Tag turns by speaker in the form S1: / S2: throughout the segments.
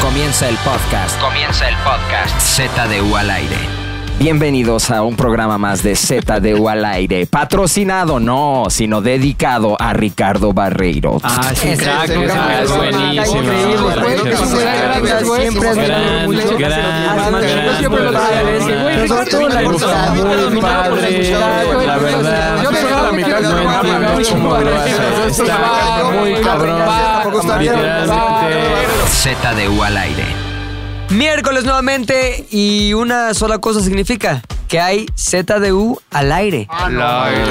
S1: Comienza el podcast. Comienza el podcast. ZDU al aire. Bienvenidos a un programa más de ZDU al aire. Patrocinado, no, sino dedicado a Ricardo Barreiros.
S2: Ah, sí,
S1: Ese
S2: crack,
S1: el
S2: ese
S1: programa.
S2: es buenísimo.
S1: Increíble,
S2: Gracias,
S1: güey.
S2: gracias.
S1: Gracias, güey.
S3: Siempre has
S2: Gran,
S3: ganado mucho.
S2: gran,
S3: Yo siempre lo
S2: gran,
S3: sabía, ese, güey.
S2: gran.
S3: Ricardo,
S2: Por
S3: la
S2: favor,
S3: verdad,
S2: por
S3: güey,
S2: favor,
S3: mi padre,
S2: padre,
S3: güey,
S2: la
S3: yo
S2: verdad.
S3: me
S2: Yo
S3: la mitad
S2: no
S3: de mi
S2: entiendo
S3: madre,
S2: cómo
S3: güey.
S2: lo hace.
S3: Eso
S2: Está
S3: está
S2: muy
S3: bien,
S2: cabrón.
S3: tampoco está bien.
S2: Literalmente.
S1: ZDU al aire.
S4: Miércoles nuevamente y una sola cosa significa que hay ZDU al aire.
S3: Al aire.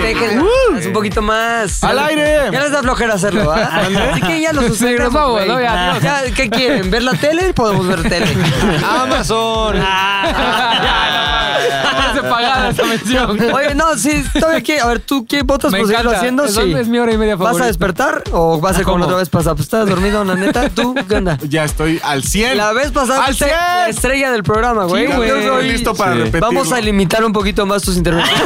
S4: Festejen más, un poquito más.
S3: Al
S4: Ya-
S3: aire.
S4: Ya les da flojera hacerlo, ¿verdad? Así que ya lo sucedemos,
S2: vamos,
S4: güey.
S2: ¿no? Ya, adiós.
S4: Ya, ¿Qué quieren? ¿Ver la tele? Podemos ver tele. Ah,
S3: Amazon.
S2: Ya se pagaba esa mención.
S4: Oye, no, sí, todavía aquí. A ver, ¿tú qué votas
S2: Me
S4: por seguirlo
S2: encanta.
S4: haciendo?
S2: Es-
S4: Sí.
S2: es mi hora y media
S4: ¿Vas a
S2: favorita.
S4: despertar o vas a ser como la
S2: ¿cómo?
S4: otra vez pasada? Pues estabas dormido, la neta. ¿Tú qué onda?
S3: Ya estoy al 100.
S4: La vez pasada
S3: ¡Al
S4: fuiste
S3: cien!
S4: la estrella del programa, güey.
S3: Ya
S4: Yo
S3: estoy
S4: soy-
S3: listo para
S2: Sí.
S3: repetir.
S4: Vamos a limitar un poquito más tus intervenciones.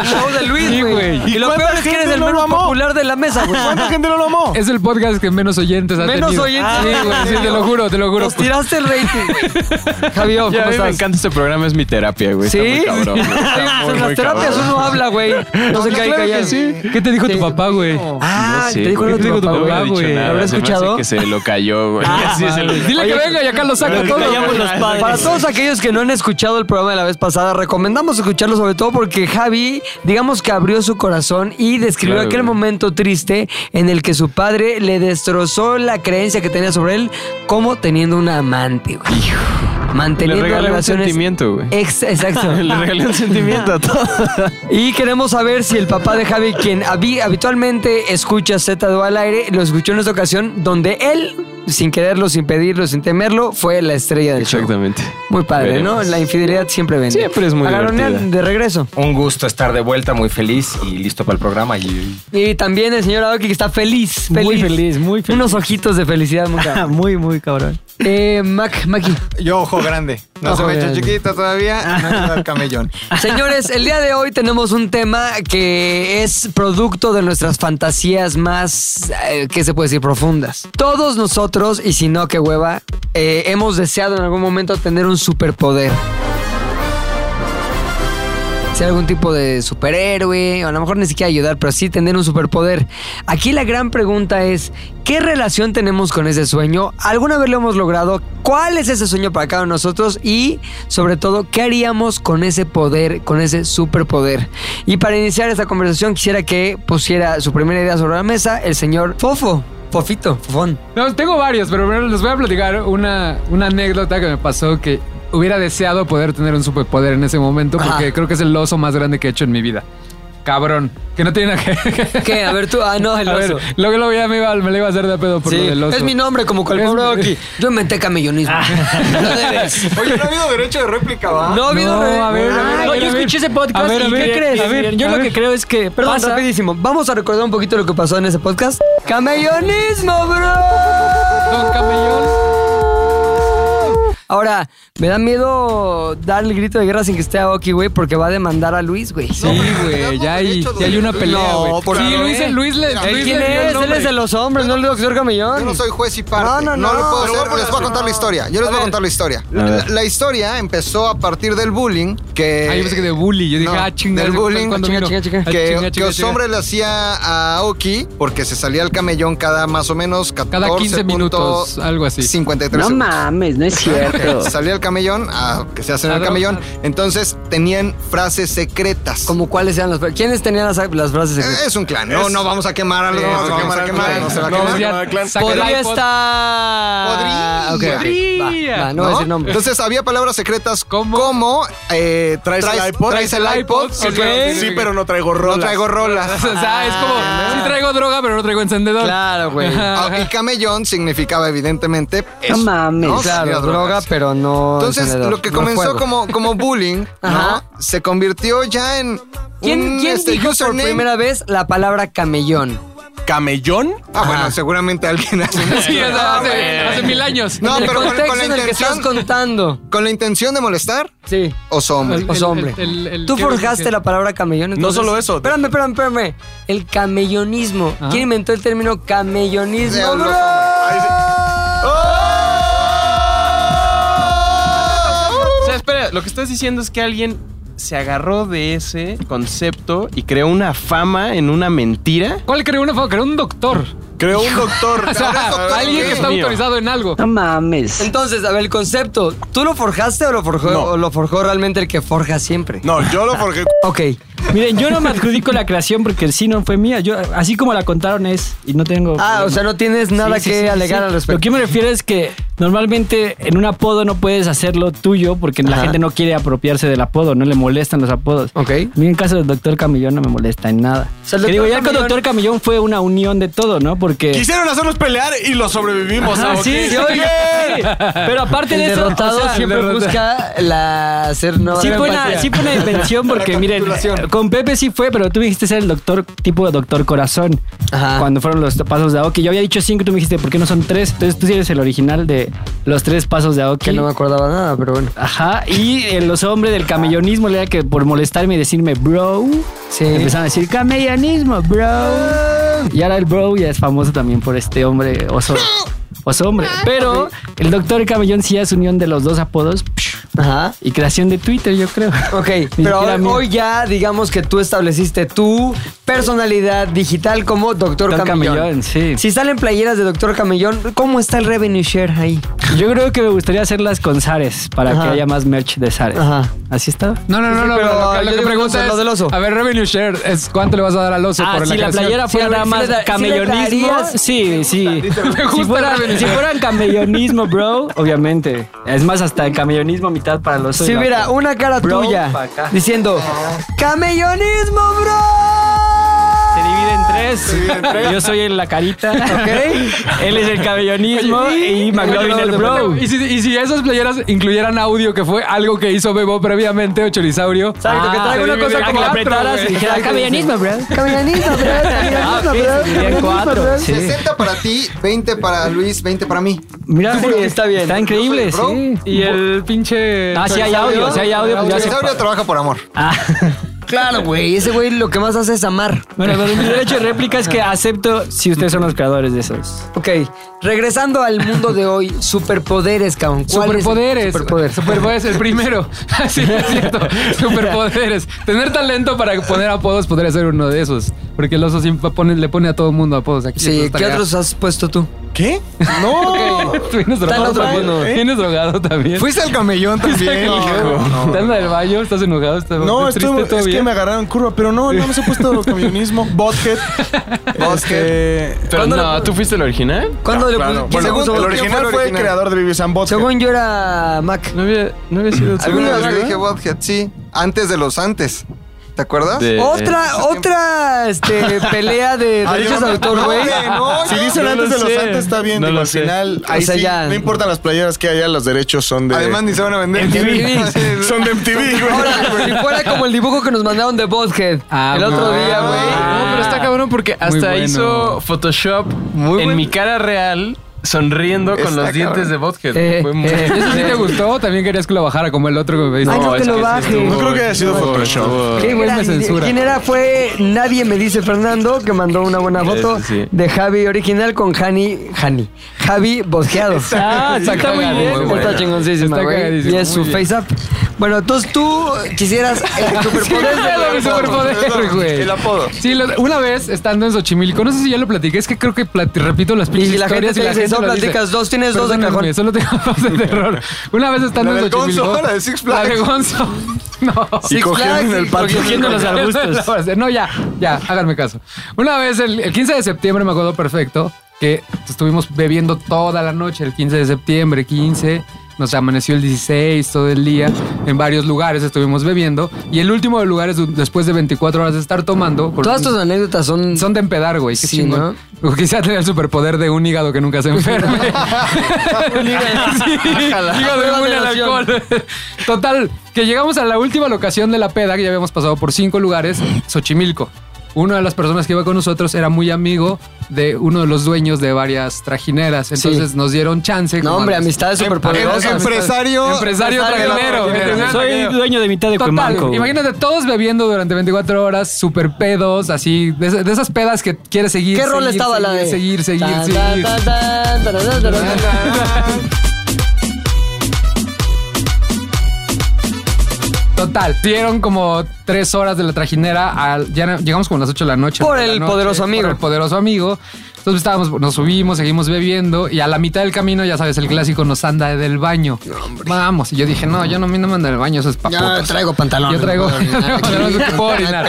S4: el show de
S2: Sí,
S4: Luis, güey.
S2: güey.
S4: y lo
S3: cuánta
S4: peor es que
S3: gente
S4: eres el
S3: no lo
S4: menos
S3: amó?
S4: popular de la mesa, güey.
S3: ¿Cuánta gente no lo amó?
S4: Eh,
S2: Es el podcast que menos oyentes ha
S4: Menos
S2: tenido.
S4: oyentes.
S2: Sí, güey, sí, te lo juro, te lo juro.
S4: Nos tiraste el rating, güey. Javier, ¿cómo
S5: Ya, a mí
S4: estás?
S5: me encanta este programa, es mi terapia, güey.
S4: ¿Sí?
S5: Está muy cabrón, güey. Está
S4: Sí,
S5: muy,
S4: pues en
S5: muy
S4: las terapias
S5: cabrón.
S4: uno habla, güey. No se cae
S2: Claro que
S4: callado.
S2: sí. ¿Qué te dijo tu papá, güey?
S4: Ah,
S5: No sé,
S4: te dijo
S5: güey.
S4: algo
S2: dijo
S4: tu
S2: tu
S5: No
S4: papá.
S5: me
S2: papá,
S5: ha dicho
S2: güey.
S5: nada,
S4: ¿Habrá
S5: se me hace
S4: escuchado? Ah,
S5: que se lo cayó, güey. Sí, se lo-
S2: "Pues Dile que venga y acá lo saca todo. güey.
S4: Para todos aquellos que no han escuchado el programa de la vez pasada, recomendamos escucharlo sobre todo porque Javi, digamos que abrió su corazón y describió
S5: Claro,
S4: aquel
S5: güey.
S4: momento triste en el que su padre le destrozó la creencia que tenía sobre él como teniendo una amante, güey.
S5: Le
S4: Manteniendo
S5: regalé un
S4: relaciones.
S5: sentimiento, güey.
S4: Ex- exacto.
S5: Le regalé un sentimiento a todo.
S4: Y queremos saber si el papá de Javi, quien habi- habitualmente escucha Z2 al aire, lo escuchó en esta ocasión donde él, sin quererlo, sin pedirlo, sin temerlo, fue la estrella del show.
S5: Exactamente.
S4: Muy padre,
S5: Veremos.
S4: ¿no? La infidelidad siempre vende.
S5: Siempre es muy
S4: Agaronean
S5: divertida.
S4: de regreso.
S1: Un gusto estar de vuelta, muy feliz y listo para el programa. Y
S4: Y también el señor Aoki que está feliz, feliz.
S2: Muy feliz, muy feliz.
S4: Unos ojitos de felicidad, muy cabrón.
S2: Muy, muy cabrón.
S4: Eh, Mac, Maki.
S3: Yo ojo grande. No se
S4: Ojo
S3: me ha hecho
S4: grande.
S3: chiquita todavía. No me da el camellón.
S4: Señores, el día de hoy tenemos un tema que es producto de nuestras fantasías más, eh, ¿qué se puede decir? Profundas. Todos nosotros, y si no, qué hueva, eh, hemos deseado en algún momento tener un superpoder. Ser algún tipo de superhéroe, o a lo mejor ni siquiera ayudar, pero sí tener un superpoder. Aquí la gran pregunta es, ¿qué relación tenemos con ese sueño? ¿Alguna vez lo hemos logrado? ¿Cuál es ese sueño para cada uno de nosotros? Y sobre todo, ¿qué haríamos con ese poder, con ese superpoder? Y para iniciar esta conversación quisiera que pusiera su primera idea sobre la mesa el señor Fofo. Fofito, Fofón.
S2: No, tengo varios, pero primero les voy a platicar una, una anécdota que me pasó que hubiera deseado poder tener un superpoder en ese momento porque
S4: Ajá.
S2: creo que es el oso más grande que he hecho en mi vida. Cabrón, que no tiene nada que...
S4: ¿Qué? A ver tú. Ah, no, el
S2: A ver,
S4: oso.
S2: lo que lo veía me, iba, me lo iba a hacer de pedo por
S4: Sí,
S2: lo del oso.
S4: es mi nombre, como con el
S2: Es-
S4: pobre Oki. Yo inventé camellonismo. No debes.
S3: Ah. Oye, no ha habido derecho de réplica, ¿va?
S4: No, ha habido
S2: No,
S4: re-
S2: a ver, a ver,
S4: Ay,
S2: a
S6: No,
S2: ver,
S6: yo
S2: a ver.
S6: escuché ese podcast.
S2: A ver, a
S6: y
S2: ver,
S6: ¿qué
S2: a
S6: crees?
S2: ver,
S6: yo
S2: a
S6: lo
S2: ver.
S6: que creo es que.
S4: Perdón,
S6: pasa-
S4: rapidísimo. Vamos a recordar un poquito lo que pasó en ese podcast. ¡Camellonismo, bro!
S2: Don Camellón.
S4: Ahora, me da miedo dar el grito de guerra sin que esté Aoki, güey, porque va a demandar a Luis, güey. ¿Eh?
S2: Sí, güey, ya hay, ya hay una pelea,
S4: No,
S2: güey.
S4: por
S2: sí,
S4: favor.
S2: Luis, Luis le...
S3: Mira,
S2: Luis
S3: ¿quién
S2: le dio el
S4: es? Él
S2: nombre.
S4: es de los hombres, no el doctor Camellón.
S7: Yo no soy juez y parte.
S4: No, no, no.
S7: lo
S4: Pero
S7: puedo hacer,
S4: bueno,
S7: les voy a contar la historia. Yo les voy a contar la historia.
S5: A
S7: La,
S5: ver.
S7: la historia empezó a partir del bullying que...
S2: Ah, yo pensé que de bully. Yo dije,
S7: No,
S2: ah, chinga.
S7: del
S2: ¿cu-
S7: bullying,
S2: cuándo
S4: chinga,
S2: vino?
S4: chinga, chinga.
S2: Ah,
S7: que,
S2: chinga,
S7: que
S2: chinga,
S7: los
S2: chinga.
S7: hombres le hacía a Aoki porque se salía al camellón cada más o menos 14
S2: Cada 15 minutos, algo así.
S7: 53
S8: No
S7: segundos.
S8: mames, no es
S7: Ok,
S8: cierto.
S7: Salía al camellón a que se hacen
S2: A
S7: el
S2: ver,
S7: camellón.
S2: a ver.
S7: Entonces tenían frases secretas.
S4: Como cuáles eran las... ¿Quiénes tenían las, las frases secretas?
S7: Es un clan. No, no vamos a quemar a los.
S3: Sí,
S7: no vamos
S3: no
S7: a
S3: vamos
S7: quemar a
S3: a
S7: quemar.
S3: quemar,
S7: No se va a
S2: no,
S7: quemar.
S2: ya- saca el
S4: Podría
S2: iPod.
S4: estar...
S7: eh, Podría.
S4: Ok, ok, va, va, Ah, no voy a
S7: ¿no?
S4: decir nombres.
S7: Entonces había palabras secretas
S2: ¿Cómo?
S7: como eh, traes,
S3: el iPod?
S7: traes el iPod, sí,
S2: Ok.
S7: pero-
S3: Sí, pero no traigo
S7: no
S3: rolas.
S7: traigo
S2: O
S7: rolas.
S2: sea, es
S4: Ah.
S2: como, sí traigo droga, pero no traigo encendedor.
S4: Claro, güey.
S2: Ajá.
S7: Ah, y camellón significaba evidentemente
S8: No
S7: eso.
S8: mames.
S7: ¿no?
S4: Claro,
S7: Sería
S4: droga,
S7: drogas.
S4: pero no
S7: Entonces
S4: encendedor,
S7: lo que
S4: no
S7: comenzó
S4: fuego.
S7: como, como bullying
S4: Ajá.
S7: ¿no? se convirtió ya en
S4: ¿Quién,
S7: un,
S4: quién
S7: este,
S4: dijo por
S7: username.
S4: primera vez la palabra camellón?
S3: ¿Camellón?
S7: Ah, bueno, seguramente alguien hace una-
S2: Sí, o sea, hace, hace mil años.
S7: No,
S4: en el
S7: Ah, pero con-
S4: contexto
S7: con la
S4: en el que
S7: intención-
S4: estás contando.
S7: con la intención de molestar
S4: Sí.
S7: o somos.
S4: Pues
S2: El-
S4: hombre.
S2: el- el- el-
S4: Tú
S2: ¿qué
S4: forjaste
S2: dije?
S4: la palabra camellón. entonces-
S3: solo eso.
S4: Espérame, espérame, espérame. El camellonismo.
S2: Ajá.
S4: ¿Quién inventó el término camellonismo?
S7: De los
S4: bro?
S7: hombres.
S5: sea, lo que estás diciendo es que alguien se agarró de ese concepto y creó una fama en una mentira.
S2: ¿Cuál creó una foto? Creó un doctor.
S3: Creó un doctor.
S2: O sea,
S3: Doctor,
S2: alguien que
S3: ¿qué?
S2: está
S5: mío.
S2: autorizado en algo.
S6: No mames.
S4: Entonces, a ver, el concepto, ¿tú lo forjaste o lo forjó,
S3: No.
S4: o lo forjó realmente el que forja siempre?
S3: No, yo lo forjé.
S4: Ok.
S6: Miren, yo no me adjudico la creación porque sí no fue mía. Yo, así como la contaron es, y no tengo.
S4: Ah, o sea, no tienes nada
S6: Sí, sí,
S4: que
S6: sí,
S4: alegar
S6: sí.
S4: al
S6: Lo
S4: respecto.
S6: que me refiero es que normalmente en un apodo no puedes hacerlo tuyo porque la
S4: Ajá.
S6: gente no quiere apropiarse del apodo, no le molestan los apodos.
S4: Ok.
S6: A mí en caso del doctor Camillón no me molesta en nada.
S4: sea, el
S6: Que digo,
S4: Dr.
S6: ya con
S4: Camillón-
S6: doctor Camillón fue una unión de todo, ¿no? Porque...
S3: Quisieron hacernos pelear y lo sobrevivimos.
S6: Ajá,
S3: ¿sabes?
S6: sí,
S3: ¿Qué?
S6: sí,
S4: oye.
S6: sí. Pero aparte
S4: El
S6: de eso,
S4: derrotado
S6: o sea,
S4: siempre
S6: el derrotado-
S4: busca la hacer no.
S6: Sí
S4: la
S6: fue, una,
S4: empatía.
S6: sí fue una invención porque miren,
S4: Recapitulación.
S6: con Pepe sí fue, pero tú me dijiste ser el doctor tipo de doctor corazón.
S4: Ajá.
S6: Cuando fueron los pasos de Aoki. Yo había dicho cinco y tú me dijiste, ¿por qué no son tres? Entonces tú sí eres el original de los tres pasos de Aoki.
S4: Que no me acordaba nada, pero bueno.
S6: Ajá, y eh, los hombres del camellonismo le da que por molestarme y decirme bro,
S4: Sí.
S6: empezaron a decir camellonismo, bro. Y ahora el bro ya es famoso también por este hombre oso, oso hombre. Pero el doctor camellón sí es unión de los dos apodos
S4: Ajá.
S6: y creación de Twitter, yo creo.
S4: Ok,
S6: Ni
S4: pero
S6: siquiera
S4: hoy,
S6: mío.
S4: hoy ya digamos que tú estableciste tu personalidad digital como Doctor
S6: Doctor
S4: Camellón.
S6: Camellón, sí.
S4: Si salen playeras de Doctor Camellón, ¿cómo está el revenue share ahí?
S6: Yo creo que me gustaría hacerlas con Zares para
S4: Ajá.
S6: que haya más merch de Zares.
S4: Ajá.
S6: Así está.
S2: No, no, no,
S4: Sí,
S2: no, pero
S4: pero
S2: lo que-
S4: yo
S2: lo que
S4: digo,
S2: pregunta
S4: entonces,
S2: es.
S4: lo del oso.
S2: A ver, revenue share es cuánto le vas a dar al oso
S6: Ah,
S2: por
S6: si la
S2: creación?
S6: playera fuera
S4: Sí,
S6: nada
S4: sí
S6: más
S4: le da- sí le
S6: camellonismo,
S4: darías.
S6: sí, sí.
S2: Me
S6: Si
S2: gusta
S6: fuera,
S2: la Avenida.
S6: si fueran camellonismo, bro, obviamente. Es más, hasta el camellonismo mitad para los...
S4: Si hubiera una cara
S6: Bro,
S4: tuya
S6: pa' acá.
S4: diciendo ¡Camellonismo,
S6: Se
S4: bro!
S6: divide en tres. Yo soy el la carita.
S4: Ok.
S6: Él es el camellonismo y McLovin el bro.
S2: Y si, y si esas playeras incluyeran audio, que fue algo que hizo Bebo previamente, o Chorizaurio. Ah,
S6: Exacto,
S4: que traiga una cosa
S6: Ah, que
S2: como
S6: le
S2: cuatro,
S6: apretaras y
S2: güey.
S6: dijera camellonismo, bro.
S4: Camellonismo, bro,
S6: Ah,
S4: camellonismo,
S6: ok,
S4: bro.
S6: se dirían
S4: camellonismo,
S6: cuatro.
S4: bro.
S6: Sí.
S7: 60 para ti, 20 para Luis, 20 para mí.
S6: Mira, está bien. Está increíble,
S7: Bro.
S6: sí.
S2: Y el pinche.
S6: Ah, sí hay audio, sí hay audio. pues ya se-
S7: Dinosaurio trabaja por amor.
S4: Claro, güey, ese güey lo que más hace es amar.
S6: Bueno, pero mi derecho de réplica es que acepto si ustedes son los creadores de esos.
S4: Ok, regresando al mundo de hoy, superpoderes, cabrón. ¿Cuál es el
S2: Superpoderes.
S4: Superpoder.
S2: Superpoderes, el primero. Así es cierto. Superpoderes. Tener talento para poner apodos podría ser uno de esos. Porque el oso siempre pone- le pone a todo mundo apodos. Aquí
S4: Sí,
S2: está
S4: ¿qué
S2: ya.
S4: otros has puesto tú?
S3: ¿Qué?
S2: Ok, Vienes drogado
S4: otro
S2: también.
S4: mundo.
S2: Vienes drogado también.
S3: Fuiste al camellón también.
S2: ¿Te anda del baño? ¿Estás enojado? ¿Estás
S3: No,
S2: triste?
S3: estoy-
S2: ¿Todo
S3: es que
S2: bien?
S3: me agarraron curva, pero no, no me he puesto camionismo. Bothead. Bothead.
S5: Pero no, ¿tú fuiste el original?
S4: ¿Cuándo le
S3: Claro.
S4: ¿quién le
S3: Eh, Bueno,
S4: puso?
S3: el
S4: ¿Quién
S3: original fue el
S7: original?
S3: creador de Vivi San Bothead.
S4: Según yo era Mac.
S5: No había, no había sido
S7: Alguna vez le dije Bothead, sí. Antes de los antes. ¿Te acuerdas?
S5: De-
S6: Ah,
S4: Otra, otra este, pelea de
S3: Ay,
S4: derechos
S3: no,
S4: de autor,
S3: no,
S4: güey.
S3: no, si dicen
S5: no
S3: antes
S5: lo
S3: de los
S5: sé.
S3: antes está bien,
S5: No
S3: digo,
S5: lo
S3: al
S5: sé.
S3: final ahí
S4: O sea,
S3: sí,
S4: ya-
S3: no importan las playeras que haya, los derechos son de
S7: Además ni se van a vender.
S3: son de MTV, güey.
S4: Ahora, si fuera como el dibujo que nos mandaron de Bothead
S2: Ah,
S4: el otro
S2: güey.
S4: día,
S5: No,
S4: güey.
S5: pero está cabrón porque hasta
S2: bueno.
S5: hizo Photoshop en
S3: bueno.
S5: mi cara real sonriendo con
S7: Está
S5: los dientes de Bothead.
S4: Eh,
S5: Fue muy-
S4: eh.
S2: ¿Eso sí te gustó? ¿También querías que lo bajara como el otro que me pediste?
S4: Ay, no,
S5: No,
S4: que
S5: es
S4: lo
S5: que sí
S4: baje.
S5: estuvo-
S3: No creo que haya sido
S5: estuvo-
S3: Photoshop.
S4: Qué
S2: Igual me
S4: gran idea.
S2: censura.
S4: ¿Quién era? Fue Nadie me dice Fernando, que mandó una buena foto
S5: Sí, sí, sí.
S4: de Javi original con Jani, Jani, Javi bosqueado.
S2: Ah, está
S4: Está muy bien.
S2: cagadísimo,
S4: Está
S2: güey.
S4: chingoncísima,
S2: Está
S4: güey.
S2: cagadísimo,
S4: Y es
S2: muy
S4: su
S2: bien.
S4: face up. Bueno, entonces tú quisieras el superpoder de-
S2: Claro, mi superpoder, güey.
S7: El apodo.
S2: Sí, lo- una vez estando en Xochimilco, no sé si ya lo platiqué, es que creo que plati- repito las
S4: Y
S2: pinches
S4: la gente
S2: historias
S4: te dice, solo
S2: lo
S4: platicas dos, tienes dos de
S2: Perdónenme,
S4: cajón.
S2: Solo tengo dos de terror. Una vez estando
S7: La
S2: en
S7: del Gonzo,
S2: Xochimilco.
S7: la de Six Flags.
S2: La de Gonzo. No.
S4: Six
S3: cogiendo
S4: Flags
S3: en el
S4: y-
S3: patio.
S6: Cogiendo los arbustos.
S2: No, ya, ya, háganme caso. Una vez, el, el 15 de septiembre, me acuerdo perfecto, que estuvimos bebiendo toda la noche, el 15 de septiembre, 15. Nos amaneció el 16 todo el día. En varios lugares estuvimos bebiendo. Y el último de lugares, después de 24 horas de estar tomando. por-
S4: Todas tus anécdotas son...
S2: son de empedar, güey. Qué
S4: Sí,
S2: chingón. O Quizá tener el superpoder de un hígado que nunca se enferme. Sí, hígado inmune al alcohol. Total, que llegamos a la última locación de la peda, que ya habíamos pasado por cinco lugares, Xochimilco. Una de las personas que iba con nosotros era muy amigo de uno de los dueños de varias trajineras. Entonces nos dieron chance.
S4: No,
S2: como a
S4: hombre,
S2: los-
S4: amistades superpoderosas.
S7: Empresario.
S2: Empresario trajinero. empresario
S6: Soy
S2: trajinero.
S6: dueño de mitad de
S2: Total,
S6: Cuemanco. güey.
S2: imagínate todos bebiendo durante 24 horas, super pedos, así, de, esa- de esas pedas que quieres seguir.
S4: ¿Qué
S2: seguir,
S4: rol estaba
S2: seguir,
S4: la de...?
S2: Seguir, seguir,
S4: Tan,
S2: seguir.
S4: tan, tan, tan, tan, tan, tan, tan.
S2: Total, dieron como tres horas de la trajinera. al- ya no- llegamos como a las 8 de la noche.
S4: Por
S2: nueve de
S4: el
S2: la noche,
S4: poderoso amigo.
S2: Por el poderoso amigo. Entonces pues, estábamos, nos subimos, seguimos bebiendo y a la mitad del camino, ya sabes, el clásico nos anda del baño. Vamos. Y yo dije, no, yo no, a mí no me anda del baño, eso es pa' putos.
S7: pantalón.
S2: Yo traigo. no puedo orinar.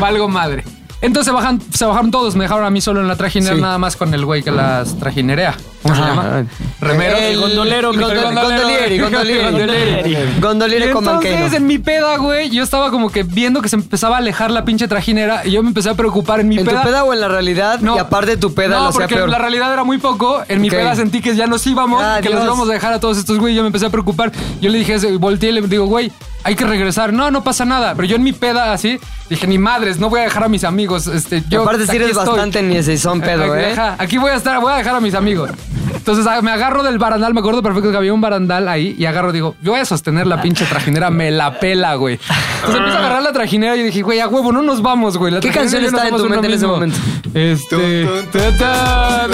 S2: Valgo madre. Entonces se, bajan, se bajaron todos, me dejaron a mí solo en la trajinera, nada más con el güey que las trajinerea. ¿Cómo se llama? Remero.
S4: El gondolero,
S2: El
S4: gondol- gondolieri, gondolieri.
S2: Gondolieri.
S4: Gondoliere
S2: Y
S4: con
S2: entonces
S4: banquero.
S2: en mi peda, güey, yo estaba como que viendo que se empezaba a alejar la pinche trajinera y yo me empecé a preocupar en mi
S4: ¿En tu
S2: peda.
S4: peda o en la realidad?
S2: No.
S4: Y aparte tu peda
S2: no,
S4: lo hacía
S2: porque
S4: peor.
S2: la realidad era muy poco. En mi
S4: Ok.
S2: peda sentí que ya nos íbamos,
S4: Ah,
S2: que
S4: Dios.
S2: los íbamos a dejar a todos estos güey. Yo me empecé a preocupar. Yo le dije, a ese- volteé y le digo, güey, hay que regresar. No, no pasa nada. Pero yo en mi peda así dije, ni madres, no voy a dejar a mis amigos. Este, yo
S4: aparte sí
S2: aquí
S4: eres
S2: estoy.
S4: bastante ni ese son pedo, ¿eh?
S2: Ajá, Aquí voy a estar, voy a dejar a mis amigos. Entonces ah, me agarro del barandal, me acuerdo perfecto que había un barandal ahí y agarro, digo, yo voy a sostener la pinche trajinera, me la pela, güey. Entonces empiezo a agarrar la trajinera y dije, güey, a huevo, no nos vamos, güey. La
S4: ¿Qué
S2: trajinera
S4: canción
S2: y yo nos
S4: está en
S2: vamos
S4: tu
S2: uno
S4: mente en ese
S2: mismo.
S4: momento?
S2: Este. ta-tan.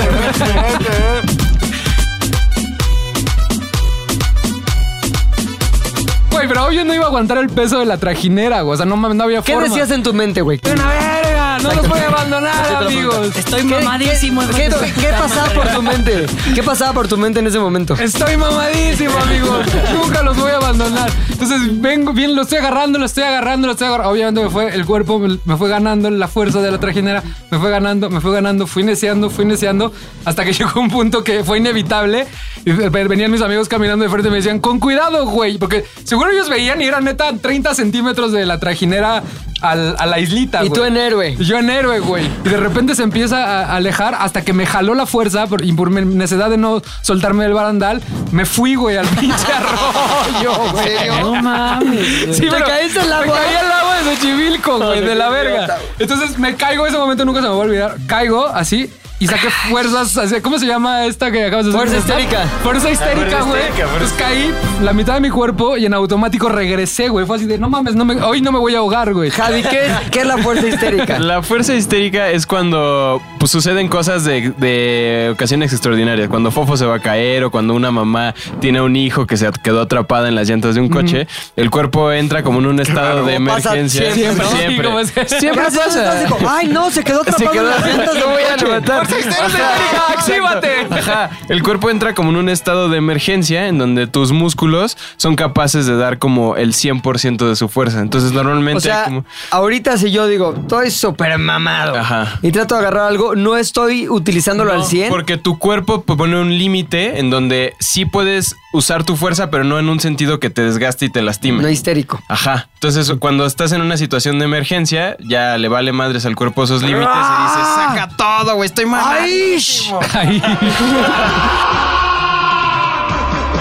S2: Güey, pero obvio no iba a aguantar el peso de la trajinera, güey. O sea, no mames, no había
S4: ¿Qué
S2: forma.
S4: decías en tu mente, güey?
S2: ¡Una verga! ¡No nos puede abandonar, amigos!
S8: Estoy
S4: ¿Qué-
S8: mamadísimo.
S4: ¿Qué, qué- qué pasaba por tu mente? ¿Qué pasaba por tu mente en ese momento?
S2: Estoy mamadísimo, amigos. Nunca los voy a abandonar. Entonces, vengo, bien, lo estoy agarrando, lo estoy agarrando, lo estoy agarrando. Obviamente me fue el cuerpo, me, me fue ganando la fuerza de la trajinera, me fue ganando, me fue ganando, fui neceando, fui neceando, hasta que llegó un punto que fue inevitable. Y ve- venían mis amigos caminando de frente y me decían, con cuidado, güey, porque seguro ellos veían y eran neta 30 centímetros de la trajinera al- a la islita.
S4: Y tú
S2: güey.
S4: en héroe.
S2: Y Yo en héroe, güey. Y de repente se empieza a alejar hasta que me jaló la fuerza por, y por mi necesidad de no soltarme del barandal. Me fui, güey, al pinche arroyo, güey.
S6: No mames. güey.
S2: Sí,
S4: ¿Te caíste al ¿eh?
S2: Me
S4: agua?
S2: caí al agua de Xochimilco, güey, de la verga. Entonces me caigo, ese momento nunca se me va a olvidar. Caigo así y saqué fuerzas, así- ¿cómo se llama esta que acabas de hacer?
S4: Fuerza histérica.
S2: Fuerza histérica,
S5: fuerza
S2: güey.
S5: histérica, fuerza
S2: Entonces caí la mitad de mi cuerpo y en automático regresé, güey. Fue así de, no mames, no me- hoy no me voy a ahogar, güey.
S4: Javi, ¿qué es, qué es la fuerza histérica?
S5: La fuerza histérica es cuando pues, suceden cosas de, de ocasiones extraordinarias. Cuando Fofo se va a caer o cuando una mamá tiene un hijo que se at- quedó atrapada en las llantas de un coche, el cuerpo entra como en un estado de
S4: pasa
S5: emergencia.
S4: siempre,
S2: ¿no? Sí, como
S5: siempre.
S2: es-
S5: Siempre
S4: Gracias,
S5: pasa.
S4: estás de- Ay, no, se quedó atrapado en las llantas
S5: Lo
S4: del
S5: voy a
S4: coche.
S5: levantar.
S2: histérica, actívate.
S5: Ajá. El cuerpo entra como en un estado de emergencia en donde tus músculos son capaces de dar como el 100% de su fuerza. Entonces normalmente...
S4: O sea,
S5: como-
S4: ahorita si yo digo, estoy súper mamado
S5: Ajá.
S4: y trato de agarrar algo, no estoy utilizándolo al 100.
S5: Porque tu cuerpo p- pone un límite en donde sí puedes usar tu fuerza, pero no en un sentido que te desgaste y te lastime.
S4: No histérico.
S5: Ajá. Entonces, cuando estás en una situación de emergencia, ya le vale madres al cuerpo esos límites y dices, saca todo, güey, estoy mal.
S4: ¡Ay! sh-
S2: Ahí.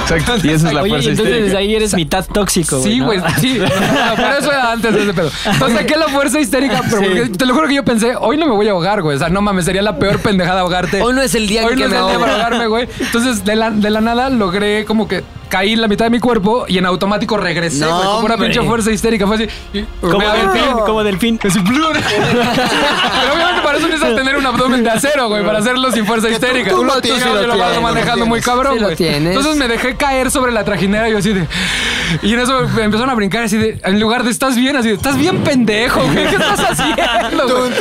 S5: Exacto. Y esa es la
S6: Oye,
S5: fuerza
S6: entonces desde
S5: histérica.
S6: ahí eres mitad tóxico, güey.
S2: Sí,
S6: ¿no?
S2: güey, sí. No, no, pero eso era antes de ese pedo. Entonces saqué la fuerza histérica, pero porque- te lo juro que yo pensé, hoy no me voy a ahogar, güey. O sea, no mames, sería la peor pendejada ahogarte.
S4: Hoy no es el día en
S2: Hoy
S4: que
S2: no
S4: me
S2: es el día
S4: ahogo.
S2: para ahogarme, güey. Entonces, de la, de la nada logré como que caí en la mitad de mi cuerpo y en automático regresé,
S4: No,
S2: güey. Como una
S4: hombre.
S2: pinche fuerza histérica. Fue así. y-
S6: Como
S2: me aventé.
S6: delfín, como delfín.
S2: Así, plur. Pero obviamente para eso necesitas tener un abdomen de acero, güey, para hacerlo sin fuerza histérica.
S7: tú lo
S2: Yo
S7: tienes,
S2: yo
S7: lo
S2: lo
S7: tienes,
S2: vas manejando
S7: lo
S2: muy
S7: tienes.
S2: cabrón,
S4: Sí lo
S2: güey.
S4: tienes.
S2: Entonces me dejé caer sobre la trajinera y yo así de... Y en eso me empezaron a brincar así de... En lugar de estás bien, así de... Estás bien pendejo, güey. ¿Qué estás haciendo, güey?"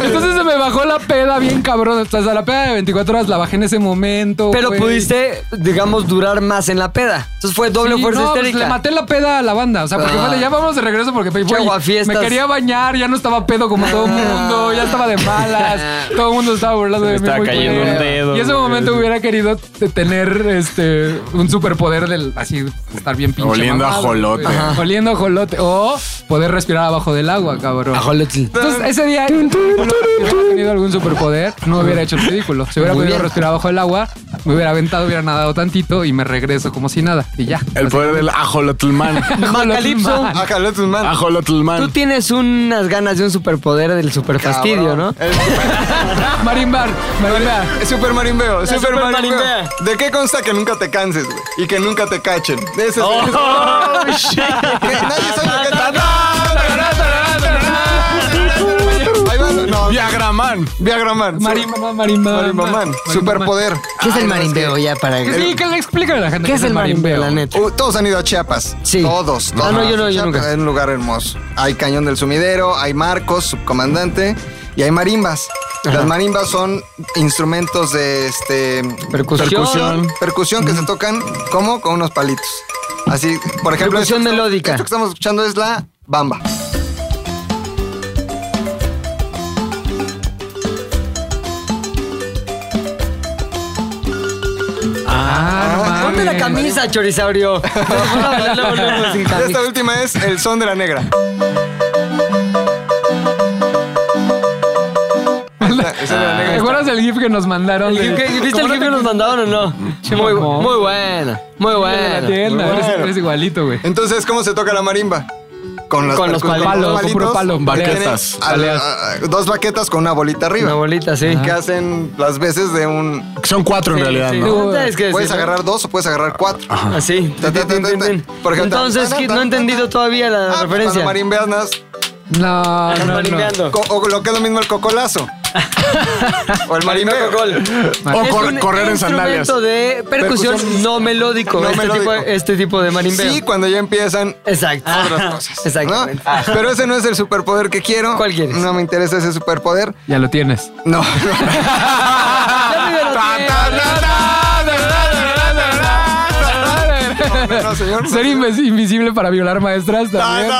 S2: Entonces se me bajó la peda bien cabrón. Hasta la peda de 24 horas la bajé en ese momento,
S4: Pero
S2: güey.
S4: pudiste, digamos, durar más en la peda. Entonces fue doble
S2: Sí,
S4: fuerza
S2: no, pues,
S4: histérica.
S2: le maté la peda a la banda. O sea, porque
S4: Ah.
S2: fue de, ya vamos de regreso porque güey,
S4: Chaguafiestas.
S2: me quería bañar, ya no estaba pedo como todo el
S4: Ah.
S2: mundo, ya estaba de malas, todo el mundo estaba burlando de mí.
S5: estaba
S2: muy
S5: cayendo
S2: culero.
S5: un dedo,
S2: Y ese
S5: güey.
S2: momento hubiera querido t- tener este un superpoder del así estar bien pinche.
S9: Oliendo a
S2: mamado,
S9: jolote.
S2: güey.
S9: Ajá.
S2: Oliendo a jolote. O poder respirar abajo del agua, cabrón.
S4: Ajolotl.
S2: Entonces, ese día, si hubiera tenido algún superpoder, no hubiera hecho el ridículo. Si hubiera
S4: Muy
S2: podido
S4: bien.
S2: respirar abajo del agua, me hubiera aventado, hubiera nadado tantito y me regreso como si nada. Y ya.
S9: El poder del
S3: ah,
S9: ajolotlman.
S4: Macalipso.
S7: Ájalo tus manos.
S4: Tú
S9: Ajolotlman.
S4: tienes unas ganas de un superpoder del superfastidio, ¿no?
S2: Marimbar, marimbar.
S7: Super Marimbeo, Super,
S5: Super
S7: Marimbeo.
S5: Marimbea.
S7: ¿De qué consta que nunca te canses, güey? Y que nunca te cachen. Ese es Que nadie sabe lo que te- Ahí va, no, Man. Viagra Man.
S2: Marimba, no, marimba.
S7: Marimba Man.
S2: marimba.
S7: Superpoder.
S4: ¿Qué es el
S7: Ay, no,
S4: marimbeo
S7: que-
S4: ya para
S2: Que Sí, que le explica a la gente.
S4: ¿Qué es el marimbeo, la neta?
S7: Uh, todos han ido a Chiapas.
S4: Sí.
S7: Todos.
S4: Ah,
S7: todos.
S4: no, yo no, yo
S7: Chiapas
S4: nunca.
S7: Es un lugar hermoso. Hay Cañón del Sumidero, hay Marcos, subcomandante, y hay marimbas. Las marimbas son instrumentos de este
S4: Percusión.
S7: percusión, percusión que se tocan como con unos palitos. Así, por ejemplo,
S4: Percusión
S7: esto que estamos-
S4: melódica.
S7: Esto que estamos escuchando es la bamba.
S2: Ah,
S4: Ponte la camisa, chorizaurio. Luego, luego, sin camisa.
S7: Esta última es el son de la negra. Esta- esta de la
S4: Ah.
S2: ¿Te
S7: negra.
S2: acuerdas del GIF que nos mandaron? de-
S4: ¿El gif que- ¿Viste el gif que nos mandaron o no? Muy,
S2: mamón.
S4: muy buena, muy
S2: de la
S4: buena.
S2: tienda?
S7: Bueno.
S2: Eres- Eres igualito, güey.
S7: Entonces, ¿cómo se toca la marimba? Con, las
S4: Con los
S7: percu-
S4: palos,
S7: los
S2: con puro palo,
S7: que
S2: baquetas,
S7: tienen al- a- a- dos baquetas con una bolita
S4: Una
S7: arriba.
S4: bolita, sí.
S7: Que hacen las veces de un...
S9: Son cuatro en realidad,
S4: Sí,
S9: ¿no?
S4: ¿no? Es que
S7: Puedes
S4: sí, ¿no?
S7: agarrar dos o puedes agarrar cuatro. Ah,
S6: Ah,
S4: Así.
S7: Ta, ta, ta, ta, ta. Por ejemplo,
S4: Entonces,
S7: ta, ta,
S4: Kid,
S7: ta,
S4: no he
S7: ta,
S4: entendido
S7: ta.
S4: todavía la
S7: Ah, pues,
S4: referencia.
S7: Cuando marimbeas, nas-
S2: No,
S4: Están
S2: no, no.
S4: marimbeando.
S7: co- o lo que es lo mismo el cocolazo. o el marimbeo.
S9: O
S4: Es
S9: cor-
S4: un
S9: correr en sandalias.
S4: instrumento de percusión,
S7: Percusión.
S4: no melódico.
S7: No
S4: este,
S7: melódico.
S4: Tipo, este tipo de marimbeo.
S7: Sí, cuando ya empiezan
S4: Exacto.
S7: otras cosas. ¿no?
S4: Exactamente.
S7: Pero ese no es el superpoder que quiero.
S4: ¿Cuál quieres?
S7: No me interesa ese superpoder.
S2: Ya lo tienes.
S7: No.
S4: Ya me lo
S7: No, no, señor.
S2: Ser invis- invisible para violar maestras también.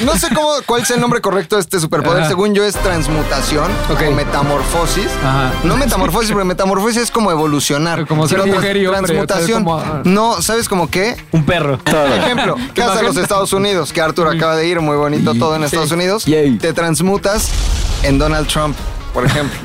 S7: No, no sé cómo, cuál es el nombre correcto de este superpoder.
S2: Ajá.
S7: Según yo es transmutación o metamorfosis.
S2: Ajá.
S7: No metamorfosis, pero metamorfosis es como evolucionar.
S2: Como ser
S7: Pero trans-
S2: mujer y hombre,
S7: Transmutación.
S2: o sea, como- ah.
S7: No, ¿sabes como qué?
S6: Un perro.
S7: Por ejemplo, que a los Estados Unidos, que Arthur acaba de ir, muy bonito todo en Estados Unidos.
S1: Yay.
S7: Te transmutas en Donald Trump, por ejemplo.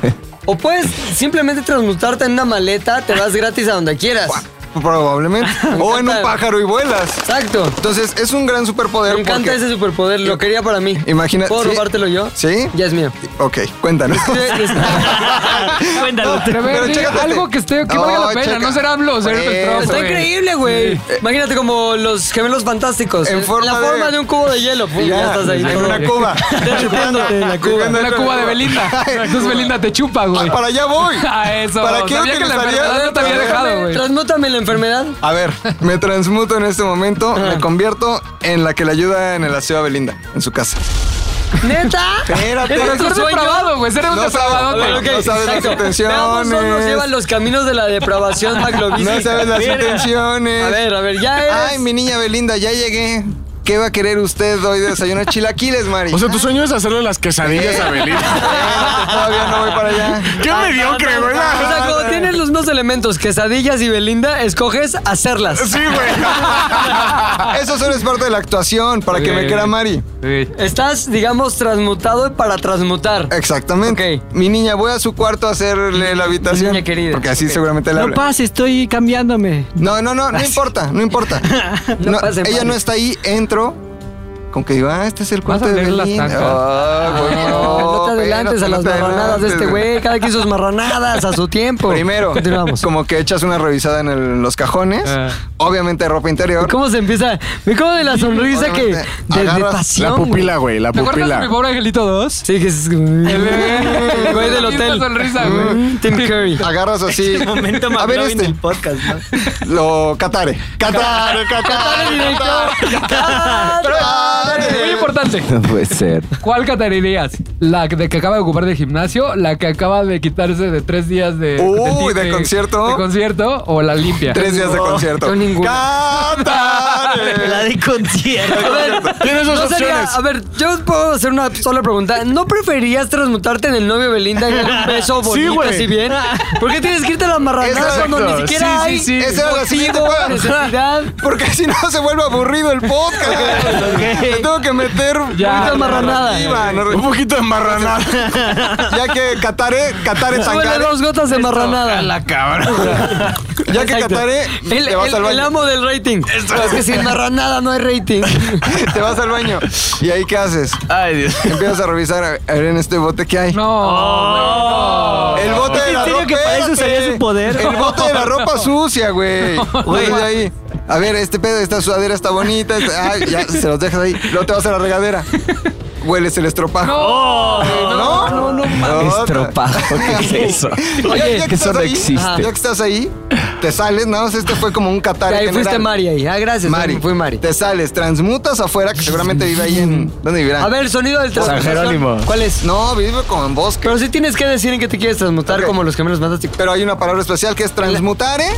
S4: O puedes simplemente transmutarte en una maleta, te vas gratis a donde quieras.
S7: Probablemente. O en un pájaro y vuelas.
S4: Exacto.
S7: Entonces, es un gran superpoder.
S4: Me encanta
S7: porque-
S4: ese superpoder, lo quería para mí.
S7: Imagina-
S4: ¿Puedo
S7: sí.
S4: robártelo yo?
S7: ¿Sí?
S4: Ya es mío.
S7: Ok, cuéntanos.
S6: Cuéntalo.
S2: Pero a ver, di
S7: chécate.
S2: algo que esté, que
S7: No,
S2: valga la pena,
S7: checa.
S2: no ser AMLO, ser
S7: Pues,
S2: Trump,
S4: Está
S2: güey.
S4: increíble, güey. Imagínate como los gemelos fantásticos.
S7: En forma
S4: la
S7: de-
S4: forma de... un cubo de hielo. Pum, ya, estás ahí.
S7: En
S4: todo.
S7: una cuba.
S4: Derritiéndote en la cuba.
S7: Viviendo
S2: Una
S7: dentro
S2: cuba de Belinda. Entonces Belinda te chupa, güey.
S7: Para allá voy.
S2: A eso.
S7: ¿Para qué
S2: Sabía que la
S7: utilizaría?
S2: enfermedad no te había dejado, güey.
S4: Transmútame la enfermedad.
S7: A ver, me transmuto en este momento, me convierto en la que le ayuda en el aseo a Belinda, en su casa.
S4: ¿Neta?
S7: Espérate.
S4: ¿Es
S2: Pero
S4: tu
S2: ser
S4: sueño?
S2: depravado, güey. Ser un
S7: No
S2: depravado.
S7: sabe-
S4: Ok,
S7: No sabes las
S4: exacto.
S7: intenciones.
S4: Veamos, solo nos lleva los caminos de la depravación maglovística.
S7: No sabes las
S4: Mira.
S7: intenciones.
S4: A ver, a ver, ya eh, es.
S7: Ay, mi niña Belinda, ya llegué. ¿Qué va a querer usted hoy de desayuno? Chilaquiles, Mari.
S9: O sea, tu sueño es hacerle las quesadillas a Belinda.
S7: Ah, Todavía no voy para allá.
S9: Qué mediocre, güey.
S4: O sea, cuando tienes los mismos elementos, quesadillas y Belinda, escoges hacerlas.
S9: Sí, güey.
S7: Eso solo es parte de la actuación, para que me
S2: Ok.
S7: quiera Mari.
S2: Sí.
S4: Estás, digamos, transmutado para transmutar.
S7: Eh, Exactamente.
S4: Ok.
S7: Mi niña, voy a su cuarto a hacerle la habitación.
S4: Niña querida.
S7: Porque así seguramente la
S6: No pase, estoy cambiándome.
S7: No, no, no, no importa, no importa.
S4: No
S7: No,
S4: pasa,
S7: ella
S4: Mari.
S7: no está ahí, entro. Con que digo, ah, este es el
S2: Vas a
S7: cuarto de
S2: leer las
S7: Belinda.
S2: tacas.
S7: Ah,
S4: No,
S7: bueno,
S4: no te adelantes
S7: espérate,
S4: a
S7: no
S4: las
S7: te
S4: marranadas de este
S7: adelantes.
S4: güey. Cada quien sus marranadas a su tiempo.
S7: Primero,
S4: Continuamos.
S7: como que echas una revisada en el- los cajones.
S2: Ah.
S7: Obviamente ropa interior.
S4: ¿Cómo se empieza? Me como de la sonrisa que.
S7: Obviamente,
S4: De, de
S7: agarras
S4: pasión.
S9: La pupila, güey, la
S2: ¿Te acuerdas de
S9: pupila.
S2: mi pobre angelito 2?
S4: Sí, que es. El güey del
S2: La misma
S4: hotel.
S2: sonrisa, güey.
S4: Tim Curry.
S7: Agarras así. a ver este.
S6: podcast,
S7: Lo Catare. Catare,
S4: Catare
S7: Catare.
S4: directo.
S7: ah,
S4: Catare.
S2: Muy importante.
S1: No puede ser.
S2: ¿Cuál catarirías? ¿La de que acaba de ocupar de gimnasio? ¿La que acaba de quitarse de tres días de...
S7: Uy,
S2: ti-
S7: ¿de concierto?
S2: ¿De concierto? ¿O la limpia?
S7: Tres días de concierto.
S4: yo ninguna.
S7: Catare.
S6: de concierto.
S4: A ver,
S9: Tienes dos
S4: no sería-
S9: opciones.
S4: a ver, yo puedo hacer una sola pregunta. ¿No preferías transmutarte en el novio Belinda y darle un beso bonito
S9: güey.
S4: así bien? ¿Por qué tienes que irte a la marranada Ah,
S7: Exacto.
S4: cuando ni siquiera
S9: Sí, sí,
S4: hay
S9: sí.
S7: Esa era la siguiente
S4: motivo,
S7: pregunta.
S4: necesidad?
S7: Porque si no se vuelve aburrido el podcast. Me tengo que meter
S2: Ya.
S7: mucha narrativa,
S9: Un
S7: narra-
S9: poquito de marranada.
S7: Ya que Catare, Catare
S4: Súbele
S7: Tangare,
S4: dos gotas de marranada.
S7: ya que
S4: Exacto.
S7: Catare
S4: El,
S7: te vas
S4: el-
S7: al
S4: el
S7: baño.
S4: amo del rating. Es que sin marranada no hay rating.
S7: Te vas al baño. ¿Y ahí qué haces?
S5: Ay, Dios.
S7: Empiezas a revisar a ver en este bote qué hay.
S2: No.
S7: El bote de la
S6: serio
S7: ropa.
S6: que para eso
S7: espérate.
S6: usaría su poder?
S7: El bote de la ropa sucia, güey. Güey, de ahí. A ver, este pedo, esta sudadera está bonita. esta- ah, ya se los dejas ahí. Luego te vas a la regadera. hueles el estropajo.
S2: ¡No!
S7: No, no, no, mames.
S1: Estropajo, ¿qué es eso?
S7: Oye, ya que
S1: eso
S7: estás
S1: no
S7: ahí,
S1: existe.
S7: Ya que estás ahí, te sales, nada más este fue como un catar.
S4: Ahí
S7: general.
S4: fuiste Mari ahí. Ah, gracias.
S7: Mari,
S4: Fui Mari.
S7: Te sales, transmutas afuera, que seguramente vive ahí en. ¿Dónde vivirá?
S4: A ver, sonido del
S7: San
S4: transmutación.
S5: Jerónimo.
S4: ¿Cuál es?
S7: No, vive como en bosque.
S4: Pero si tienes que decir en qué te quieres transmutar
S7: Ok.
S4: como los gemelos mandaste.
S7: Pero hay una palabra especial que es transmutar, ¿eh?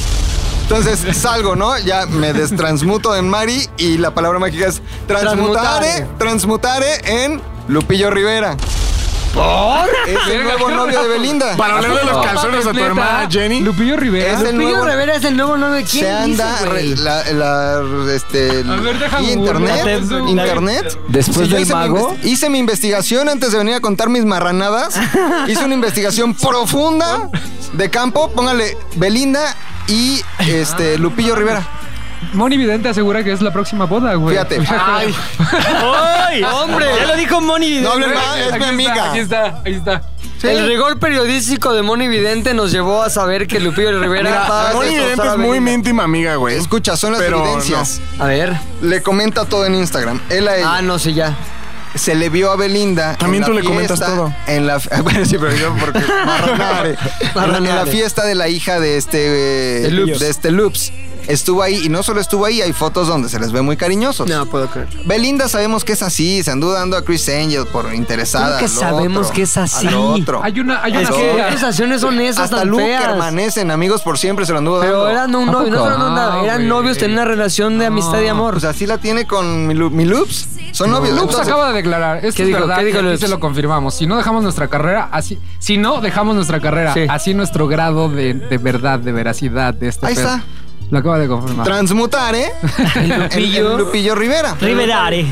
S7: Entonces salgo, ¿no? Ya me destransmuto en Mari y la palabra mágica es transmutare, transmutare ¿eh? en Lupillo Rivera. Es el nuevo novio de Belinda.
S9: Para hablar de los calzones a tu
S2: ¿Neta?
S9: hermana Jenny.
S2: Lupillo Rivera.
S7: Es el
S4: Lupillo
S7: nuevo-
S4: Rivera es el nuevo nombre de quién
S7: Se anda
S4: dices, güey?
S7: re- la, la- este
S2: A ver, deja
S7: internet,
S2: googlear.
S7: internet.
S1: Después
S7: yo
S1: del
S7: hice mi
S1: mago.
S7: investi- hice mi investigación antes de venir a contar mis marranadas. hice una investigación profunda de campo. Póngale Belinda y
S2: Ah.
S7: este Lupillo Rivera.
S2: Moni Vidente asegura que es la próxima boda, güey.
S7: Fíjate.
S2: O sea,
S5: ¡Ay!
S4: Ah,
S5: ¡Hombre! Ya lo dijo Moni.
S7: No hablen más, es
S2: aquí
S7: mi
S2: está,
S7: amiga.
S2: Aquí está, ahí está.
S4: El rigor periodístico de Moni Vidente nos llevó a saber que Lupillo Rivera va a
S7: Moni
S4: destrozar
S7: Vidente
S4: a
S2: pues,
S7: es
S9: Es muy
S4: Belinda.
S9: mi íntima amiga, güey.
S7: Escucha, son las
S9: Pero
S7: evidencias.
S4: A ver.
S7: Le comenta todo en Instagram. Él a ella.
S4: Ah, no, sí, ya.
S7: Se le vio a Belinda.
S9: También
S7: en
S9: tú
S7: la
S9: le comentas
S7: fiesta,
S9: todo.
S7: En la, bueno, sí, pero yo porque marranare. en la
S4: Marranare.
S7: fiesta de la hija de este eh,
S4: De Loops.
S7: de este Loops. Estuvo ahí y no solo estuvo ahí, hay fotos donde se les ve muy cariñosos.
S4: No puedo creer.
S7: Belinda sabemos que es así, se anduvo dando a Chris Angel por
S4: ¿Cómo
S7: interesada.
S4: que
S7: al
S4: sabemos
S7: otro,
S4: que es así?
S7: al otro.
S2: Hay una, hay una
S4: Es que
S2: boda.
S4: acusaciones son esas
S7: Hasta
S4: tan
S7: Luke
S4: feas?
S7: permanecen amigos por siempre, se lo anduvo dando.
S4: Pero eran un
S1: ¿A
S4: novio, no
S1: poco?
S4: eran nada,
S2: Ah,
S4: eran
S2: güey.
S4: novios, tenían una relación de amistad y amor.
S7: O sea, así la tiene con mi, Lu- mi Loops. Son novios.
S2: Lux
S7: entonces-
S2: acaba de declarar. Esto
S4: ¿Qué
S2: es
S4: dijo?
S2: verdad.
S4: ¿Qué dijo
S2: y aquí
S4: Lux?
S2: se lo confirmamos. Si no dejamos nuestra carrera, así. Si no dejamos nuestra carrera,
S4: Sí.
S2: así nuestro grado de, de verdad, de veracidad de este
S7: Ahí
S2: pedo.
S7: está.
S2: Lo acaba de confirmar.
S7: Transmutar, ¿eh? El Lupillo. Lupillo Rivera.
S8: Riverare.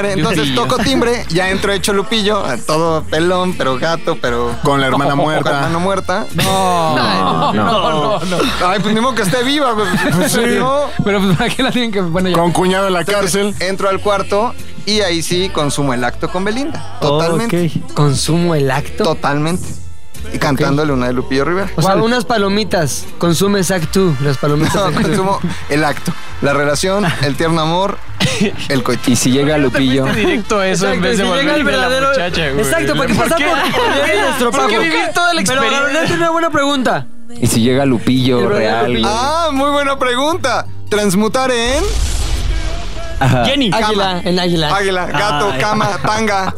S7: ¿eh? entonces toco timbre, ya entro hecho Lupillo, todo pelón, pero gato, pero.
S9: Con la hermana
S7: Con la
S9: muerta.
S7: mano muerta.
S2: no, no, no, no.
S7: Ay, pues ni modo que esté viva. pues, ¿no?
S2: Pero pues para qué la tienen que. Bueno, ya.
S9: Con cuñado en la cárcel.
S7: Entro al cuarto y ahí sí consumo el acto con Belinda. Totalmente.
S4: Consumo el acto.
S7: Totalmente. Y cantándole una de Lupillo Rivera.
S4: o sea, unas palomitas. Consume Actu, las palomitas.
S7: No,
S4: Actu.
S7: consumo el acto, la relación, el tierno amor, el coito.
S1: Y si llega Lupillo.
S5: Directo a eso en
S4: Exacto,
S5: vez de
S4: y si
S5: volver
S4: llega el verdadero-
S5: la muchacha, güey.
S4: Exacto, para que
S5: ¿Por
S4: pasar
S5: qué?
S4: por por el estropajo.
S5: ¿Por qué vivir toda la
S4: Pero
S5: experiencia?
S4: Gabriel tiene una buena pregunta.
S1: Y si llega Lupillo real. güey.
S7: Ah, muy buena pregunta. Transmutar en
S1: Ajá.
S8: Jenny.
S4: Águila, en águila.
S7: águila, gato,
S8: Ay.
S7: cama, tanga.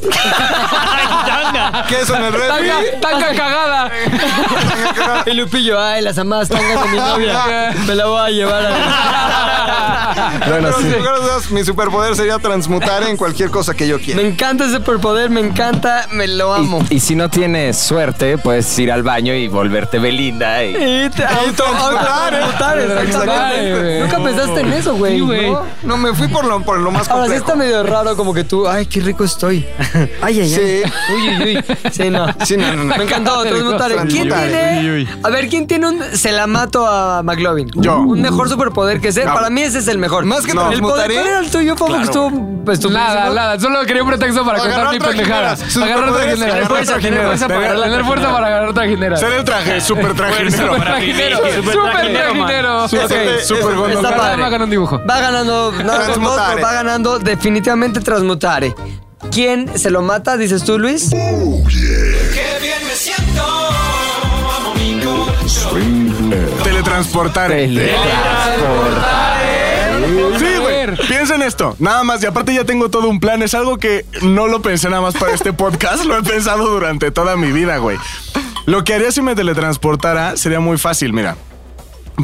S7: Queso en el refri.
S2: Tanga, tanga cagada.
S4: Y Lupillo, ay, las amadas tangas de mi novia. Me la voy a llevar a
S7: Pero si fueras dos, mi superpoder sería transmutar en cualquier cosa que yo
S4: Me
S7: quiera.
S4: encanta ese superpoder, me encanta, me lo amo.
S1: Y, y si no tienes suerte, puedes ir al baño y volverte Belinda. y-
S4: Y te- auto,
S7: transmutar, ¿eh?
S4: autotransmutar,
S7: Transmutar,
S4: exactamente.
S2: güey.
S4: Nunca pensaste en eso, güey.
S2: Sí, güey.
S4: ¿no?
S7: No, me fui por lo, por lo más
S4: Ahora sí
S7: complejo.
S4: está medio raro, como que tú, ay, qué rico estoy. Ay, ay, ay.
S7: Sí,
S4: Uy, uy, uy. Sí, no.
S7: sí, no, no, no.
S4: Me encantó, transmutar. ¿Quién
S7: Transmutar.
S4: tiene? A ver, ¿quién tiene un se la mato a McLovin?
S9: Yo.
S4: Un mejor superpoder que ese. Para mí ese es el mejor.
S7: Más que
S4: El
S7: transmutar,
S4: poder ¿cuál
S7: ¿eh?
S4: era el tuyo, Fofo, que estuvo estupendísimo?
S2: Nada, nada. Solo quería un pretexto para contar mi pendejada.
S9: trajineras. Sus
S2: Agarrar
S9: poderes,
S2: trajineras.
S9: agarrar
S2: Fuerza, Tener
S9: trajineras.
S2: fuerza para tener fuerza para agarrar trajineras.
S9: Ser el traje, súper trajinero.
S2: Super trajinero. Super trajinero.
S9: Super- super
S7: Está
S2: Ojalá
S4: padre.
S2: me hagan un dibujo.
S4: Va ganando, no,
S7: Transmutare.
S4: va ganando definitivamente Transmutare. ¿Quién se lo mata, dices tú, Luis?
S9: Teletransportar. Sí, güey. Piensa en esto. Nada más. Y aparte ya tengo todo un plan. Es algo que no lo pensé nada más para este podcast. Lo he pensado durante toda mi vida, güey. Lo que haría si me teletransportara sería muy fácil, mira.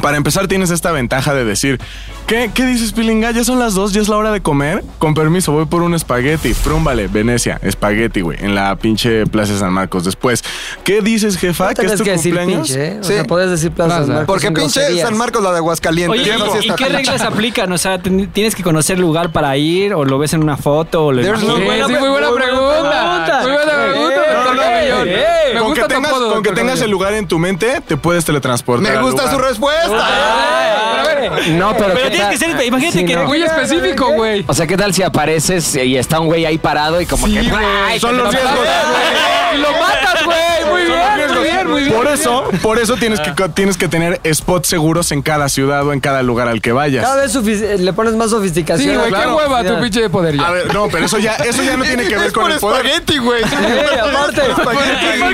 S9: Para empezar tienes esta ventaja de decir, ¿qué, qué dices, Pilinga? Ya son las dos, ya es la hora de comer. Con permiso, voy por un espagueti. Prúmbale, Venecia, espagueti, güey, en la pinche Plaza de San Marcos. Después, ¿qué dices, jefa?
S4: No
S9: ¿Que es
S4: tengas
S9: tu
S4: que decir
S9: cumpleaños?
S4: pinche, ¿eh? O
S7: Sí.
S4: sea, puedes decir Plaza
S2: Plaza.
S4: San Marcos
S7: Porque
S4: sin
S7: pinche
S4: groserías.
S7: San Marcos la de Aguascalientes.
S8: Oye,
S7: Eso sí
S8: ¿y, y
S7: está
S8: qué
S7: culero.
S8: reglas aplican? O sea, ten- ¿tienes que conocer el lugar para ir o lo ves en una foto o lo
S7: There's no
S2: Sí,
S7: buena
S2: sí, muy buena
S7: pre-
S2: pregunta. Muy buena pregunta, doctor Camellón. Me
S9: Con que
S2: gusta tu
S9: tengas,
S2: apodo,
S9: con que
S2: doctor
S9: tengas el
S2: Camellón.
S9: lugar en tu mente, te puedes teletransportar.
S7: Me
S9: al
S7: gusta
S9: lugar.
S7: su respuesta.
S2: Pero a ver,
S1: Ah, No, pero.
S8: Pero
S1: ¿qué
S8: tienes
S1: tal?
S8: que ser, imagínate
S1: Sí,
S8: que
S1: no.
S2: muy específico, güey.
S1: O sea, ¿qué tal si apareces y está un güey ahí parado y como que. ¡Ay,
S9: Son los
S1: que no-
S9: riesgos.
S2: Lo matas, güey. Muy bien, muy bien, muy bien.
S9: Por eso, por eso tienes que, tienes que tener spots seguros en cada ciudad o en cada lugar al que vayas.
S4: Cada vez sofici- le pones más sofisticación.
S2: Sí, güey,
S9: claro.
S2: qué hueva tu pinche de poder
S9: A
S2: ya.
S9: ver, no, pero eso ya, eso ya no tiene que ver con el poder.
S7: espagueti, güey.
S4: Eh, aparte,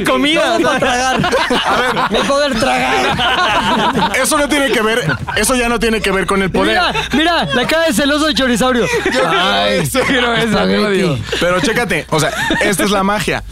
S8: comida.
S4: para tragar. A ver, mi poder tragar.
S9: Eso no tiene que ver, eso ya no tiene que ver con el poder.
S6: Mira, mira, la cara de celoso de chorizaurio.
S2: Ay, quiero eso, te lo digo.
S9: Pero chécate, o sea, esta es la magia.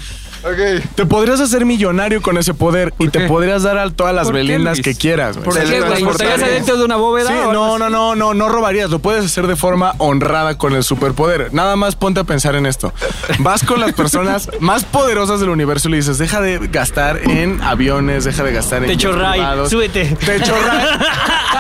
S7: Ok.
S9: Te podrías hacer millonario con ese poder y te podrías dar a todas las
S2: ¿Por qué,
S9: belindas
S2: Luis?
S9: que quieras. güey.
S7: Se le transportaría.
S8: ¿Estarías adentro de una bóveda?
S9: Sí,
S8: o-
S9: no, no, no, no, no robarías. Lo puedes hacer de forma honrada con el superpoder. Nada más ponte a pensar en esto. Vas con las personas más poderosas del universo y le dices, deja de gastar en aviones, deja de gastar en...
S8: Techo
S9: jets
S8: Ray,
S9: privados".
S8: súbete.
S9: Techo Ray.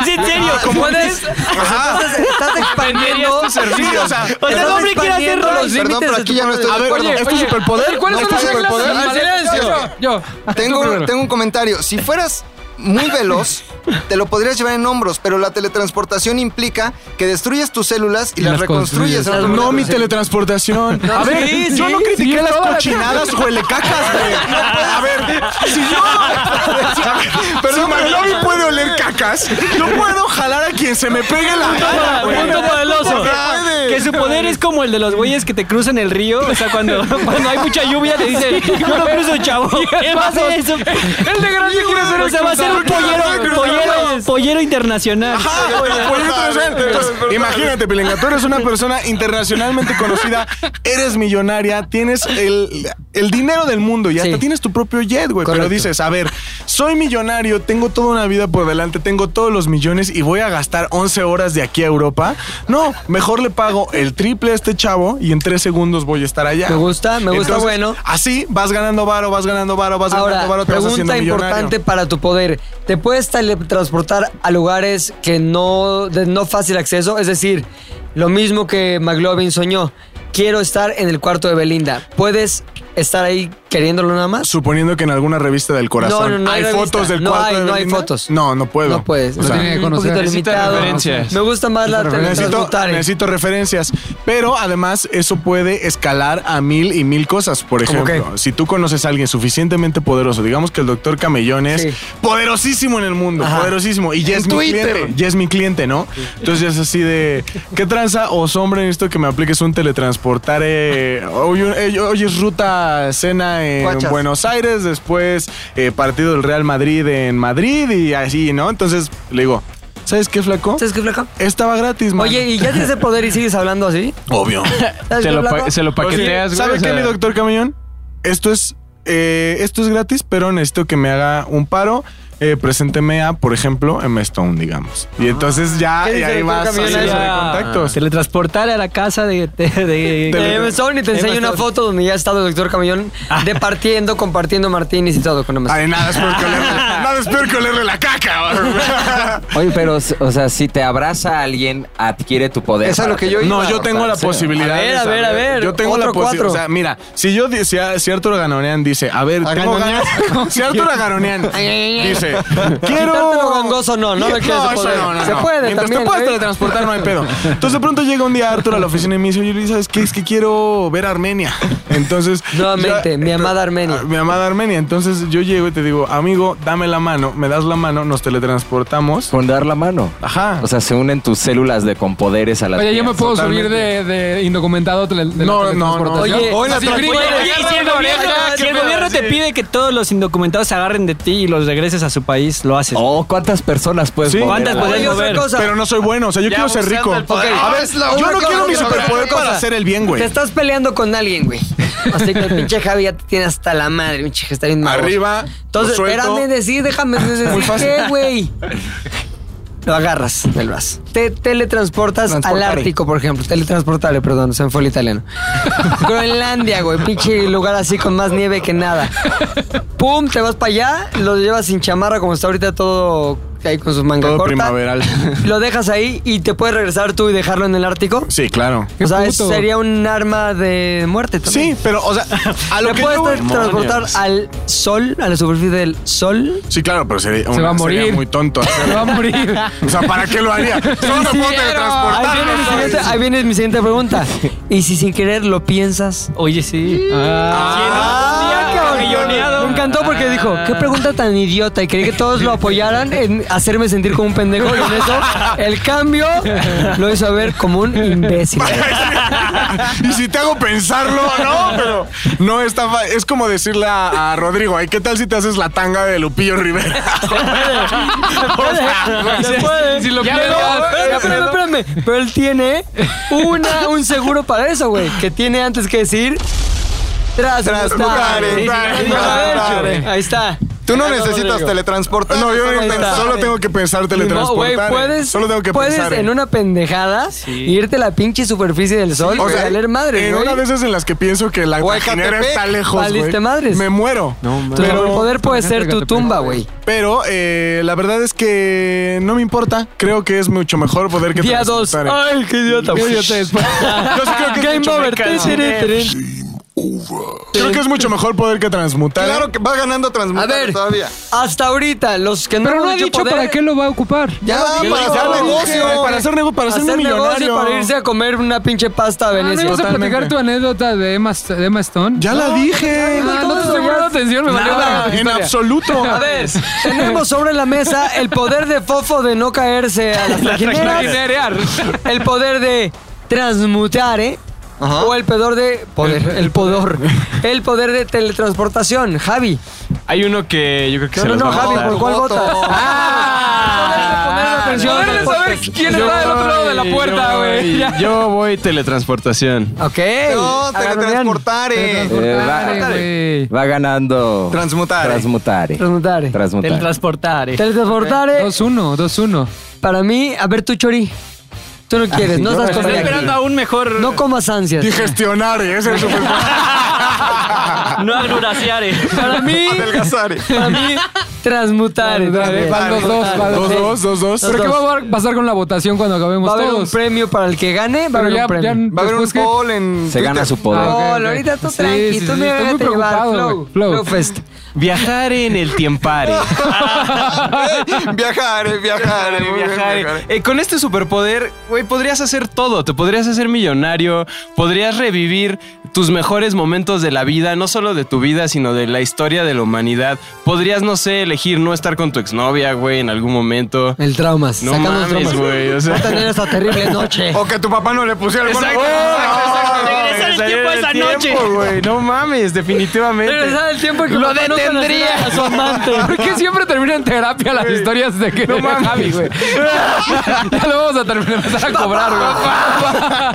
S8: ¿Sí, en serio? ¿Cómo eres?
S4: Estás, estás expandiendo.
S9: Sí, o sea,
S8: O sea, el hombre quiere hacer
S4: expandiendo
S8: Ray.
S4: los
S7: Perdón,
S4: límites
S7: pero
S4: de
S7: aquí
S4: tu
S7: ya no estoy
S9: a
S7: de
S9: ver,
S7: acuerdo.
S9: ¿es tu superpoder?
S2: ¿Cuáles
S7: No,
S2: son las
S7: este
S2: reglas?
S7: superpoder.
S2: Ah, Silencio. Yo.
S7: Tengo, tengo un comentario. Si fueras muy veloz, te lo podrías llevar en hombros, pero la teletransportación implica que destruyes tus células y, las,
S2: las
S7: reconstruyes.
S2: construyes.
S9: No, mi teletransportación. A ver,
S2: sí,
S9: yo no
S2: sí,
S9: critiqué
S2: sí,
S9: las
S2: toda la-
S9: cochinadas o el cacas, güey. A ver, si yo. Pero si McLovin puede oler cacas, yo puedo jalar a quien se me pegue la gana, güey.
S8: Punto para el oso.
S9: puede.
S8: Que su poder es como el de los güeyes que te cruzan el río. O sea, cuando, cuando hay mucha lluvia te dicen, yo no cruzo, chavo. Él va a hacer eso.
S2: El de grande quiere ser
S8: O sea, va a ser un pollero, pollero, pollero internacional.
S9: Ah, güey, pues, entonces, entonces, Imagínate, Pilinga, tú eres una persona internacionalmente conocida, eres millonaria, tienes el, el dinero del mundo y hasta
S4: Sí.
S9: tienes tu propio jet, güey. Pero
S4: Correcto.
S9: dices, a ver, soy millonario, tengo toda una vida por delante, tengo todos los millones y voy a gastar 11 horas de aquí a Europa. No, mejor le pago el triple a este chavo y en tres segundos voy a estar allá.
S4: Me gusta, me gusta,
S9: Entonces,
S4: bueno.
S9: Así vas ganando varo, vas ganando varo, vas
S4: Ahora,
S9: ganando varo, te vas haciendo
S4: pregunta
S9: millonario.
S4: importante para tu poder. ¿Te puedes teletransportar a lugares que no, de no fácil acceso? Es decir, lo mismo que McLovin soñó. Quiero estar en el cuarto de Belinda. ¿Puedes estar ahí queriéndolo nada más?
S9: Suponiendo que en alguna revista del corazón
S4: No, no, no hay
S9: hay,
S4: revista.
S9: fotos del
S4: No
S9: cuarto
S4: hay,
S9: de
S4: no hay
S9: Belinda.
S4: fotos.
S9: No, no puedo.
S4: No puedes.
S9: O sea,
S2: tiene que
S4: un poquito
S2: conocer.
S5: Necesita
S4: limitado.
S5: referencias.
S4: Me gusta más la
S9: necesito,
S4: teletransportar. eh.
S9: necesito referencias. Pero además, eso puede escalar a mil y mil cosas. Por ejemplo, si tú conoces a alguien suficientemente poderoso, digamos que el doctor Camellón es
S4: Sí.
S9: poderosísimo en el mundo, poderosísimo. Y ya es mi cliente. Ya es mi cliente, ¿no? Entonces ya es así de. ¿Qué tranza o hombre necesito que me apliques un teletransportar? eh, hoy, eh, hoy es ruta cena en
S7: Guachas.
S9: Buenos Aires, después eh, partido del Real Madrid en Madrid y así, ¿no? Entonces le digo. ¿Sabes qué, flaco?
S4: ¿Sabes qué, flaco?
S9: Estaba gratis, man.
S4: Oye, ¿y ya tienes ese poder y sigues hablando así?
S9: Obvio.
S4: ¿Sabes
S5: Te
S4: qué,
S5: lo
S4: flaco?
S5: pa- se lo paqueteas, güey.
S9: ¿Sabe
S5: o
S9: qué,
S5: sea,
S9: mi doctor Camión? Esto es, eh, esto es gratis, pero necesito que me haga un paro. Eh, presénteme a, por ejemplo, M. Stone, digamos. Y entonces ya
S4: Ah. ¿Qué
S9: y
S4: dice
S9: ahí
S4: el
S9: vas
S4: doctor
S9: haciendo
S4: Camión?
S9: de contactos.
S8: Teletransportar a la casa de... de- de-
S4: Eh, me Stone y te enseño una foto donde ya ha estado el doctor Camellón
S5: Ah.
S4: departiendo, compartiendo martinis y todo con Emma
S9: Ay, nada es peor que olerle, nada es peor que olerle la caca.
S1: Oye, pero, o sea, si te abraza alguien, adquiere tu poder.
S7: Eso es lo que yo
S9: No,
S7: iba.
S9: yo tengo la posibilidad.
S4: A ver,
S9: de
S4: a ver,
S9: saber.
S4: a ver,
S9: Yo tengo
S4: otro
S9: la
S4: cuatro.
S9: posibilidad. O sea, mira, si yo di- si, a- si Arturo Ganonean dice, a ver, tengo ganas. Si Arturo Ganonean dice,
S4: Quitártelo
S9: quiero.
S4: gangoso no, no le quieres
S9: eso
S4: poder.
S9: no, no,
S4: Se
S9: no.
S4: puede
S9: Mientras
S4: también,
S9: te puedas
S4: ¿eh?
S9: teletransportar, no hay pedo. Entonces de pronto llega un día Arturo a la oficina y me dice, oye Luis, ¿sabes qué? Es que quiero ver Armenia. Entonces.
S4: Nuevamente, mi
S9: entonces-
S4: amada Armenia.
S9: Ah, Mi amada Armenia. Entonces yo llego y te digo, amigo, dame la mano, me das la mano, nos teletransportamos.
S1: Con dar la mano.
S9: Ajá.
S1: O sea, se unen tus células de con poderes a la
S2: Oye, yo me puedo subir de,
S9: Totalmente.
S2: de indocumentado de la- de la
S9: No, no, no.
S2: teletransportación?
S4: Oye,
S2: Así,
S4: así,
S2: gringo,
S4: oye,
S2: oye,
S8: Oye, y si el
S2: oye,
S8: gobierno,
S2: oye,
S8: si el
S2: oye,
S8: gobierno te
S2: sí.
S8: pide que todos los indocumentados se agarren de ti y los regreses a su país, lo haces.
S1: Oh, ¿cuántas personas puedes
S9: Sí.
S1: mover?
S8: ¿Cuántas
S1: Ah,
S8: puedes
S4: Oye, otra
S8: mover?
S4: cosa.
S9: Pero no soy bueno, o sea, yo quiero ser rico. A ver, yo no
S4: cosa,
S9: quiero mi
S4: otra
S9: superpoder
S4: cosa.
S9: para hacer el bien, güey.
S4: Te estás peleando con alguien, güey. Así que el pinche Javi ya te tiene hasta la madre, pinche Javi está bien malo.
S9: Arriba,
S4: Entonces,
S9: lo suelto.
S4: espérame decir, déjame decir qué, güey. Lo agarras del brazo. Te teletransportas al
S7: Transportare.
S4: Ártico, por ejemplo. Teletransportable, perdón, se me fue el italiano. Groenlandia, güey. Pinche lugar así con más nieve que nada. Pum, te vas para allá, lo llevas sin chamarra como está ahorita todo ahí con sus mangas
S9: Todo
S4: corta.
S9: primaveral.
S4: Lo dejas ahí y te puedes regresar tú y dejarlo en el Ártico.
S9: Sí, claro.
S4: O sea, eso
S2: puto.
S4: sería un arma de muerte
S9: Sí,
S4: también.
S9: pero, o sea, a lo
S4: te
S9: que
S4: puedes
S9: yo voy-
S4: transportar al sol, a la superficie del sol.
S9: Sí, claro, pero sería,
S2: Se va a
S9: sería
S2: morir.
S9: muy tonto
S2: Se va a
S9: hacerlo.
S2: morir.
S9: O sea, ¿para qué lo haría? Solo me puedo
S4: Ahí
S9: teletransportar.
S4: viene, mi
S9: ¿no sabes?
S4: siguiente, ahí viene mi siguiente pregunta. ¿Y si sin querer lo piensas?
S8: Oye, sí.
S2: Ah,
S8: Ah,
S4: qué encantó porque dijo, qué pregunta tan idiota. Y quería que todos lo apoyaran en hacerme sentir como un pendejo. Y en eso, el cambio lo hizo a ver como un imbécil.
S9: y si te hago pensarlo, no, pero no está fa- Es como decirle a, a Rodrigo, "Ay, ¿qué tal si te haces la tanga de Lupillo Rivera?
S2: Si- Si lo
S4: Ya,
S2: piensas,
S4: pero,
S2: ya,
S4: pero,
S2: pero-
S4: espérame, pero él tiene una, un seguro para eso, güey. Que tiene antes que decir. Tras,
S7: Tras-
S4: mutar".
S7: mutare,
S4: Sí, sí,
S9: tras-
S4: sí, lo ha
S7: mutare.
S4: hecho. Ahí está.
S7: Tú no
S4: Ya,
S7: necesitas
S4: Rodrigo.
S7: teletransportar.
S9: No, yo no
S7: solo
S9: intento,
S7: pensar.
S9: solo tengo que pensar
S4: No, güey,
S9: teletransportar.
S4: puedes,
S9: solo tengo que
S4: puedes
S9: pensar.
S4: en una pendejada irte a la pinche superficie del sol
S9: O
S4: y
S9: sea,
S4: valer madre,
S9: en
S4: güey.
S9: una de esas en las que pienso que la imaginera
S7: Huecatepec,
S9: está lejos,
S4: valiste
S9: güey,
S4: madres.
S9: Me muero.
S4: Tu
S9: pero,
S4: superpoder puede ser tu
S2: Fíjate,
S4: tumba, güey.
S9: pero eh, la verdad es que no me importa. Creo que es mucho mejor poder que
S4: Día 2.
S9: transportar.
S4: Ay, qué idiota, güey.
S9: Yo sí creo que es
S4: Game
S9: mucho
S4: over.
S9: mejor- Creo que es mucho mejor poder que transmutar.
S7: Claro que va ganando transmutar
S4: A ver.
S7: todavía.
S4: Hasta ahorita, los que no
S2: Pero no
S4: hemos
S2: ha
S4: hecho
S2: dicho
S4: poder,
S2: para qué lo va a ocupar.
S7: Ya, para hacer negocio.
S9: Para hacer negocio, para ser
S4: hacer
S9: un
S4: negocio
S9: millonario.
S4: para irse a comer una pinche pasta a
S2: Ah, ¿No
S4: Venecia.
S2: ibas a platicar tu anécdota de Emma, de Emma Stone?
S9: Ya la dije.
S2: Ah, no te
S4: todo,
S2: estoy poniendo atención, me valió
S9: Nada,
S2: la
S9: en
S2: historia.
S9: absoluto.
S4: A ver, tenemos sobre la mesa el poder de Fofo de no caerse a las trajineras,
S2: Trajinerear.
S4: el poder de transmutar, ¿eh? O el poder de poder, el poder, el poder de teletransportación, Javi.
S5: Hay uno que yo creo que
S4: No,
S5: se
S4: no,
S5: los
S4: no,
S5: va a
S4: Javi,
S5: quitar.
S4: ¿por cuál votas? Ah, poner la
S2: Poderle
S4: versión
S2: saber
S4: del podcast.
S2: quién está del otro lado de la puerta,
S5: Yo
S2: güey.
S5: voy-
S2: Ya.
S5: Yo voy teletransportación.
S4: Ok.
S7: No, teletransportar.
S1: Eh, va,
S4: Eh.
S2: Güey.
S1: va ganando.
S7: Transmutar.
S1: Transmutare.
S4: Transmutar.
S1: Transmutar.
S8: Teletransportar. eh.
S4: Teletransportar eh,
S2: 2-1, 2-1.
S4: para mí, a ver tú Chori. Tú no quieres, no estás con
S8: Estoy esperando a un mejor.
S4: No comas ansias.
S9: Digestionar, ¿eh? ese es su
S8: No agruraciar. eh.
S4: Para mí,
S7: Adelgazar.
S4: para mí transmutar. eh, también.
S2: Van 2-2, va 2-2.
S9: 2-2, 2-2.
S2: ¿Pero qué va a pasar con la votación cuando acabemos
S4: Va a haber un
S2: todos?
S4: premio para el que gane, va a
S2: Pero
S4: haber
S2: ya,
S4: un premio.
S2: ya
S7: Va a haber un
S2: después Pues que-
S7: poll en
S1: Se gana su poder.
S2: Ah, ok,
S4: No,
S2: ok.
S4: ahorita Oh, tú
S2: Sí,
S4: tranqui,
S2: sí,
S4: tú
S2: sí, estoy muy
S4: me vas a llevar
S2: preocupado,
S4: flow,
S2: güey. Flow.
S4: flow fest.
S5: Viajar en el tiempare.
S7: viajar, eh, viajar, eh, muy bien,
S5: Viajar,
S7: viajar. eh.
S5: eh, con este superpoder, güey, podrías hacer todo. Te podrías hacer millonario, podrías revivir tus mejores momentos de la vida, no solo de tu vida, sino de la historia de la humanidad. Podrías, no sé, elegir no estar con tu exnovia, güey, en algún momento.
S4: El traumas,
S5: No
S4: sacamos
S5: mames,
S4: traumas.
S5: güey. O
S4: Va a
S5: sea,
S4: tener esta terrible noche.
S7: O que tu papá no le pusiera el
S5: Exacto,
S7: cuerno.
S5: exacto, exacto.
S7: no,
S8: Regresar el
S5: Regresar
S8: tiempo
S5: en
S8: esa
S5: el tiempo, güey. No mames, definitivamente.
S4: Regresar el tiempo que lo detendría a su amante.
S2: ¿Por qué siempre terminan en terapia las historias de que no Javi, güey? ya lo vamos a terminar empezar a cobrar,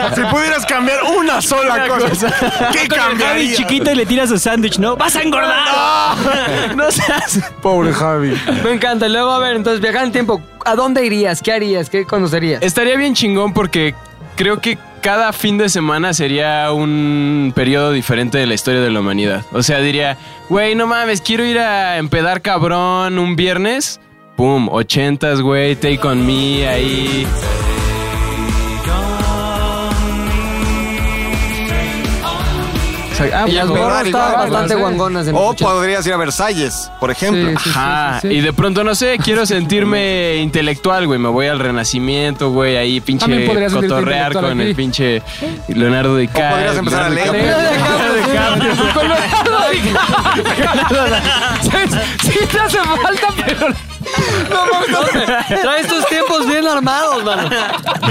S2: güey.
S9: Si pudieras cambiar una sola cosa, ¿qué
S8: Con el Javi
S9: cambiaría?
S8: chiquito y le tira su sándwich, ¿no? ¡Vas a engordar! No seas.
S9: Pobre Javi.
S4: Me encanta. Y Luego, a ver, entonces viajar en tiempo. ¿A dónde irías? ¿Qué harías? ¿Qué conocerías?
S5: Estaría bien chingón porque creo que cada fin de semana sería un periodo diferente de la historia de la humanidad. O sea, diría, güey, no mames, quiero ir a empedar cabrón un viernes. Pum, ochentas, güey, take on me ahí. O sea, ah,
S4: Y las
S5: pues,
S4: morras estaban
S7: igual,
S4: bastante
S2: ¿eh?
S4: guangonas en
S7: O
S4: los ochenta.
S7: podrías ir a Versalles, por ejemplo.
S2: Sí, sí, sí,
S5: Ajá,
S2: sí, sí.
S5: y de pronto, no sé, quiero sentirme intelectual, güey. Me voy al Renacimiento, güey, ahí pinche
S2: También podrías sentirte
S5: cotorrear
S2: intelectual
S5: con
S2: aquí.
S5: el pinche Leonardo DiCaprio.
S7: podrías empezar a
S5: Leonardo
S7: leer.
S2: Con Leonardo DiCaprio. Sí, te hace falta, pero...
S4: Traes tus tiempos bien armados, mano.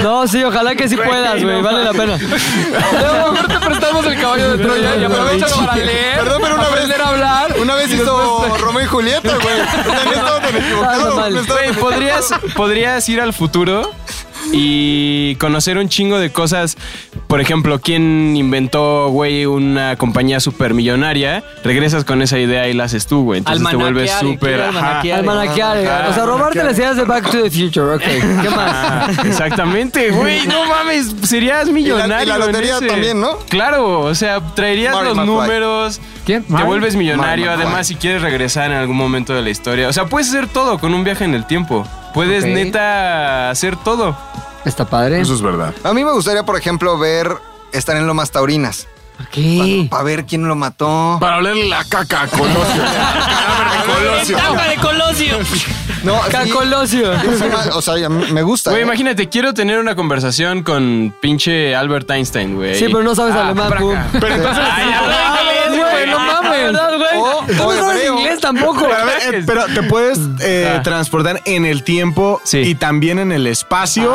S4: No, sí, ojalá que sí puedas, güey. Vale la pena.
S2: Luego, mejor te prestamos el caballo de Troya y aprovechalo para leer,
S7: Perdón, pero una vez-
S2: aprender a hablar.
S7: Una vez hizo Romeo y Julieta, güey. No estaba tan
S4: Ando
S7: equivocado.
S4: mal.
S7: no estaba
S5: Güey,
S7: tan-
S5: ¿podrías, podrías ir al futuro y conocer un chingo de cosas. Por ejemplo, quién inventó, güey, una compañía supermillonaria. Regresas con esa idea y la haces tú, güey. Entonces te vuelves
S8: Almanaquear,
S5: súper.
S8: quiero
S5: ajá.
S8: almanaquear.
S4: Al
S6: eh.
S4: manaquear. O sea, robarte las ideas de Back to the Future. Ok, ¿qué más?
S5: Ah, exactamente, güey. No mames, serías millonario.
S7: Y la- y la
S5: en
S7: lotería
S5: ese.
S7: también, ¿no?
S5: Claro, o sea, traerías
S7: Marty
S5: los
S7: McFly.
S5: números.
S2: ¿Quién?
S5: Te vuelves millonario,
S7: Marty McFly.
S5: además, si quieres regresar en algún momento de la historia. O sea, puedes hacer todo con un viaje en el tiempo. Puedes
S4: Ok.
S5: neta hacer todo.
S4: Está padre.
S9: Eso es verdad.
S7: A mí me gustaría, por ejemplo, ver estar en Lomas Taurinas.
S4: ¿Qué?
S7: Para ver quién lo mató.
S9: Para oler la caca a Colosio. Cadáver de Colosio.
S8: ¡Etapa de Colosio!
S7: No, sí,
S4: Cacolosio.
S7: es una- O sea, a mí me gusta.
S5: Güey,
S7: ¿eh?
S5: imagínate, quiero tener una conversación con pinche Albert Einstein, güey.
S4: Sí, pero no sabes
S5: Ah,
S4: alemán,
S5: braca.
S4: boom.
S10: Ah,
S6: ah,
S5: Ay, ya, güey,
S2: Güey, no mames.
S4: ¿Verdad, güey?
S7: O
S6: Tú Oh, pues, no sabes inglés tampoco.
S9: Pero, a ver, eh, pero te puedes eh, transportar en el tiempo
S5: Sí.
S9: y también en el espacio.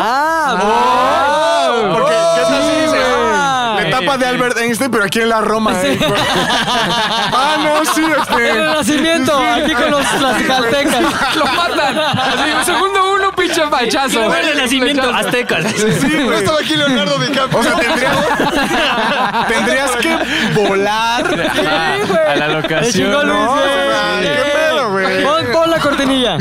S6: Ah, wow.
S9: Porque
S5: Oh.
S9: ¿qué tal si dices, ah,
S5: güey.
S9: la etapa de Albert Einstein, pero aquí en la Roma. eh? ah, no, sí,
S10: El
S9: este.
S10: renacimiento, aquí con los tlaxcaltecas.
S2: Lo matan. Así, segundo uno, pinche fachazo.
S10: El renacimiento aztecas.
S9: Sí,
S7: No
S9: güey.
S7: estaba aquí Leonardo DiCaprio.
S9: O sea, tendrías, tendrías que volar.
S5: Ah, a la locación.
S10: chingó Luis,
S5: ¿no?
S10: güey.
S9: Ay, qué pedo, güey.
S10: Pon, pon la cortinilla.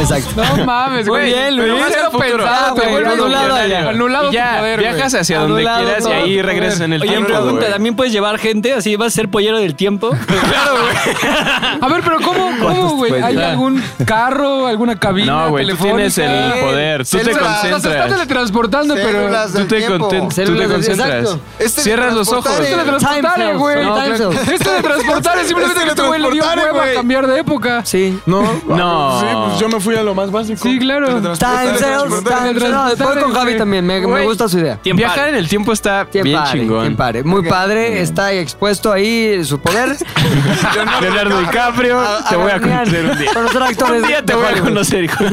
S10: Exacto.
S2: No mames, güey.
S10: Muy bien,
S2: Pero
S10: Luis.
S2: más
S10: Es
S2: lo
S10: el futuro.
S2: pensado,
S10: Ah,
S2: te
S10: güey,
S2: vuelves
S10: anulado
S2: millonario.
S10: ya.
S2: Anulado
S5: Y ya,
S2: tu poder, güey.
S5: viajas hacia donde
S10: Anulado
S5: quieras y
S10: todo
S5: ahí
S10: tu
S5: regresas
S10: poder.
S5: en el
S10: Oye,
S5: tiempo.
S10: pregunta,
S5: güey.
S10: ¿también puedes llevar gente? ¿Así vas a ser pollero del tiempo? claro, güey.
S2: A ver, pero ¿cómo, cómo güey? ¿Hay
S5: cuesta?
S2: algún carro, alguna cabina
S5: No, güey, tú
S2: telefónica?
S5: tienes el poder. Tú te
S7: Células.
S2: O sea, se está
S5: concentras.
S2: teletransportando, pero...
S7: Células del
S5: Tú te,
S7: tiempo.
S5: conten- tú te
S6: Células,
S5: concentras.
S6: exacto.
S7: Este
S5: Cierras los ojos.
S7: transportar, eh.
S6: Time
S2: Teletransportar,
S6: cells,
S2: güey. Este
S6: no, time Este cells.
S2: Es teletransportar, es simplemente
S7: Es
S2: que este güey le dio
S7: teletransportar,
S2: hueva a
S7: güey.
S2: cambiar de época.
S6: Sí.
S9: No,
S5: No.
S9: Sí, pues yo me fui a lo más básico.
S2: Sí, claro.
S6: Time cells, time cells. No, voy con Javi también. Me, me
S5: Güey.
S6: gusta su idea.
S5: Viajar en el tiempo está
S6: Qué
S5: bien
S6: padre,
S5: chingón.
S6: qué padre. Muy padre, está expuesto ahí su poder.
S5: Leonardo DiCaprio, te voy a
S6: garnear,
S5: conocer un día.
S6: Conocer actores.
S5: Un día te voy a conocer, hijo.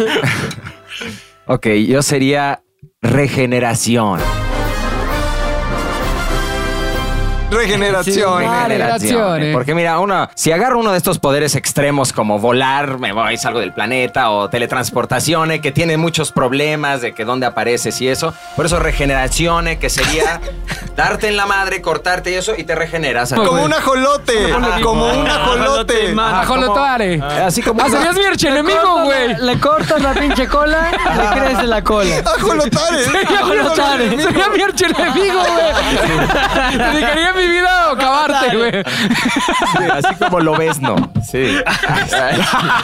S1: Ok, yo sería regeneración.
S7: Regeneración.
S2: Regeneraciones.
S1: Porque mira, uno, si agarro uno de estos poderes extremos como volar, me voy, salgo del planeta, o teletransportaciones, que tiene muchos problemas de que dónde apareces y eso. Por eso regeneraciones, que sería darte en la madre, cortarte y eso, y te regeneras.
S7: Como un ajolote. Como un ajolote.
S10: man.
S2: Ajolotoare.
S1: Así como...
S2: Ah, serías mi archienemigo, güey.
S6: Le cortas la pinche cola, le crece la cola.
S7: Ajolotares.
S2: Ajolotoare. Sería mi archienemigo, güey. Dedicaría mi vida a acabarte, güey.
S1: Así como lo ves, no. Sí.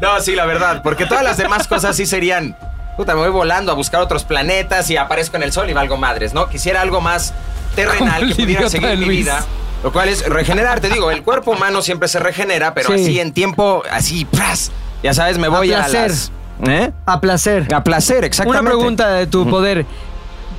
S1: No, sí, la verdad. Porque todas las demás cosas sí serían. Puta, me voy volando a buscar otros planetas y aparezco en el sol y valgo madres, ¿no? Quisiera algo más
S2: Como
S1: terrenal
S2: el
S1: que pudiera
S2: idiota de
S1: seguir mi
S2: Luis.
S1: vida. Lo cual es regenerar, te digo, el cuerpo humano siempre se regenera, pero
S6: Sí.
S1: así en tiempo, así, ¡pras! Ya sabes, me voy a,
S6: placer.
S1: las- ¿Eh?
S6: A placer.
S1: A placer,
S6: Una
S1: exactamente.
S6: pregunta de tu poder.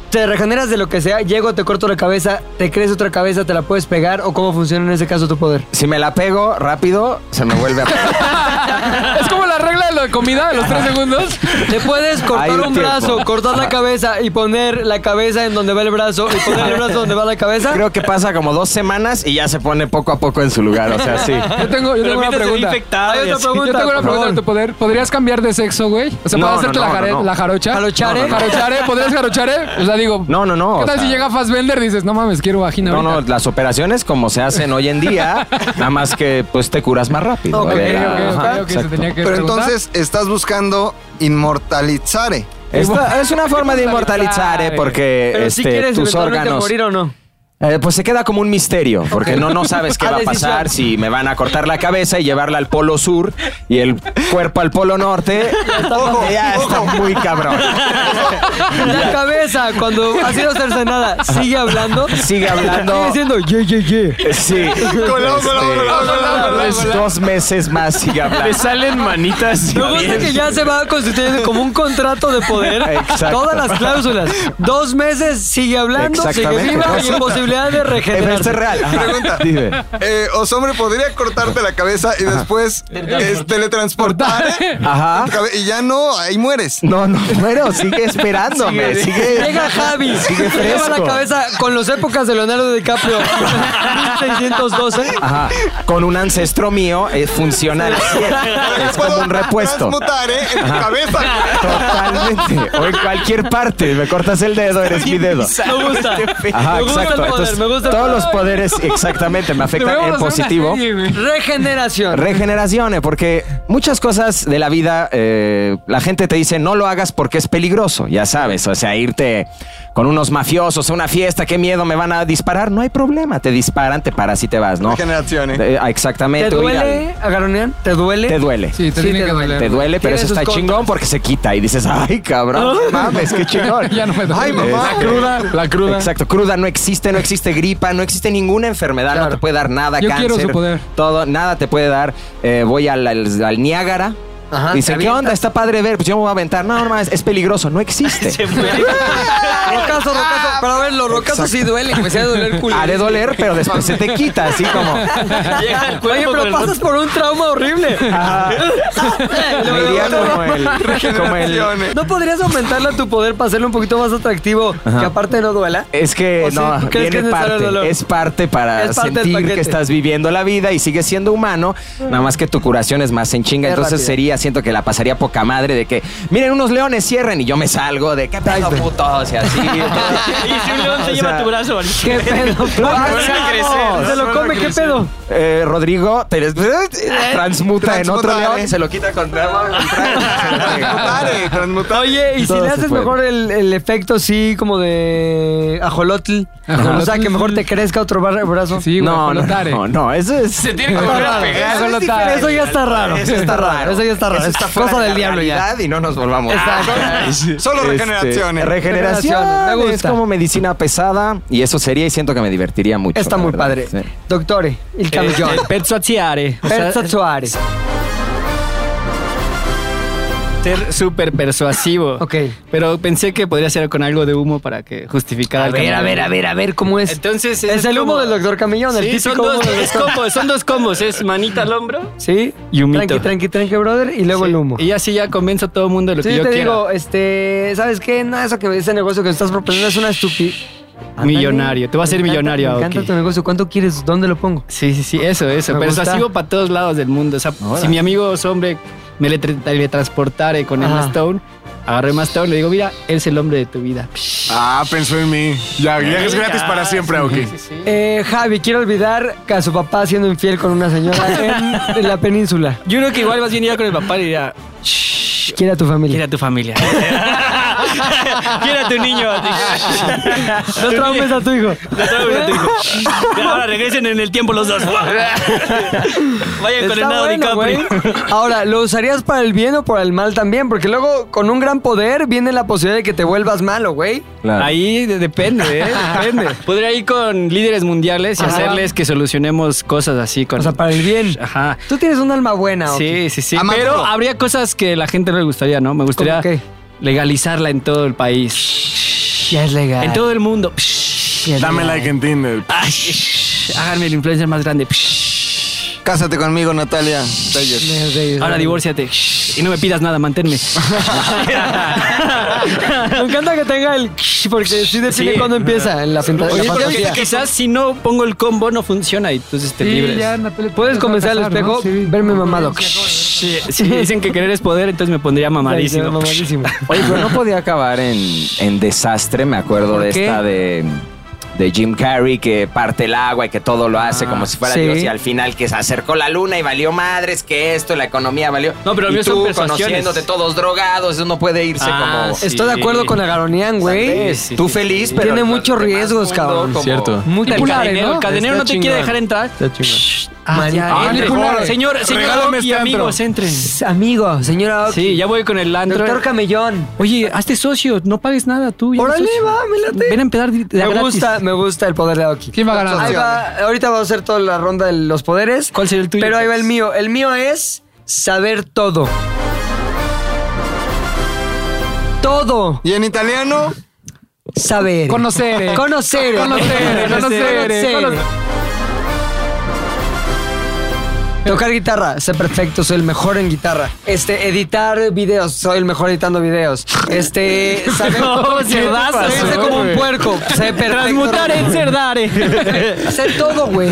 S6: ¿Te regeneras de lo que sea? Llego, te corto la cabeza, te crece otra cabeza, te la puedes pegar o cómo funciona en ese caso tu poder.
S1: Si me la pego rápido, se me vuelve a pegar.
S2: Es como la regla de la comida de los tres segundos.
S6: Te puedes cortar
S1: Hay un
S6: un,
S1: tiempo.
S6: brazo, cortar
S1: Ah.
S6: la cabeza y poner la cabeza en donde va el brazo y poner el brazo donde va la cabeza.
S1: Creo que pasa como dos semanas y ya se pone poco a poco en su lugar, o sea, sí.
S2: Yo tengo, yo tengo una pregunta.
S10: infectado.
S6: Hay
S10: y
S6: otra
S10: así.
S6: pregunta.
S2: Yo tengo una
S6: por
S2: pregunta de tu poder. ¿Podrías cambiar de sexo, güey? O sea,
S1: No,
S2: ¿puedes hacerte
S1: no,
S2: la,
S1: no,
S2: jare-
S1: no.
S2: la jarocha?
S6: ¿Jarochare?
S2: No, no, no. ¿Jarochare? ¿Podrías jarochare? O sea, digo...
S1: No, no, no.
S2: ¿Qué
S1: o
S2: tal si
S1: sea,
S2: llega Fassbender y dices, no mames, quiero vagina
S1: No, no,
S2: ahorita"?
S1: las operaciones como se hacen hoy en día, nada más que pues te curas más rápido.
S6: Ok,
S2: Ok,
S1: ¿verdad?
S2: ok, ok,
S1: Ajá,
S2: ok, se
S1: exacto.
S2: tenía que
S7: Pero
S2: preguntar.
S7: entonces estás buscando inmortalizare.
S1: Esta es una forma de
S2: Inmortalizar,
S1: inmortalizar, ¿eh? porque
S6: Pero si
S1: este,
S6: quieres
S1: tus
S6: eventualmente
S1: órganos...
S6: morir o no.
S1: eh, pues se queda como un misterio, porque no, no sabes qué
S6: A
S1: va a
S6: decisión.
S1: pasar, si me van a cortar la cabeza y llevarla al polo sur y el cuerpo al polo norte. Ojo, ya está muy cabrón.
S6: La cabeza, cuando ha sido cercenada, sigue hablando.
S1: Sigue hablando.
S6: Sigue diciendo, yeah, yeah, yeah.
S1: Sí. Este, pues, Dos meses más sigue hablando.
S5: Le salen manitas. y
S6: Me gusta que
S5: pies.
S6: ya se va constituyendo como un contrato de poder.
S1: Exacto.
S6: Todas las cláusulas. Dos meses sigue hablando, sigue
S1: Exactamente. este
S6: viva y imposibilidad de
S1: Esto es
S6: regenerar.
S1: real. Ajá.
S7: Pregunta.
S1: Dime.
S7: Eh, Osombre, ¿podría cortarte la cabeza y después es, teletransportar? eh,
S1: Ajá.
S7: Y ya no, ahí mueres.
S1: No, no, bueno, sigue esperándome. Sigue.
S6: Llega Javi,
S1: Sigue
S6: se lleva la
S1: fresco.
S6: cabeza con las épocas de Leonardo DiCaprio, 1612.
S1: Ajá. Con un ancestro mío es funcional. Es como un repuesto.
S7: Transmutare eh, en tu cabeza.
S1: Totalmente. O en cualquier parte. Me cortas el dedo, eres mi dedo.
S6: Me gusta.
S1: Ajá,
S6: Me gusta el
S1: exacto.
S6: poder,
S1: Entonces,
S6: me gusta el
S1: todos
S6: poder.
S1: los poderes exactamente me afectan
S2: Deberíamos
S1: en
S2: hacer una
S1: eh, positivo.
S2: serie, güey.
S6: Regeneración.
S1: Regeneraciones, porque muchas cosas de la vida, eh, la gente te dice no lo hagas porque es peligroso, ya sabes, o sea, irte con unos mafiosos a una fiesta, qué miedo, me van a disparar, no hay problema, te disparan, te paras y te vas, ¿no?
S7: Regeneraciones.
S1: Eh, ah, exactamente.
S6: ¿Te
S1: huir al-
S6: duele, Agaronean? ¿Te duele?
S1: Te duele.
S2: Sí, te
S6: Sí,
S2: tiene
S6: te
S2: que
S6: duele.
S2: doler.
S1: Te duele, pero
S6: Tiene
S1: eso
S6: sus
S1: está
S6: contras.
S1: chingón porque se quita y dices, ay, cabrón, no mames, qué chingón.
S2: Ya no me duele.
S7: Ay, mamá.
S2: La cruda, la cruda.
S1: Exacto, cruda no existe, no existe gripa, no existe ninguna enfermedad, no te puede dar nada,
S2: Yo
S1: cáncer.
S2: quiero su poder.
S1: Todo, nada te puede dar. Eh, voy al, al- al Niágara.
S6: Ajá,
S1: Dice,
S6: te
S1: ¿qué
S6: avientas.
S1: onda? Está padre ver. Pues yo me voy a aventar. No, no, mames, es peligroso. No existe.
S6: Rocaso, rocaso.
S4: Pero a ver, los rocazos sí duelen, me a doler culo.
S1: Haré doler, pero después se te quita, así como.
S8: Llega el cuerpo
S4: Oye,
S8: con
S4: pero
S8: el
S4: pasas por un trauma horrible.
S1: ah, Me iría como el. Como el
S4: ¿No podrías aumentarle a tu poder para hacerlo un poquito más atractivo? Que aparte no duela.
S1: es que
S4: ¿O sí?
S1: no,
S4: ¿Tú crees que
S1: viene
S4: es necesario el dolor?
S1: parte. Es parte para
S4: Es parte del
S1: sentir
S4: paquete.
S1: que estás viviendo la vida y sigues siendo humano, nada más que tu curación es más en chinga.
S4: Es
S1: Entonces
S4: rápida.
S1: sería, siento que la pasaría poca madre de que, miren, unos leones cierren y yo me salgo de qué pedo, puto, o sea, así.
S8: Y si un león se
S1: O
S8: lleva
S1: sea,
S8: tu brazo, ¿vale?
S4: ¿Qué pedo?
S1: a crecer,
S4: Se lo come, ¿qué pedo?
S1: Eh, Rodrigo te- transmuta en otro
S7: Transmutar,
S1: león
S7: eh.
S1: y se lo quita con
S7: Transmutare, transmutare.
S4: Oye, y si
S1: Todo
S4: le
S1: se
S4: haces
S1: puede.
S4: mejor el, el efecto sí como de ajolotl,
S2: Ajolotl.
S4: o sea, que mejor te crezca otro bar- brazo.
S2: Sí, güey,
S1: No, no,
S2: colotare.
S1: no, no, eso es. Se tiene
S2: que volver a pegar.
S1: Eso, es
S2: Colotare.
S1: diferente.
S4: Eso ya está raro.
S1: Eso está raro.
S4: Eso ya está raro.
S1: Eso
S4: Es
S1: fuera
S4: cosa
S1: de
S4: del
S1: la
S4: diablo ya.
S1: realidad Y no nos volvamos.
S7: Solo
S1: Este, Regeneración.
S7: regeneraciones.
S4: Regeneraciones, me
S1: Es
S4: gusta.
S1: como medicina pesada y eso sería y siento que me divertiría mucho.
S4: Está
S1: la
S4: muy
S1: verdad.
S4: padre.
S1: Sí.
S4: Doctore, il
S6: Eh,
S4: camellón.
S6: Petsuatsiare. O sea,
S4: Persa Suárez.
S6: ser súper persuasivo.
S4: Ok.
S6: Pero pensé que podría ser con algo de humo para que justificara
S4: A
S6: el
S4: ver,
S6: camino.
S4: a ver, a ver, a ver cómo es.
S6: Entonces
S4: es el humo
S6: como-
S4: del doctor Camellón, el
S6: Sí, son
S4: típico humo
S6: dos,
S4: del
S6: es combo, son dos combos, es manita al hombro.
S4: Sí.
S6: Y humito.
S4: Tranqui, tranqui, tranqui, brother, y luego
S6: Sí,
S4: el humo.
S6: Y así ya convenzo a todo el mundo de lo
S4: Sí,
S6: que yo
S4: te
S6: quiera.
S4: digo, este, ¿sabes qué? No, eso que ese negocio que estás proponiendo es una estupidez.
S6: Millonario, te vas a hacer millonario,
S4: Me encanta
S6: Aoki.
S4: tu negocio, ¿cuánto quieres? ¿Dónde lo pongo?
S6: Sí, sí, sí, eso, eso.
S4: Me
S6: Persuasivo
S4: gusta.
S6: para todos lados del mundo. O sea, si mi amigo es hombre me le tra- teletransportare con Emma
S4: Ajá.
S6: Stone, agarré Emma Stone, le digo, mira, él es el hombre de tu vida. Psh,
S9: Ah, pensó en mí. Ya, ya es gratis
S6: ya,
S9: para siempre, ok.
S6: sí, sí.
S4: Eh, Javi, quiero olvidar que a su papá siendo infiel con una señora en, en la península.
S8: Yo creo que igual más bien iría con el papá y diría,
S4: Quiere a tu
S8: quiere
S4: familia.
S8: a tu familia. quiere a tu niño. a ti.
S4: No traumes a tu hijo.
S8: No traumes a tu hijo. Pero ahora regresen en el tiempo los dos. Vayan con el
S4: Está
S8: nado
S4: bueno, güey.
S8: DiCaprio.
S4: Ahora, ¿lo usarías para el bien o para el mal también? Porque luego, con un gran poder, viene la posibilidad de que te vuelvas malo, güey.
S1: Claro.
S6: Ahí de- depende, ¿eh? depende. Podría ir con líderes mundiales y
S4: Ajá.
S6: hacerles que solucionemos cosas así con...
S4: O sea, para el bien.
S6: Ajá.
S4: Tú tienes un alma buena, ¿ok?
S6: Sí, sí, sí.
S7: Amaduro.
S6: Pero habría cosas que la gente no le gustaría, ¿no? Me gustaría
S4: qué?
S6: legalizarla en todo el país.
S4: Ya es legal.
S6: En todo el mundo.
S4: Ya es
S9: Dame
S4: legal.
S9: like en Tinder.
S6: Ay, háganme el influencer más grande.
S7: Cásate conmigo, Natalia. Telles.
S4: Ya es legal.
S6: Ahora divórciate. Y no me pidas nada, manténme.
S4: Me encanta que tenga el porque sí define
S6: Sí.
S4: cuando empieza en la pinta-
S6: Oye,
S4: la
S6: pero
S4: fantasía.
S6: quizás si no pongo el combo no funciona y entonces te libres.
S4: Puedes comenzar al espejo, verme mamado.
S6: Sí, sí, dicen que querer es poder, entonces me pondría mamadísimo.
S4: Mamadísimo.
S1: Oye, pero no podía acabar en, en desastre, me acuerdo
S4: ¿Por
S1: de
S4: qué?
S1: esta de, de Jim Carrey que parte el agua y que todo lo hace
S6: Ah,
S1: como si fuera
S4: sí.
S1: Dios y al final que se acercó la luna y valió madres, que esto, la economía valió.
S6: No, pero
S1: y
S6: mío son
S1: tú
S6: persuasiones.
S1: conociéndote todos drogados, uno puede irse
S6: Ah,
S1: como...
S6: sí.
S4: Estoy de acuerdo con Agaronian, güey.
S6: Sí, sí,
S1: Tú
S6: sí,
S1: feliz,
S6: sí.
S1: pero...
S4: Tiene
S1: los
S4: muchos
S1: demás
S4: riesgos,
S1: mundo
S4: cabrón.
S1: como-
S5: Cierto.
S4: Muy
S6: El cadenero,
S4: ¿no?
S6: el cadenero no te quiere dejar entrar. Ah, ya, entre.
S9: Manipulable.
S6: Señor, señor
S9: Regálame
S6: Aoki,
S9: este antro.
S6: amigos, entren.
S4: Amigo, señora Oki.
S6: Sí, ya voy con el antro.
S4: Doctor Camellón.
S6: Oye, hazte socio, no pagues nada tú. ya eres
S4: Órale,
S6: socio.
S4: va, me late.
S6: Ven a empezar de de a
S4: Me
S6: gratis.
S4: gusta, me gusta el poder de Aoki.
S2: ¿Quién va ganando?
S4: Ahí va, ahorita vamos a hacer toda la ronda de los poderes.
S6: ¿Cuál sería el tuyo?
S4: Pero ahí va el mío. El mío es saber todo. Todo
S7: Y en italiano,
S4: saber.
S2: Conocer.
S4: Conocer.
S2: Conocer, conocer, conocer.
S4: Tocar guitarra, sé perfecto, soy el mejor en guitarra. Este, editar videos, soy el mejor editando videos. Este, saber
S6: No, ¿qué te pasó,
S4: Serse como un
S6: güey?
S4: puerco, sé perfecto.
S6: Transmutar en cerdare.
S4: Sé todo, güey.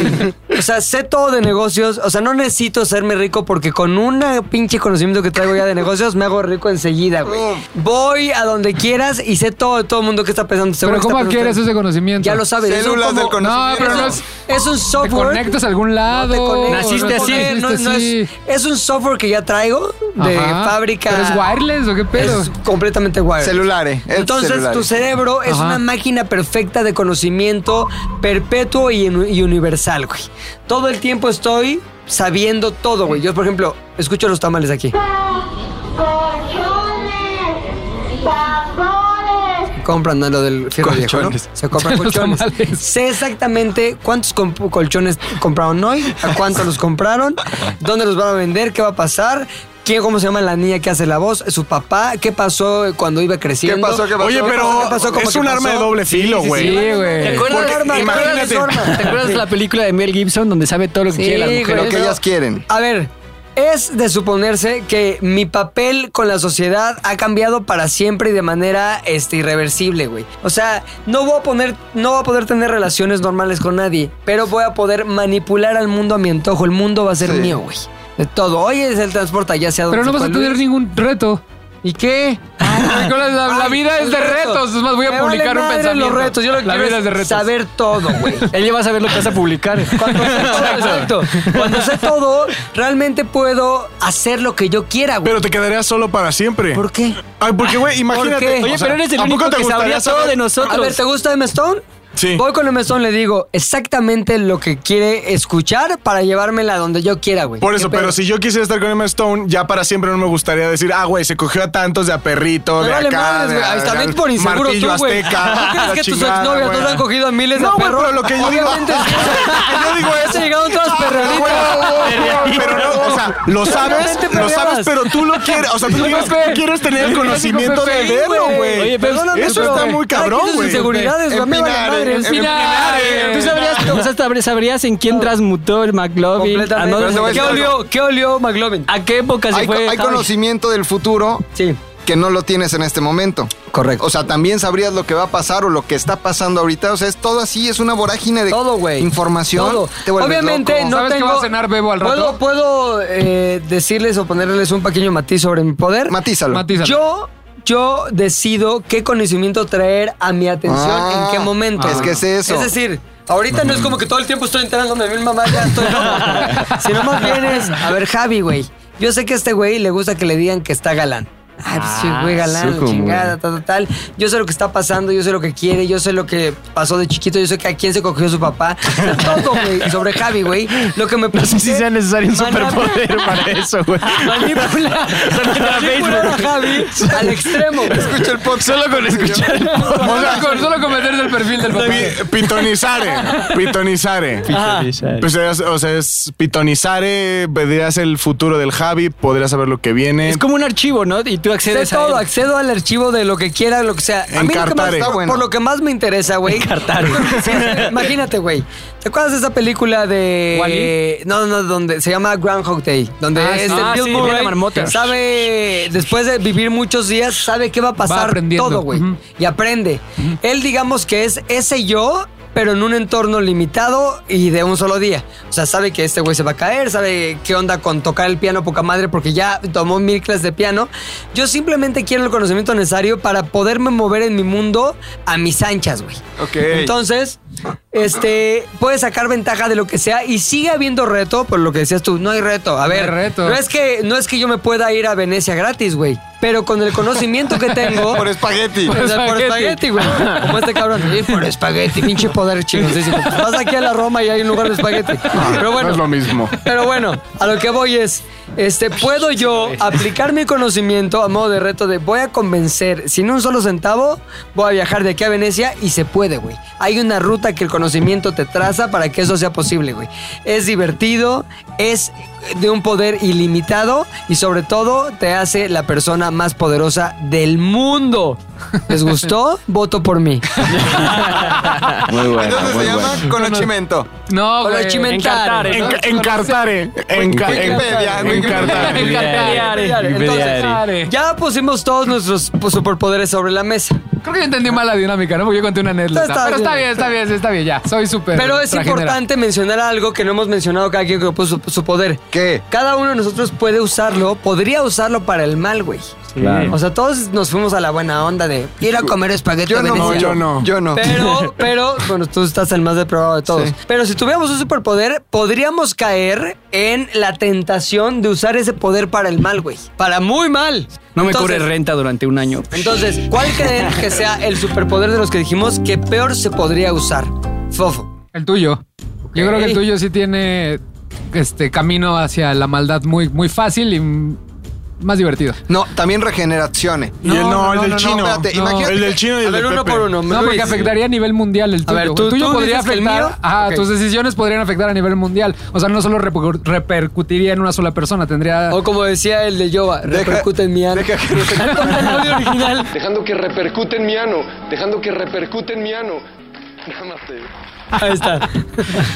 S4: O sea, sé todo de negocios. O sea, no necesito serme rico porque con una pinche conocimiento que traigo ya de negocios me hago rico enseguida, güey. Voy a donde quieras y sé todo de todo el mundo que está pensando. Seguro
S2: Pero
S4: que
S2: ¿cómo
S4: está pensando
S2: adquieres
S4: usted.
S2: ese conocimiento?
S4: Ya lo sabes. es un
S7: células del
S4: como-
S2: No,
S7: conocimiento.
S2: pero no es...
S4: Es un
S2: Te
S4: software.
S2: conectas a algún
S4: No
S2: lado.
S4: te conectas,
S6: Naciste
S4: no
S6: así.
S4: te- no-
S2: Naciste
S4: no es,
S2: así.
S4: es un software que ya traigo de
S2: Ajá.
S4: fábrica.
S2: ¿Pero es wireless o qué pedo?
S4: Es completamente
S1: Eh.
S4: wireless.
S7: celulares. es
S4: Entonces,
S7: celulares.
S4: tu cerebro es
S2: Ajá.
S4: una máquina perfecta de conocimiento perpetuo y, uni- y universal, güey. Todo el tiempo estoy sabiendo todo, güey. Yo, por ejemplo, escucho los tamales aquí.
S11: colchones, tambores.
S4: Compran ¿no? lo del fierro viejo, ¿no?
S7: Colchones.
S4: Se compran
S2: Los
S4: colchones.
S2: tamales.
S4: Sé exactamente cuántos comp- colchones compraron hoy, a cuánto los compraron, dónde los van a vender, qué va a pasar, ¿Quién, ¿Cómo se llama la niña que hace la voz? ¿Su papá? ¿Qué pasó cuando iba creciendo?
S7: ¿Qué pasó? ¿Qué pasó?
S9: Oye, pero
S4: ¿Qué pasó? ¿Cómo
S9: es
S4: que
S9: un arma de
S4: pasó?
S9: doble filo, güey.
S2: Sí, güey.
S4: acuerdas
S9: Porque
S4: del arma? ¿Te acuerdas del
S9: imagínate.
S4: arma?
S6: ¿Te acuerdas de la película de Mel Gibson donde sabe todo lo que
S4: Sí,
S6: quiere la mujer?
S4: güey.
S7: Lo que ellas quieren.
S4: A ver, es de suponerse que mi papel con la sociedad ha cambiado para siempre y de manera este, irreversible, güey. O sea, no voy, a poner, no voy a poder tener relaciones normales con nadie, pero voy a poder manipular al mundo a mi antojo. El mundo va a ser
S7: Sí.
S4: mío, güey. De todo. Hoy es el transporte, ya sea
S2: Pero
S4: donde
S2: no vas a
S4: cual
S2: tener
S4: es.
S2: ningún reto. ¿Y qué? la, la- la
S4: Ay,
S2: vida es
S4: el
S2: de
S4: reto.
S2: retos. Es más, voy a
S4: Me
S2: publicar
S4: vale
S2: un
S4: madre
S2: pensamiento.
S4: los retos. Yo lo que
S2: la
S4: quiero
S2: vida
S4: es
S2: es de retos.
S4: saber todo, güey.
S8: Ella va a saber lo que vas a publicar.
S4: Cuando sé todo, exacto. Cuando sé todo, realmente puedo hacer lo que yo quiera, güey.
S9: Pero te quedarías solo para siempre.
S4: ¿Por qué?
S9: Ay, porque, güey, imagínate.
S4: qué? Oye,
S9: o sea,
S8: pero eres el
S9: ¿a poco
S8: único
S9: te
S8: que
S9: gustaría
S8: sabría todo
S9: saber?
S8: de
S4: A ver,
S8: nosotros.
S4: ¿te gusta M. Stone?
S9: Sí.
S4: Voy con M. Stone, le digo exactamente lo que quiere escuchar para llevármela donde yo quiera, güey.
S9: Por
S4: ¿Qué
S9: eso,
S4: pedo?
S9: pero si yo quisiera estar con Emma Stone, ya para siempre no me gustaría decir, ah, güey, se cogió a tantos de a perrito,
S4: Me
S9: de
S4: vale
S9: acá,
S4: madres,
S9: de
S4: güey.
S9: a-
S4: Ahí está,
S9: de
S4: ven
S9: al
S4: por inseguro
S9: martillo
S4: tú, güey.
S9: azteca,
S4: ¿Tú
S9: la
S4: crees que tus
S9: chingada,
S4: exnovias no
S9: güey.
S4: te han cogido a miles
S9: No,
S4: de
S9: güey,
S4: perros?
S9: pero lo que yo digo-
S4: Obviamente, sí.
S9: Yo digo
S4: Ya
S9: eso.
S4: se llegaron todas
S9: Ah,
S4: perreritas.
S9: Pero no, o sea, lo sabes,
S4: Obviamente
S9: lo
S4: peleabas.
S9: sabes, pero tú lo quieres, o sea, tú quieres, tú quieres tener el conocimiento de
S2: Pepe,
S9: verlo,
S4: güey.
S9: güey.
S8: Oye, pero
S9: Eso está muy cabrón,
S4: Sus
S9: güey.
S4: inseguridades,
S9: eh,
S4: güey. Me vale madre.
S2: en Pinares.
S8: Tú sabrías, o sea, sabr- sabrías en quién transmutó el McLovin. ¿A,
S4: Completamente.
S8: dónde
S7: Pero te voy a
S8: se-
S4: ¿Qué
S7: decir
S4: olió? ¿Qué olió McLovin?
S8: a qué época se
S7: Hay, co-
S8: fue?
S7: hay conocimiento del futuro
S4: Sí,
S7: que no lo tienes en este momento.
S4: correcto.
S7: O sea, también sabrías lo que va a pasar o lo que está pasando ahorita. O sea, es todo así, es una vorágine de
S4: Todo, güey.
S7: información.
S4: Todo.
S7: Te vuelves
S4: Obviamente
S7: loco.
S4: no
S2: ¿Sabes que
S4: tengo...
S2: va a cenar Bebo al rato?
S4: ¿Puedo, puedo eh, decirles o ponerles un pequeño matiz sobre mi poder?
S7: Matízalo.
S2: Matízalo.
S4: Yo, yo decido qué conocimiento traer a mi atención
S7: Ah,
S4: en qué momento.
S7: es que es eso.
S4: Es decir, ahorita no es como que todo el tiempo estoy entrando de mi mamá, ya estoy loco. Sino más bien es, a ver, Javi, güey. Yo sé que a este güey le gusta que le digan que está galán. Ay, pues sí, güey, galán, la chingada, tal, tal, tal. Yo sé lo que está pasando, yo sé lo que quiere, yo sé lo que pasó de chiquito, yo sé que a quién se cogió su papá. Todo, güey. Y sobre Javi, güey, lo que me
S5: No sé si
S4: pusiste-
S5: sea necesario un
S4: Manab-
S5: superpoder para eso, güey.
S4: Manipula. Manipular a Javi al extremo. güey.
S7: Escucha el podcast.
S5: Solo con escuchar el podcast.
S2: Solo con, solo con meterse el perfil del papá.
S9: Pi- Pitonizare, pitonizare. Pues es- o sea, es pitonizare, verías el futuro del Javi, podrías saber lo que viene.
S8: Es como un archivo, ¿no? Y tú
S4: Sé
S8: accedes
S4: todo,
S8: a él.
S4: accedo al archivo de lo que quiera, lo que sea. A mí lo que más-
S9: Encartare.
S7: Está bueno.
S4: por lo que más me interesa, güey. Encartar. Imagínate, güey. ¿Te acuerdas de esa película de No, no, donde se llama Groundhog Day, donde
S2: Ah,
S4: este
S2: sí. Ah,
S4: Bill
S2: sí,
S4: Murray
S2: de la marmota.
S4: sabe después de vivir muchos días sabe qué va a
S2: Va
S4: pasar
S2: aprendiendo.
S4: todo, güey,
S2: Ujú.
S4: y aprende. Él digamos que es ese yo pero en un entorno limitado y de un solo día. O sea, sabe que este güey se va a caer, sabe qué onda con tocar el piano poca madre porque ya tomó mil clases de piano. Yo simplemente quiero el conocimiento necesario para poderme mover en mi mundo a mis anchas, güey.
S7: Ok.
S4: Entonces, este, puedes sacar ventaja de lo que sea y sigue habiendo reto, por lo que decías tú, no hay reto. A ver,
S2: hay reto.
S4: no es que no es que yo me pueda ir a Venecia gratis, güey, pero con el conocimiento que tengo
S7: Por espagueti.
S4: o sea, por
S2: espagueti.
S4: espagueti, güey. Como este cabrón. Sí, por espagueti, pinche poder chingoncísimo. Vas aquí a la Roma y hay un lugar de espagueti. Pero bueno.
S9: Ah, No es lo mismo.
S4: Pero bueno, a lo que voy es, este, puedo yo aplicar mi conocimiento a modo de reto de voy a convencer, sin un solo centavo, voy a viajar de aquí a Venecia y se puede, güey. Hay una ruta que el conocimiento te traza para que eso sea posible, güey. Es divertido, es de un poder ilimitado y sobre todo te hace la persona más poderosa del mundo. ¿Les gustó? Voto por mí.
S5: Muy bueno,
S7: Entonces se llama conocimiento.
S2: No,
S4: Con
S2: güey.
S4: el chimentar.
S8: Encartare,
S9: En- encartare. enca- en-
S7: Wikipedia,
S9: encartare.
S2: Entonces,
S4: Ya pusimos todos nuestros pues, superpoderes sobre la mesa.
S2: Creo que yo entendí mal la dinámica, ¿no? Porque yo conté una anécdota.
S4: Está
S2: pero
S4: bien.
S2: está bien, está bien, está bien, ya. Soy súper.
S4: Pero es
S2: trajinera.
S4: importante mencionar algo que no hemos mencionado cada quien que puso su, su poder.
S7: ¿Qué?
S4: Cada uno de nosotros puede usarlo, podría usarlo para el mal, güey. O sea, todos nos fuimos a la buena onda de ir a comer espagueti a
S7: Yo no,
S4: Venecia.
S7: yo no. Yo no.
S4: Pero, pero, bueno, tú estás el más depravado de todos. Pero si tuviéramos un superpoder, podríamos caer en la tentación de usar ese poder para el mal, güey. Para muy mal.
S6: No me
S4: Entonces,
S6: cobre renta durante un año.
S4: Entonces, ¿cuál creen que sea el superpoder de los que dijimos que peor se podría usar? Fofo.
S2: El tuyo. Yo creo que el
S4: Ok.
S2: tuyo sí tiene este camino hacia la maldad muy, muy fácil y mm, más divertido.
S7: No, también regeneracione.
S9: Y el- no, el del chino.
S7: espérate,
S2: No.
S7: imagínate
S9: El del
S7: que-
S9: chino y
S4: A
S9: el
S4: ver,
S9: del
S4: uno
S9: Pepe.
S4: por uno.
S2: No, porque
S4: Luis.
S2: afectaría a nivel mundial el tuyo.
S4: ver,
S2: güey.
S4: ¿tú-
S2: el tuyo
S4: tú
S2: podría
S4: dices que el
S2: afectar.
S4: mío?
S2: Ajá,
S4: Ok.
S2: tus decisiones podrían afectar a nivel mundial. O sea, no solo repercu- repercutiría en una sola persona, tendría.
S4: O como decía el de Yoba, repercute en mi ano. Deja que el audio original.
S12: Dejando que repercute en mi ano, dejando que repercute en mi ano. Nada más te digo.
S4: Ahí está.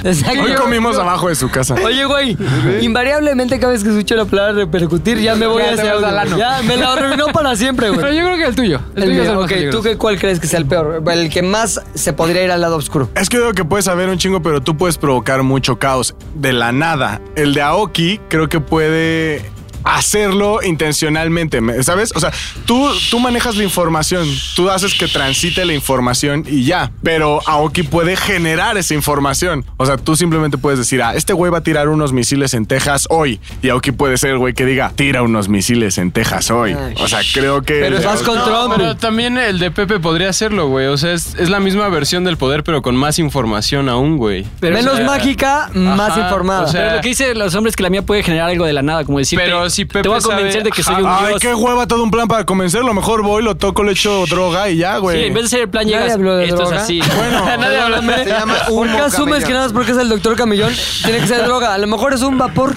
S13: Exacto.
S9: Hoy comimos abajo de su casa.
S4: Oye, güey, invariablemente cada vez que escucho la palabra repercutir, ya me voy
S2: Ya
S4: a
S2: te
S4: hacer
S2: vas al ano.
S4: Ya, me la arruinó para siempre,
S2: Pero
S4: güey.
S2: yo creo que el tuyo. El,
S4: El
S2: tuyo
S4: mío,
S2: es el más
S4: ok,
S2: peligroso.
S4: ¿tú qué, cuál crees que sea el peor? El que más se podría ir al lado oscuro.
S9: Es que creo que puedes saber un chingo, pero tú puedes provocar mucho caos de la nada. El de Aoki creo que puede hacerlo intencionalmente, me- ¿sabes? O sea, tú, tú manejas la información, tú haces que transite la información y ya, pero Aoki puede generar esa información. O sea, tú simplemente puedes decir, ah, este güey va a tirar unos misiles en Texas hoy. Y Aoki puede ser el güey que diga, tira unos misiles en Texas hoy. O sea, creo que...
S4: Pero
S9: el de
S4: vas
S9: Aoki-
S4: con Trump.
S5: Pero también el de Pepe podría hacerlo, güey. O sea, es, es la misma versión del poder, pero con más información aún, güey.
S4: Menos
S5: o sea,
S4: mágica, más
S5: ajá,
S4: informada.
S5: o sea,
S6: Pero lo que dice los hombres que la mía puede generar algo de la nada, como decir.
S5: Pero si Pepe
S6: Te voy a
S5: sabe-
S6: convencer de que soy un
S9: Ay,
S6: dios.
S9: qué hueva todo un plan para convencerlo. Mejor voy, lo toco, le echo droga y ya, güey.
S6: Sí, en vez de ser el plan,
S4: Nadie
S6: llegas.
S4: habló de
S6: esto
S4: droga.
S6: es así.
S5: nadie habla de-
S7: Se llama
S4: ¿Por
S7: humo
S4: qué asumes
S7: camellón.
S4: que nada más porque es el doctor Camillón tiene que ser droga? A lo mejor es un vapor.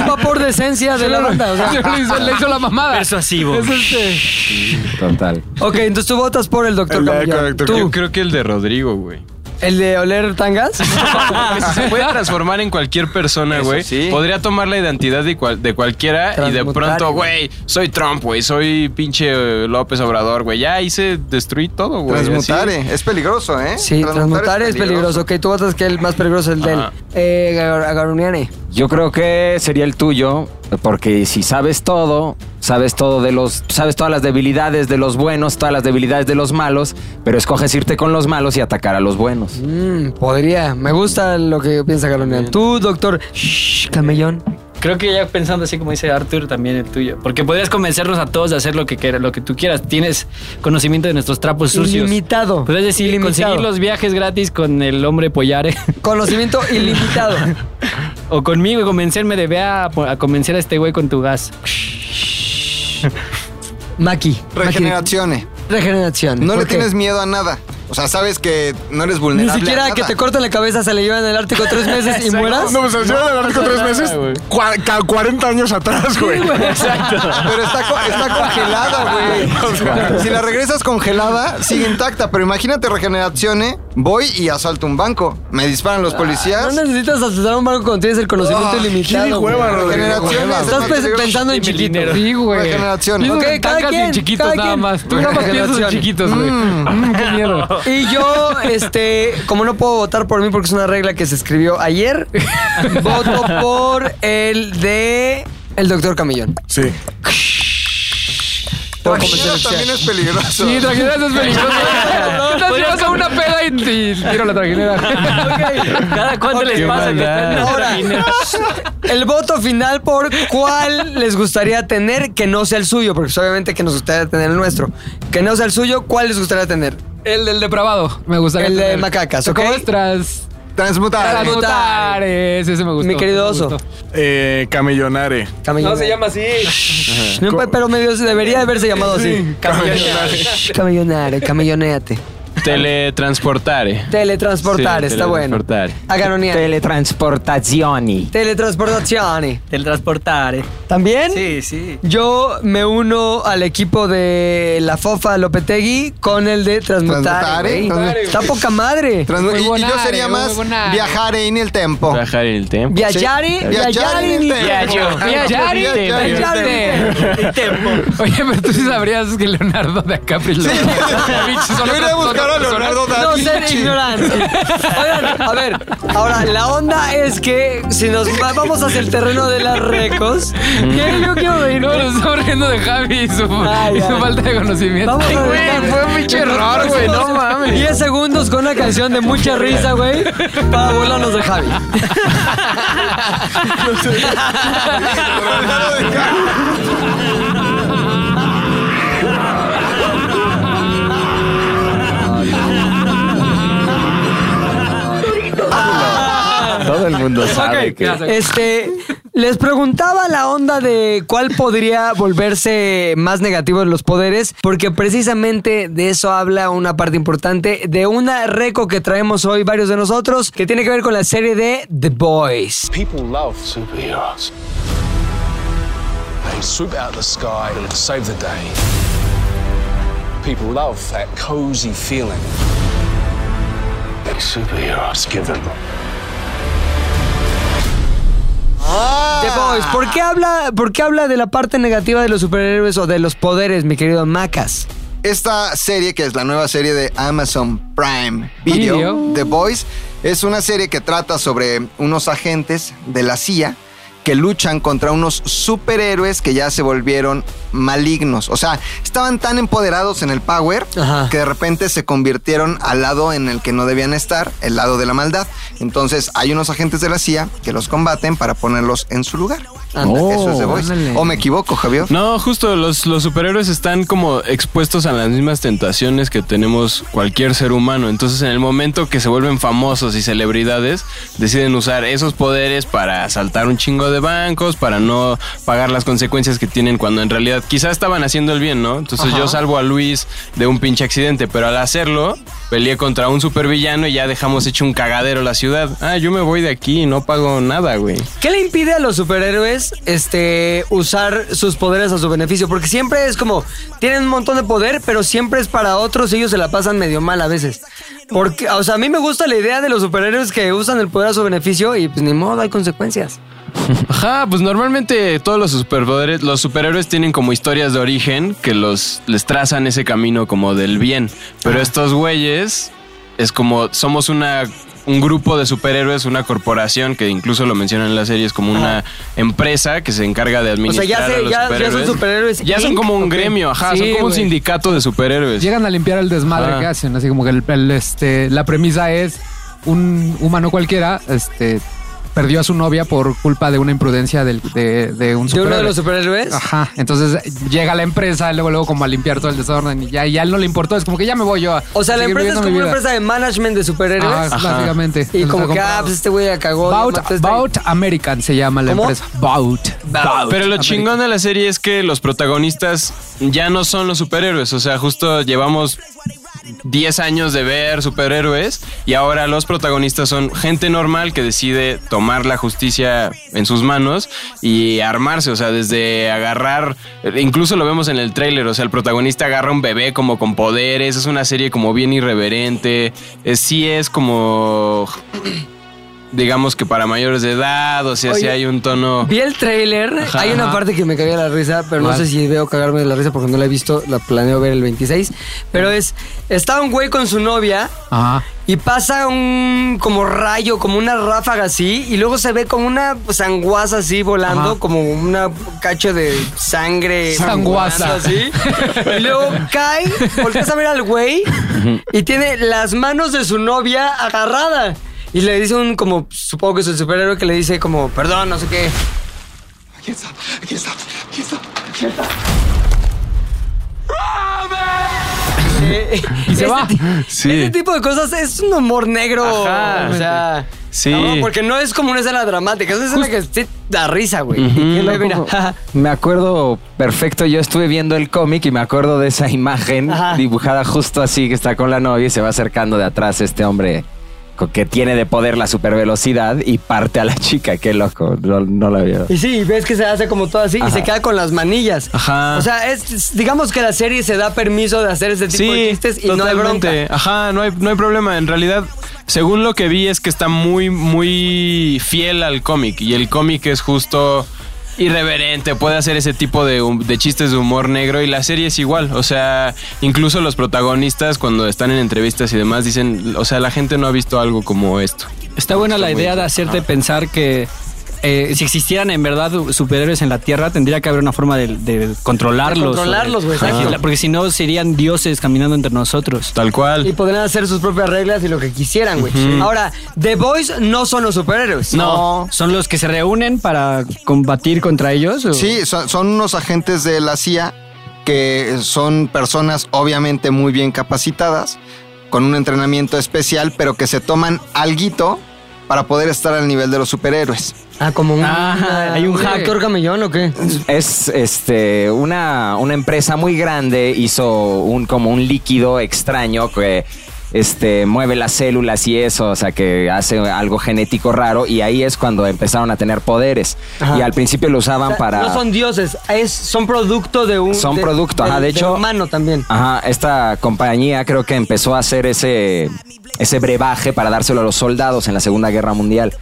S4: un vapor de esencia de la banda. O sea.
S2: le, hizo, le hizo la mamada.
S6: Persuasivo.
S2: Es este.
S1: Total.
S4: Ok, entonces tú votas por el doctor
S9: El de-
S4: Camillón.
S9: doctor
S5: Yo
S4: ¿Tú?
S5: creo que el de Rodrigo, güey.
S4: ¿El de oler tangas?
S5: Si se puede transformar en cualquier persona,
S12: Eso
S5: güey.
S12: sí.
S5: Podría tomar la identidad de, cual- de cualquiera y de
S4: Transmutar,
S5: pronto,
S4: güey.
S5: güey, soy Trump, güey, soy pinche eh, López Obrador, güey. Ya hice destruir todo, güey. así.
S7: Transmutare, es peligroso, ¿eh?
S4: Sí, transmutar es peligroso. Ok, tú votas que el más peligroso es el de él.
S5: Ajá.
S4: Eh, Gar- Agaruniane.
S1: Yo creo que sería el tuyo, porque si sabes todo, sabes todo de los, sabes todas las debilidades de los buenos, todas las debilidades de los malos, pero escoges irte con los malos y atacar a los buenos.
S4: Mm, podría. Me gusta lo que piensa Agaruniane. Tú, doctor Shh, Camellón.
S6: Creo que ya pensando así como dice Arthur, también el tuyo. Porque podrías convencernos a todos de hacer lo que, quieras, lo que tú quieras. Tienes conocimiento de nuestros trapos sucios.
S4: Ilimitado.
S6: Podrías decir,
S4: Ilimitado.
S6: conseguir los viajes gratis con el hombre Pollare.
S4: Conocimiento ilimitado.
S6: o conmigo y convencerme de, ve a, a convencer a este güey con tu gas.
S4: Maki. Maki.
S7: Regeneraciones.
S4: Regeneración.
S7: No
S4: ¿Por
S7: le
S4: qué?
S7: tienes miedo a nada. O sea, sabes que no eres
S4: Ni
S7: vulnerable. a
S4: siquiera
S7: nada.
S4: que te corten la cabeza se le llevan en el Ártico tres meses y mueras.
S9: No, pues se llevan al Ártico tres meses, cua- ca- 40 años atrás, güey.
S7: Pero está, co- está congelada, güey. Si la regresas congelada, sigue intacta. Pero imagínate regeneraciones. Voy y asalto un banco. Me disparan los policías.
S4: Ah, No necesitas asustar a un banco cuando tienes el conocimiento
S9: Ah,
S4: ilimitado.
S9: qué hueva,
S4: güey.
S9: Rodrigo,
S4: Estás
S7: Regeneraciones. es
S4: pe-
S7: más peligroso.
S4: pensando en chiquito.
S2: Sí, güey.
S7: Regeneraciones.
S2: Piensas
S4: Ok,
S2: en
S4: cada
S2: tangas y en
S4: quien,
S2: chiquitos
S4: cada
S2: nada
S4: quien.
S2: más. Tú nada más piensas en
S4: Regeneraciones.
S2: chiquitos, güey. Mm, qué miedo.
S4: Y yo, este, como no puedo votar por mí porque es una regla que se escribió ayer, voto por el de el doctor Camillón.
S9: Sí.
S4: Por
S7: Tranquilo,
S4: convencer
S7: también es peligroso.
S2: Sí, tranquilidad es peligroso. ¿Qué tal si vas a una peda y, y tiro la tranquilidad?
S6: ¿Cada cuánto
S4: Ok.
S6: les pasa? que están en la
S4: Ahora,
S6: cabina?
S4: el voto final por cuál les gustaría tener que no sea el suyo, porque pues, obviamente que nos gustaría tener el nuestro. Que no sea el suyo, ¿cuál les gustaría tener?
S2: El del depravado. Me gustaría
S4: El de
S2: tener.
S4: macacas,
S2: ¿Cómo
S4: ¿ok?
S2: es? Tras...
S7: Transmutar.
S4: Transmutar.
S2: Transmutares. Ese me gustó.
S4: Mi querido
S2: ese me
S4: oso.
S2: gustó.
S9: Eh, camellonare.
S4: Camellón.
S12: así.
S4: No, pues, pero medio se debería haberse llamado así.
S9: Camellonare.
S4: Camellonare, camelloneate.
S5: Teletransportar. eh.
S4: Teletransportar,
S5: Sí,
S4: está bueno.
S5: teletransportar.
S4: Agaronía.
S1: Teletransportazioni.
S4: Teletransportazione.
S6: El transportar.
S4: ¿También?
S6: Sí, sí.
S4: Yo me uno al equipo de la Fofa Lopetegui con el de Transmutar.
S7: Transmutar,
S4: güey.
S7: ¿eh?
S4: Está poca madre.
S7: Transmu- y- y, yo
S2: Huevonare,
S7: sería más
S2: huevonare.
S7: viajar en el tiempo.
S5: Viajar en el tiempo.
S4: Viajare,
S7: Viajar
S4: viajare.
S7: en el
S5: Viajo.
S4: Ah,
S7: tiempo.
S2: Viajar y
S7: Viajar en el
S2: viajar. Oye, pero tú sí sabrías que Leonardo de DiCaprio... Sí.
S7: Yo iré a buscar a Leonardo da
S4: No
S7: Vinci.
S4: ser ignorante. Oigan, a ver, ahora la onda es que si nos va- vamos hacia el terreno de las recos, que yo quiero reír.
S2: No, nos estamos riendo de Javi y su,
S4: Ay,
S2: y su
S4: ay.
S2: falta de conocimiento.
S4: Vamos a
S2: Ay,
S4: ver.
S2: fue un pinche error, güey. No mames.
S4: 10 segundos con una canción de mucha risa, güey, para volarnos de Javi.
S1: Todo el mundo sabe
S4: Este, Les preguntaba la onda de cuál podría volverse más negativo de los poderes, porque precisamente de eso habla una parte importante de una reco que traemos hoy varios de nosotros, que tiene que ver con la serie de The Boys.
S14: People love superheroes. They swoop out of the sky and save the day. People love that cozy feeling. That superheroes give them.
S4: The Boys. ¿Por qué, habla, ¿Por qué habla de la parte negativa de los superhéroes o de los poderes, mi querido Macas?
S7: Esta serie, que es la nueva serie de Amazon Prime Video,
S2: Video.
S7: The Boys, es una serie que trata sobre unos agentes de la CIA que luchan contra unos superhéroes que ya se volvieron malignos. O sea, estaban tan empoderados en el power que de repente se convirtieron al lado en el que no debían estar, el lado de la maldad. Entonces hay unos agentes de la CIA que los combaten para ponerlos en su lugar.
S5: Ándale. Oh,
S7: Eso es The Boys.
S5: Ándale.
S7: ¿O me equivoco, Javier?
S5: No, justo los, los superhéroes están como expuestos a las mismas tentaciones que tenemos cualquier ser humano. Entonces, en el momento que se vuelven famosos y celebridades, deciden usar esos poderes para saltar un chingo de bancos, para no pagar las consecuencias que tienen cuando en realidad quizás estaban haciendo el bien, ¿no? Entonces,
S6: Ajá.
S5: yo salvo a Luis de un pinche accidente, pero al hacerlo, peleé contra un supervillano y ya dejamos hecho un cagadero la ciudad. Ah, yo me voy de aquí y no pago nada, güey.
S4: ¿Qué le impide a los superhéroes este, usar sus poderes a su beneficio? Porque siempre es como, tienen un montón de poder, pero siempre es para otros y ellos se la pasan medio mal a veces. Porque, o sea, a mí me gusta la idea de los superhéroes que usan el poder a su beneficio y pues ni modo, hay consecuencias.
S5: Ajá, pues normalmente todos los superpoderes, los superhéroes tienen como historias de origen que los les trazan ese camino como del bien. Pero estos güeyes es como somos una un grupo de superhéroes, una corporación que incluso lo mencionan en la serie es como una empresa que se encarga de
S4: O sea,
S5: administrar
S4: ya,
S5: a
S4: se-
S5: los
S4: ya- ya
S5: superhéroes.
S4: son superhéroes.
S5: Ya son
S4: Inc.
S5: como un
S4: Ok.
S5: gremio, ajá, son
S2: Sí,
S5: como un
S2: güey.
S5: sindicato de superhéroes.
S2: Llegan a limpiar el desmadre
S4: Ah.
S5: Ajá.
S2: que hacen, así como que el- el, este, la premisa es un humano cualquiera, este, perdió a su novia por culpa de una imprudencia del- de, de un
S4: ¿De
S2: superhéroe.
S4: uno de los superhéroes?
S2: Ajá, entonces llega la empresa, luego luego como a limpiar todo el desorden y ya, ya no le importó, es como que ya me voy yo a
S4: O sea, la
S2: seguir viviendo
S4: empresa es
S2: mi
S4: como una
S2: vida.
S4: empresa de management de superhéroes.
S2: Ah, Ajá. básicamente.
S4: Y
S2: Los
S4: como
S2: ha
S4: que, ah,
S2: comprado.
S4: pues este güey la cagó. ya
S2: Bout,
S4: mató a este-
S2: Bout American se llama la
S4: ¿Cómo?
S2: empresa. Bout. Bout.
S5: Pero lo
S2: American.
S5: chingón de la serie es que los protagonistas ya no son los superhéroes. O sea, justo llevamos 10 años de ver superhéroes y ahora los protagonistas son gente normal que decide tomar la justicia en sus manos y armarse. O sea, desde agarrar, incluso lo vemos en el tráiler. O sea, el protagonista agarra un bebé como con poderes. Es una serie como bien irreverente. Es- sí es como. Digamos que para mayores de edad, o sea, sí
S4: Oye,
S5: hay un tono.
S4: Vi el trailer,
S5: Ajá,
S4: hay una
S5: ajá.
S4: parte que me cagué de la risa, pero no
S5: ¿Cuál?
S4: sé si veo cagarme de la risa porque no la he visto, la planeo ver el 26. Pero es, está un güey con su novia
S2: Ajá.
S4: y pasa un como rayo, como una ráfaga así, y luego se ve como una sanguaza así volando,
S2: Ajá.
S4: como una cacho de sangre.
S2: Sanguaza.
S4: volando Así. Y luego cae, volteas a ver al güey y tiene las manos de su novia agarrada. Y le dice un como, supongo que es el superhéroe que le dice como, perdón, no sé qué.
S15: Aquí está, aquí está, aquí está, aquí está.
S4: Eh, y se va.
S5: Sí.
S4: Este tipo de cosas es un humor negro.
S5: Ajá.
S4: O sea.
S5: Sí.
S4: cabrón, porque no es como una escena dramática, es una escena que sí da risa, güey.
S1: Qué
S4: Ve,
S1: loco.
S4: mira, ajá.
S1: Me acuerdo perfecto, yo estuve viendo el cómic y me acuerdo de esa imagen
S4: Ajá.
S1: dibujada justo así que está con la novia y se va acercando de atrás este hombre co- que tiene de poder la supervelocidad y parte a la chica, qué loco, no, no la veo.
S4: Y sí, ves que se hace como todo así y
S1: Ajá.
S4: se queda con las manillas.
S5: Ajá.
S4: O sea, es- es, digamos que la serie se da permiso de hacer ese tipo de chistes y no hay
S5: totalmente.
S4: bronca.
S5: Ajá, no hay, no hay problema. En realidad, según lo que vi, es que está muy, muy fiel al cómic. Y el cómic es justo irreverente, puede hacer ese tipo de, hum- de chistes de humor negro y la serie es igual. O sea, incluso los protagonistas cuando están en entrevistas y demás dicen, o sea, la gente no ha visto algo como esto.
S6: Está buena la idea de hacerte pensar que eh, si existieran en verdad superhéroes en la Tierra, tendría que haber una forma de, de controlarlos.
S4: De controlarlos,
S6: o
S4: güey,
S6: de-
S4: exacto.
S6: Ajá. Porque si no, serían dioses caminando entre nosotros.
S5: Tal cual.
S4: Y podrían hacer sus propias reglas y lo que quisieran, güey.
S6: Ujú.
S4: Ahora, The Boys no son los superhéroes.
S6: No, son los que se reúnen para combatir contra ellos. ¿o?
S7: Sí, son, son unos agentes de la CIA que son personas obviamente muy bien capacitadas, con un entrenamiento especial, pero que se toman alguito para poder estar al nivel de los superhéroes.
S4: Ah, como un.
S7: hay un hack.
S4: ¿Héctor Camellón o qué?
S1: Es este una, una empresa muy grande hizo un como un líquido extraño que este mueve las células y eso, o sea que hace algo genético raro y ahí es cuando empezaron a tener poderes.
S4: Ajá.
S1: Y al principio lo usaban para
S4: No son dioses, es, son producto de un.
S1: Son
S4: de-
S1: producto, ajá, de
S4: del- del
S1: hecho-
S4: humano también.
S1: Ajá, esta compañía creo que empezó a hacer ese, ese brebaje para dárselo a los soldados en la Segunda Guerra Mundial.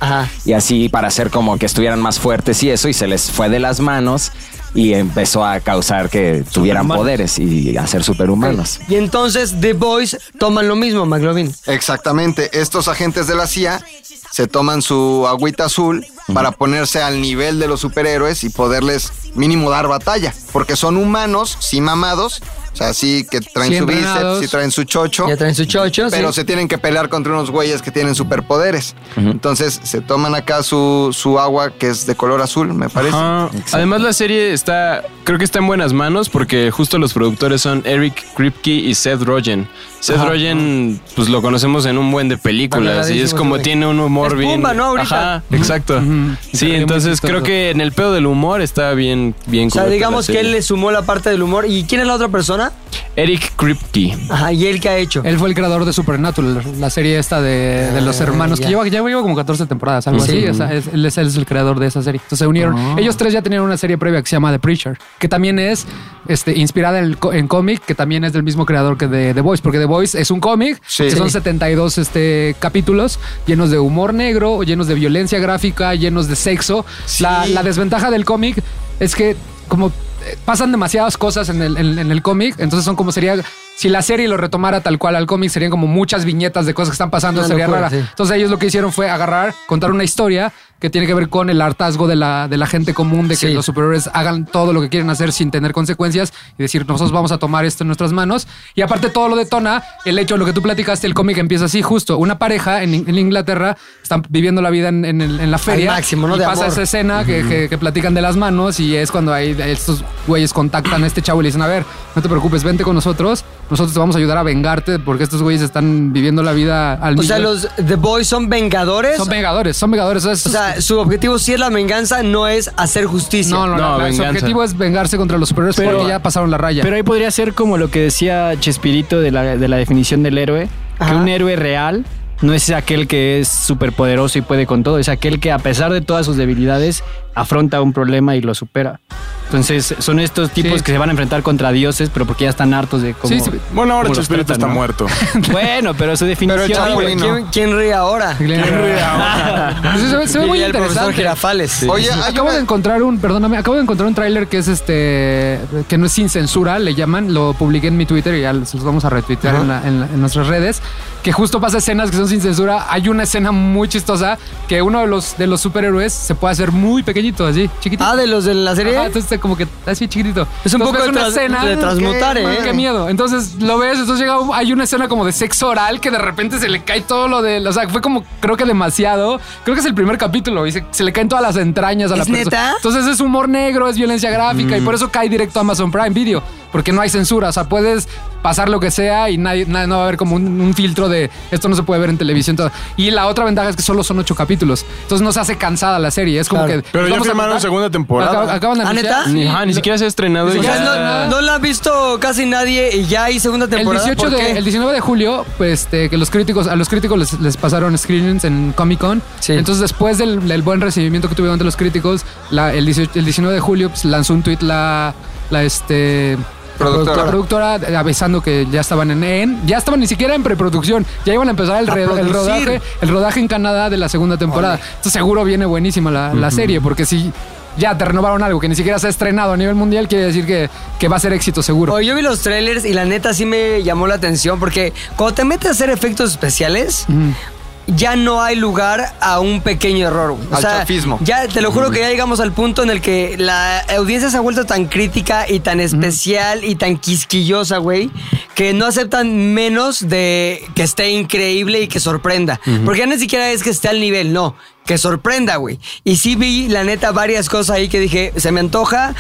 S1: Y así para hacer como que estuvieran más fuertes y eso, y se les fue de las manos y empezó a causar que tuvieran poderes y a ser superhumanos.
S4: Y entonces The Boys toman lo mismo, McLovin.
S7: Exactamente. Estos agentes de la CIA se toman su agüita azul para ponerse al nivel de los superhéroes y poderles mínimo dar batalla. Porque son humanos, sí mamados. O sea, sí que traen
S4: Sí,
S7: su
S4: entrenados.
S7: bíceps, sí traen su chocho.
S4: Ya traen su chocho,
S7: Pero
S4: Ah, sí.
S7: se tienen que pelear contra unos güeyes que tienen superpoderes. Entonces se toman acá su, su agua que es de color azul, me parece.
S5: Ajá. Ah, Además la serie está, creo que está en buenas manos porque justo los productores son Eric Kripke y Seth Rogen. Seth
S7: Ajá.
S5: Rogen, pues lo conocemos en un buen de películas y es
S7: Valoradísimo,
S5: como
S7: sí.
S5: tiene un humor
S7: Es
S5: bien.
S7: Pumba, ¿no? Ahorita.
S5: Ajá, exacto. Sí, entonces creo que en el pedo del humor está bien, bien.
S4: O sea, digamos que él le sumó la parte del humor. ¿Y quién es la otra persona?
S5: Eric Kripke.
S4: Ajá, ¿y él qué ha hecho?
S2: Él fue el creador de Supernatural, la serie esta de, de los hermanos, que lleva, ya lleva como 14 temporadas, algo
S16: Sí.
S2: así. O sea, es- él, es, él es el creador de esa serie. Entonces se unieron.
S16: Ah.
S2: Ellos tres ya tenían una serie previa que se llama The Preacher, que también es este, inspirada en, el co- en cómic, que también es del mismo creador que de The Voice, porque The Voice es un cómic,
S7: Sí.
S2: que son
S7: Sí.
S2: 72 este, capítulos llenos de humor negro, llenos de violencia gráfica, llenos de sexo. La, la desventaja del cómic es que como eh, pasan demasiadas cosas en el, en- en el cómic, entonces son como sería... Si la serie lo retomara tal cual al cómic, serían como muchas viñetas de cosas que están pasando,
S4: Una
S2: sería
S4: locura,
S2: rara.
S4: sí.
S2: Entonces ellos lo que hicieron fue agarrar, contar una historia que tiene que ver con el hartazgo de la, de la gente común, de que
S4: Sí.
S2: los superiores hagan todo lo que quieren hacer sin tener consecuencias y decir, nosotros vamos a tomar esto en nuestras manos. Y aparte todo lo detona el hecho de lo que tú platicaste, el cómic empieza así, justo. Una pareja en, In- en Inglaterra están viviendo la vida en, en el- en la feria.
S4: máximo, ¿no?
S2: Y
S4: De
S2: pasa
S4: amor.
S2: esa escena que, que- que platican de las manos y es cuando ahí estos güeyes contactan a este chavo y le dicen, a ver, no te preocupes, vente con nosotros, nosotros te vamos a ayudar a vengarte porque estos güeyes están viviendo la vida al
S4: O sea,
S2: millón".
S4: los The Boys son vengadores.
S2: Son vengadores, son vengadores. O
S4: sea, su objetivo sí es la venganza, no es hacer justicia.
S2: No, no, no, no, su objetivo es vengarse contra los superiores
S4: Pero-
S2: porque ya pasaron la raya.
S6: Pero ahí podría ser como lo que decía Chespirito de la, de la definición del héroe, que un héroe real no es aquel que es superpoderoso y puede con todo, es aquel que a pesar de todas sus debilidades afronta un problema y lo supera. Entonces son estos tipos que se van a enfrentar contra dioses, pero porque ya están hartos de cómo...
S2: Sí, sí.
S9: Bueno, ahora
S6: cómo los
S9: Chespirito
S6: tratan,
S9: está
S6: ¿no?
S9: muerto.
S6: Bueno, pero su definición...
S4: Pero ¿quién, ¿quién ríe ahora?
S2: ¿Quién
S4: ríe ahora?
S2: Pues se ve- se ve muy interesante.
S4: Girafales.
S2: Sí, sí, sí. acabo de encontrar un, perdóname, acabo de encontrar un tráiler que es este, que no es sin censura, le llaman, lo publiqué en mi Twitter y ya se los vamos a retuitear en, la- en la- en nuestras redes, que justo pasa escenas que son sin censura. Hay una escena muy chistosa que uno de los, de los superhéroes se puede hacer muy pequeñito, así, chiquitito.
S4: Ah, de los de la serie.
S2: Ajá, entonces como que así chiquitito.
S4: Es
S2: Entonces,
S4: un poco
S2: ves
S4: de
S2: una
S4: tras-
S2: escena
S4: de transmutar,
S2: qué,
S4: ¿eh?
S2: Qué miedo. Entonces lo ves, entonces llega, un- hay una escena como de sexo oral que de repente se le cae todo lo de, o sea, fue como creo que demasiado. Creo que es el primer capítulo y se, se le caen todas las entrañas a la
S4: ¿Es
S2: persona.
S4: neta?
S2: Entonces es humor negro, es violencia gráfica
S9: Mm.
S2: y por eso cae directo a Amazon Prime Video, porque no hay censura, o sea, puedes pasar lo que sea y nadie, nadie- no va a haber como un, un filtro de esto no se puede ver en televisión. todo. Y la otra ventaja es que solo son ocho capítulos, entonces no se hace cansada la serie, es como
S9: Claro.
S2: que...
S9: Pero ya
S2: vamos a
S9: firmaron
S2: contar-
S9: segunda temporada.
S2: Acab- acaban de
S4: ¿Ah,
S2: anunciar-
S4: neta?
S2: Sí.
S5: Ni, ajá, ni siquiera se ha estrenado. y
S4: O sea,
S5: ya-
S4: no, no la ha visto casi nadie y ya hay segunda
S2: El
S4: temporada.
S2: 18
S4: ¿Por
S2: de,
S4: qué?
S2: el 19 de julio, pues, este, que los críticos, a los críticos les, les pasaron screenings en Comic Con. Entonces, después del, del buen recibimiento que tuvieron de los críticos, la- el, 18 el 19 de julio pues, lanzó un tweet la, la, este.
S7: Productora.
S2: La productora eh, avisando que ya estaban en, en- ya estaban ni siquiera en preproducción, ya iban a empezar el,
S4: A
S2: re- el
S4: producir.
S2: rodaje, el rodaje en Canadá de la segunda temporada. Entonces seguro viene buenísima la, la serie, porque si ya te renovaron algo que ni siquiera se ha estrenado a nivel mundial, quiere decir que, que va a ser éxito seguro.
S4: Oye, yo vi los trailers y la neta sí me llamó la atención porque cuando te metes a hacer efectos especiales, ya no hay lugar a un pequeño error. güey. O
S7: Al chafismo.
S4: Ya te lo juro que ya llegamos al punto en el que la audiencia se ha vuelto tan crítica y tan especial y tan quisquillosa, güey, que no aceptan menos de que esté increíble y que sorprenda. Porque ya ni siquiera es que esté al nivel, no. Que sorprenda, güey. Y sí vi, la neta, varias cosas ahí que dije, se me antoja.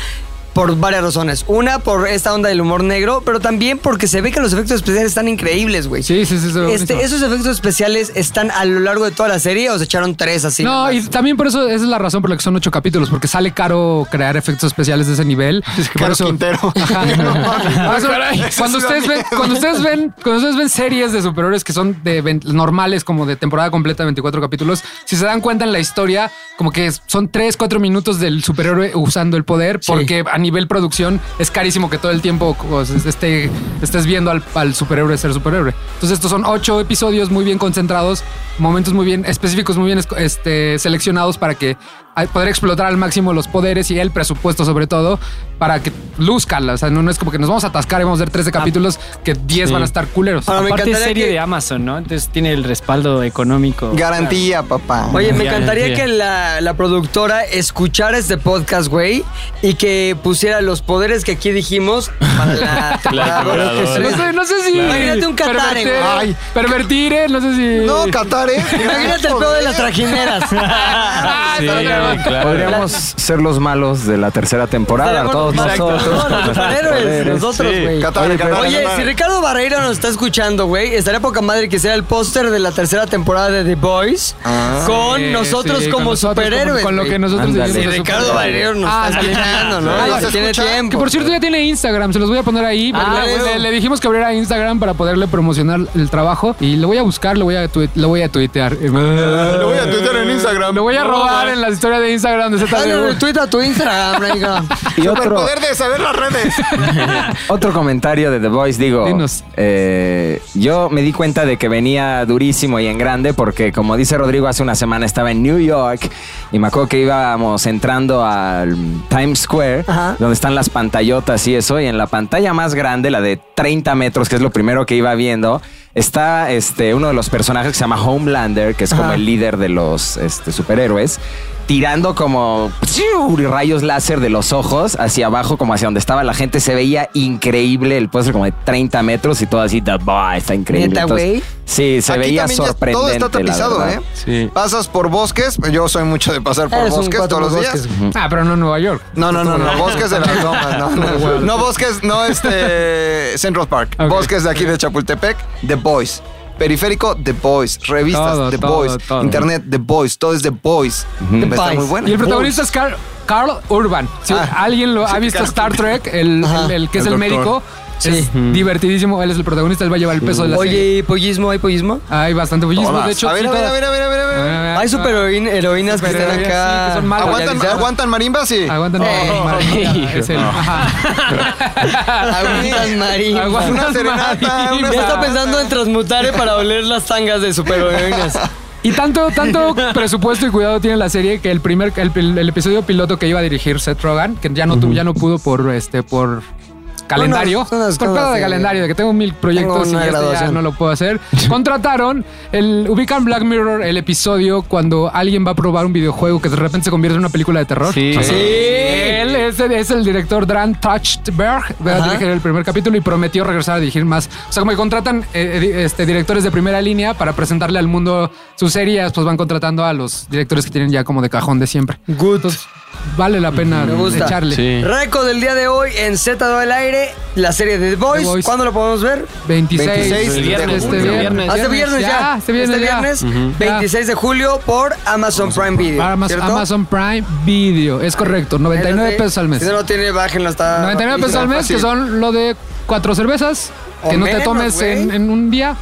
S4: por varias razones. Una, por esta onda del humor negro, pero también porque se ve que los efectos especiales están increíbles, güey.
S2: Sí, sí, sí. sí
S4: Este, esos efectos especiales están a lo largo de toda la serie o se echaron tres así.
S2: No,
S4: nomás?
S2: y también por eso esa es la razón por la que son ocho capítulos, porque sale caro crear efectos especiales de ese nivel. Por
S7: Caro
S2: eso-
S7: Quintero.
S2: Ajá. Por eso,
S7: Caray, ese
S2: cuando
S7: sí da
S2: ustedes ven,
S7: miedo.
S2: cuando ustedes ven, cuando ustedes ven series de superhéroes que son de ven- normales, como de temporada completa, 24 capítulos, si se dan cuenta en la historia, como que es- son 3, 4 minutos del superhéroe usando el poder, porque a nivel producción es carísimo que todo el tiempo pues, esté- estés viendo al, al superhéroe ser superhéroe. Entonces estos son 8 episodios muy bien concentrados, momentos muy bien específicos, muy bien esco- este, seleccionados para que a- poder explotar al máximo los poderes y el presupuesto sobre todo para que luzcan. O sea, no, no es como que nos vamos a atascar y vamos a ver
S4: Ah.
S2: 13 capítulos que 10
S6: Sí.
S2: van a estar culeros.
S6: Aparte es
S4: encantaría
S6: serie
S4: que-
S6: de Amazon, ¿no? Entonces tiene el respaldo económico.
S7: Garantía, papá.
S4: Oye, me
S6: Ya,
S4: encantaría
S6: ya.
S4: que la, la productora escuchara este podcast, güey, y que pusiera los poderes que aquí dijimos para la temporada.
S5: temporada
S4: dos.
S5: dos.
S2: No sé, no sé si.
S4: Imagínate un Catare,
S2: pervertir-
S4: güey.
S7: Ay.
S2: Pervertir, eh, no sé si.
S7: No, Qatar, ¿eh?
S4: Imagínate el pedo de las trajineras.
S2: Ah,
S5: Sí,
S2: está bien.
S5: claro.
S1: Podríamos ser los malos de la tercera temporada,
S4: Estaríamos
S1: todos
S4: los malos.
S1: nosotros.
S4: No, los
S1: con
S4: superhéroes,
S1: poderes.
S4: nosotros,
S1: Sí.
S4: güey.
S7: Qatar,
S1: Oye,
S7: Qatar,
S4: Oye,
S7: Qatar.
S4: si Ricardo Barreira nos está escuchando, güey, estaría poca madre que sea el póster de la tercera temporada de The Boys
S7: Ah.
S4: con
S2: Sí,
S4: nosotros
S2: sí, con
S4: como
S2: nosotros,
S4: superhéroes.
S2: Con, con lo
S4: güey.
S2: que nosotros
S1: Ándale.
S2: decimos
S1: Sí,
S2: Pues, de
S4: Ricardo
S2: superhéroes.
S4: Barreiro nos
S2: Ah,
S4: está
S2: sí.
S4: escuchando, ¿no?
S2: Ah,
S4: Ya
S2: ¿se
S4: tiene
S7: escucha?
S4: tiempo.
S2: Que por cierto ya tiene Instagram, se los voy a poner ahí.
S4: Ah,
S2: le,
S4: bueno.
S2: le- le dijimos que abriera Instagram para poderle promocionar el trabajo y lo voy a buscar, lo voy a, tui- lo voy a tuitear.
S7: Lo voy a tuitear en Instagram.
S2: Lo voy a robar en las historias de Instagram de
S4: Dale
S2: ZDU.
S4: retweet a tu Instagram, Ricardo.
S1: Y otro,
S7: Superpoder de saber las redes.
S1: otro comentario de The Voice, digo,
S2: Dinos.
S1: eh, yo me di cuenta de que venía durísimo y en grande porque, como dice Rodrigo, hace una semana estaba en New York y me acuerdo que íbamos entrando al Times Square,
S4: Ajá.
S1: donde están las pantallotas y eso, y en la pantalla más grande, la de 30 metros, que es lo primero que iba viendo, está este, uno de los personajes que se llama Homelander, que es como
S4: Ajá.
S1: el líder de los este, superhéroes, tirando como ¡psiu! rayos láser de los ojos hacia abajo, como hacia donde estaba la gente. Se veía increíble el póster, como de 30 metros y todo así, "The Boy", está increíble.
S4: ¿Neta,
S1: Entonces,
S4: güey?
S1: sí, se
S7: Aquí
S1: veía
S7: también ya
S1: sorprendente.
S7: Todo está
S1: la
S7: tapizado,
S1: verdad.
S7: ¿eh?
S5: Sí.
S7: Pasas por bosques. Yo soy mucho de pasar por
S4: Eres un
S7: bosques
S4: cuatro
S7: todos los
S4: por
S7: días.
S4: bosques, güey.
S2: Ah, pero no en Nueva York.
S7: No, no, no, no, bosques de las lomas, no, no, no, bosques, no este Central Park,
S2: Ok.
S7: bosques de aquí de Chapultepec, The Boys, periférico The Boys, revistas
S2: Todo,
S7: The
S2: todo,
S7: Boys,
S2: todo.
S7: internet The Boys, todo es The Boys, está
S4: Boys.
S7: muy bueno.
S2: Y el protagonista es Carl, Carl Urban. Si
S7: Ah.
S2: alguien lo ha
S7: Sí,
S2: visto
S7: Carl.
S2: Star Trek, el,
S4: Ajá.
S2: el- el que es el,
S9: El doctor.
S2: médico, es divertidísimo. Él es el protagonista, él va a llevar el peso de la serie.
S4: Oye, ¿y pollismo? ¿Hay pollismo?
S2: Hay bastante bullismo. De hecho,
S7: a ver,
S2: sí,
S7: a ver,
S2: todas-
S7: a ver, a ver, a ver, a ver.
S4: Hay super heroínas que
S2: Pero,
S4: están
S2: Ah, sí,
S4: acá.
S2: que son malas.
S7: ¿Aguantan,
S2: Aguantan-
S7: aguantan marimbas y
S2: Aguantan. Ah, es el- ajá.
S4: Aguantas, Marín.
S2: Aguantas
S7: una serenata,
S2: marimbas.
S7: una
S4: Ya está pensando en transmutare para oler las tangas de superheroínas.
S2: Y tanto, tanto presupuesto y cuidado tiene la serie que el primer el, pil- el episodio piloto que iba a dirigir Seth Rogen, que ya no tuvo, ya no pudo por este por calendario,
S4: Unas- unas
S2: por
S4: cosas,
S2: pedo de
S4: sí.
S2: calendario, de que tengo mil proyectos
S4: Tengo una
S2: y este ya
S4: graduación.
S2: no lo puedo hacer. Contrataron el ubican Black Mirror el episodio cuando alguien va a probar un videojuego que de repente se convierte en una película de terror.
S6: Sí.
S2: Ajá. Él es, es el director Dan Trachtenberg, va a
S4: Ajá.
S2: dirigir el primer capítulo y prometió regresar a dirigir más. O sea, como que contratan eh, di- este, directores de primera línea para presentarle al mundo sus series, pues van contratando a los directores que tienen ya como de cajón de siempre. Good. vale la pena
S4: Me gusta.
S2: echarle.
S5: Sí.
S4: Récord del día de hoy en Z2 al aire, la serie de The Boys.
S2: Boys.
S4: ¿Cuándo lo podemos ver?
S2: 26,
S7: 26 de
S2: este
S7: junio.
S2: viernes.
S4: Hace viernes ya.
S2: Este viernes
S4: Este
S2: ya.
S4: viernes,
S2: Ujú.
S4: 26 de julio por Amazon Prime Video.
S2: Para Amazon,
S4: ¿cierto?
S2: Amazon Prime Video. Es correcto. 99
S4: Entonces,
S2: pesos al mes.
S4: Si no lo tiene, bájenlo hasta.
S2: 99 pesos al mes, que son lo de cuatro cervezas
S4: O
S2: que no te
S4: menos,
S2: tomes
S4: güey.
S2: en, en un día.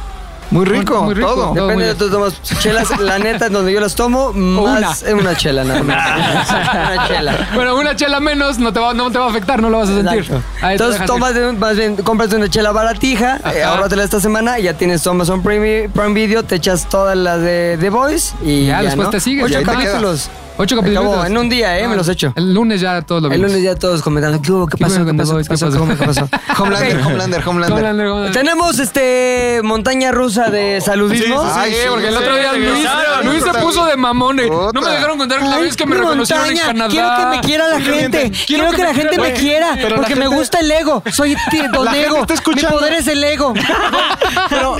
S7: muy rico,
S2: Muy rico.
S7: todo.
S2: Todo muy
S4: Depende de
S2: bien.
S4: tus tomas chelas. La neta, en donde yo las tomo, más una. una chela, nada más. una chela.
S2: Bueno, una chela menos no te va, no te va a afectar, no lo vas a sentir.
S4: Exacto.
S2: Ahí te
S4: Entonces
S2: dejas
S4: tomas, de- más bien, cómprate una chela baratija, eh,
S2: Ajá.
S4: ahórratela esta semana y ya tienes tu Amazon Prime, Prime Video, te echas todas las de The Voice y
S2: Ya,
S4: ya,
S2: después
S4: ¿no?
S2: te sigues. Y
S4: Ocho
S2: ahí te
S4: capítulos.
S2: ir. Ocho capítulos.
S4: Acabó en un día, ¿eh? Me los echo.
S2: El lunes ya todos lo
S4: El
S2: vimos.
S4: lunes ya todos comentando, ¿qué hubo? ¿Qué
S2: ¿Qué
S4: pasó?
S2: hubo
S4: ¿Qué
S2: con
S4: pasó?
S2: The
S4: ¿Qué
S2: Voice?
S4: pasó? ¿Qué
S2: ¿Qué
S4: pasó?
S7: Homelander,
S4: Ok.
S7: Homelander,
S2: ¿Cómo
S7: Homelander.
S2: andan, cómo andan?
S4: Tenemos este montaña rusa de saludismo.
S7: Ah, Sí, sí, sí.
S2: Porque el otro día Luis, no, Luis se puso de mamón. eh. No me dejaron contar la
S5: Ay,
S2: vez que me
S5: mi
S2: reconocieron en
S5: montaña,
S2: Canadá.
S5: Quiero que me quiera la gente. Quiero, que, la gente me quiera.
S2: Pero la
S5: Porque me
S2: gente-
S5: gusta el ego. Soy t- don
S2: La gente
S5: ego.
S2: está
S5: Mi
S2: escuchando.
S5: poder es el ego.
S9: Pero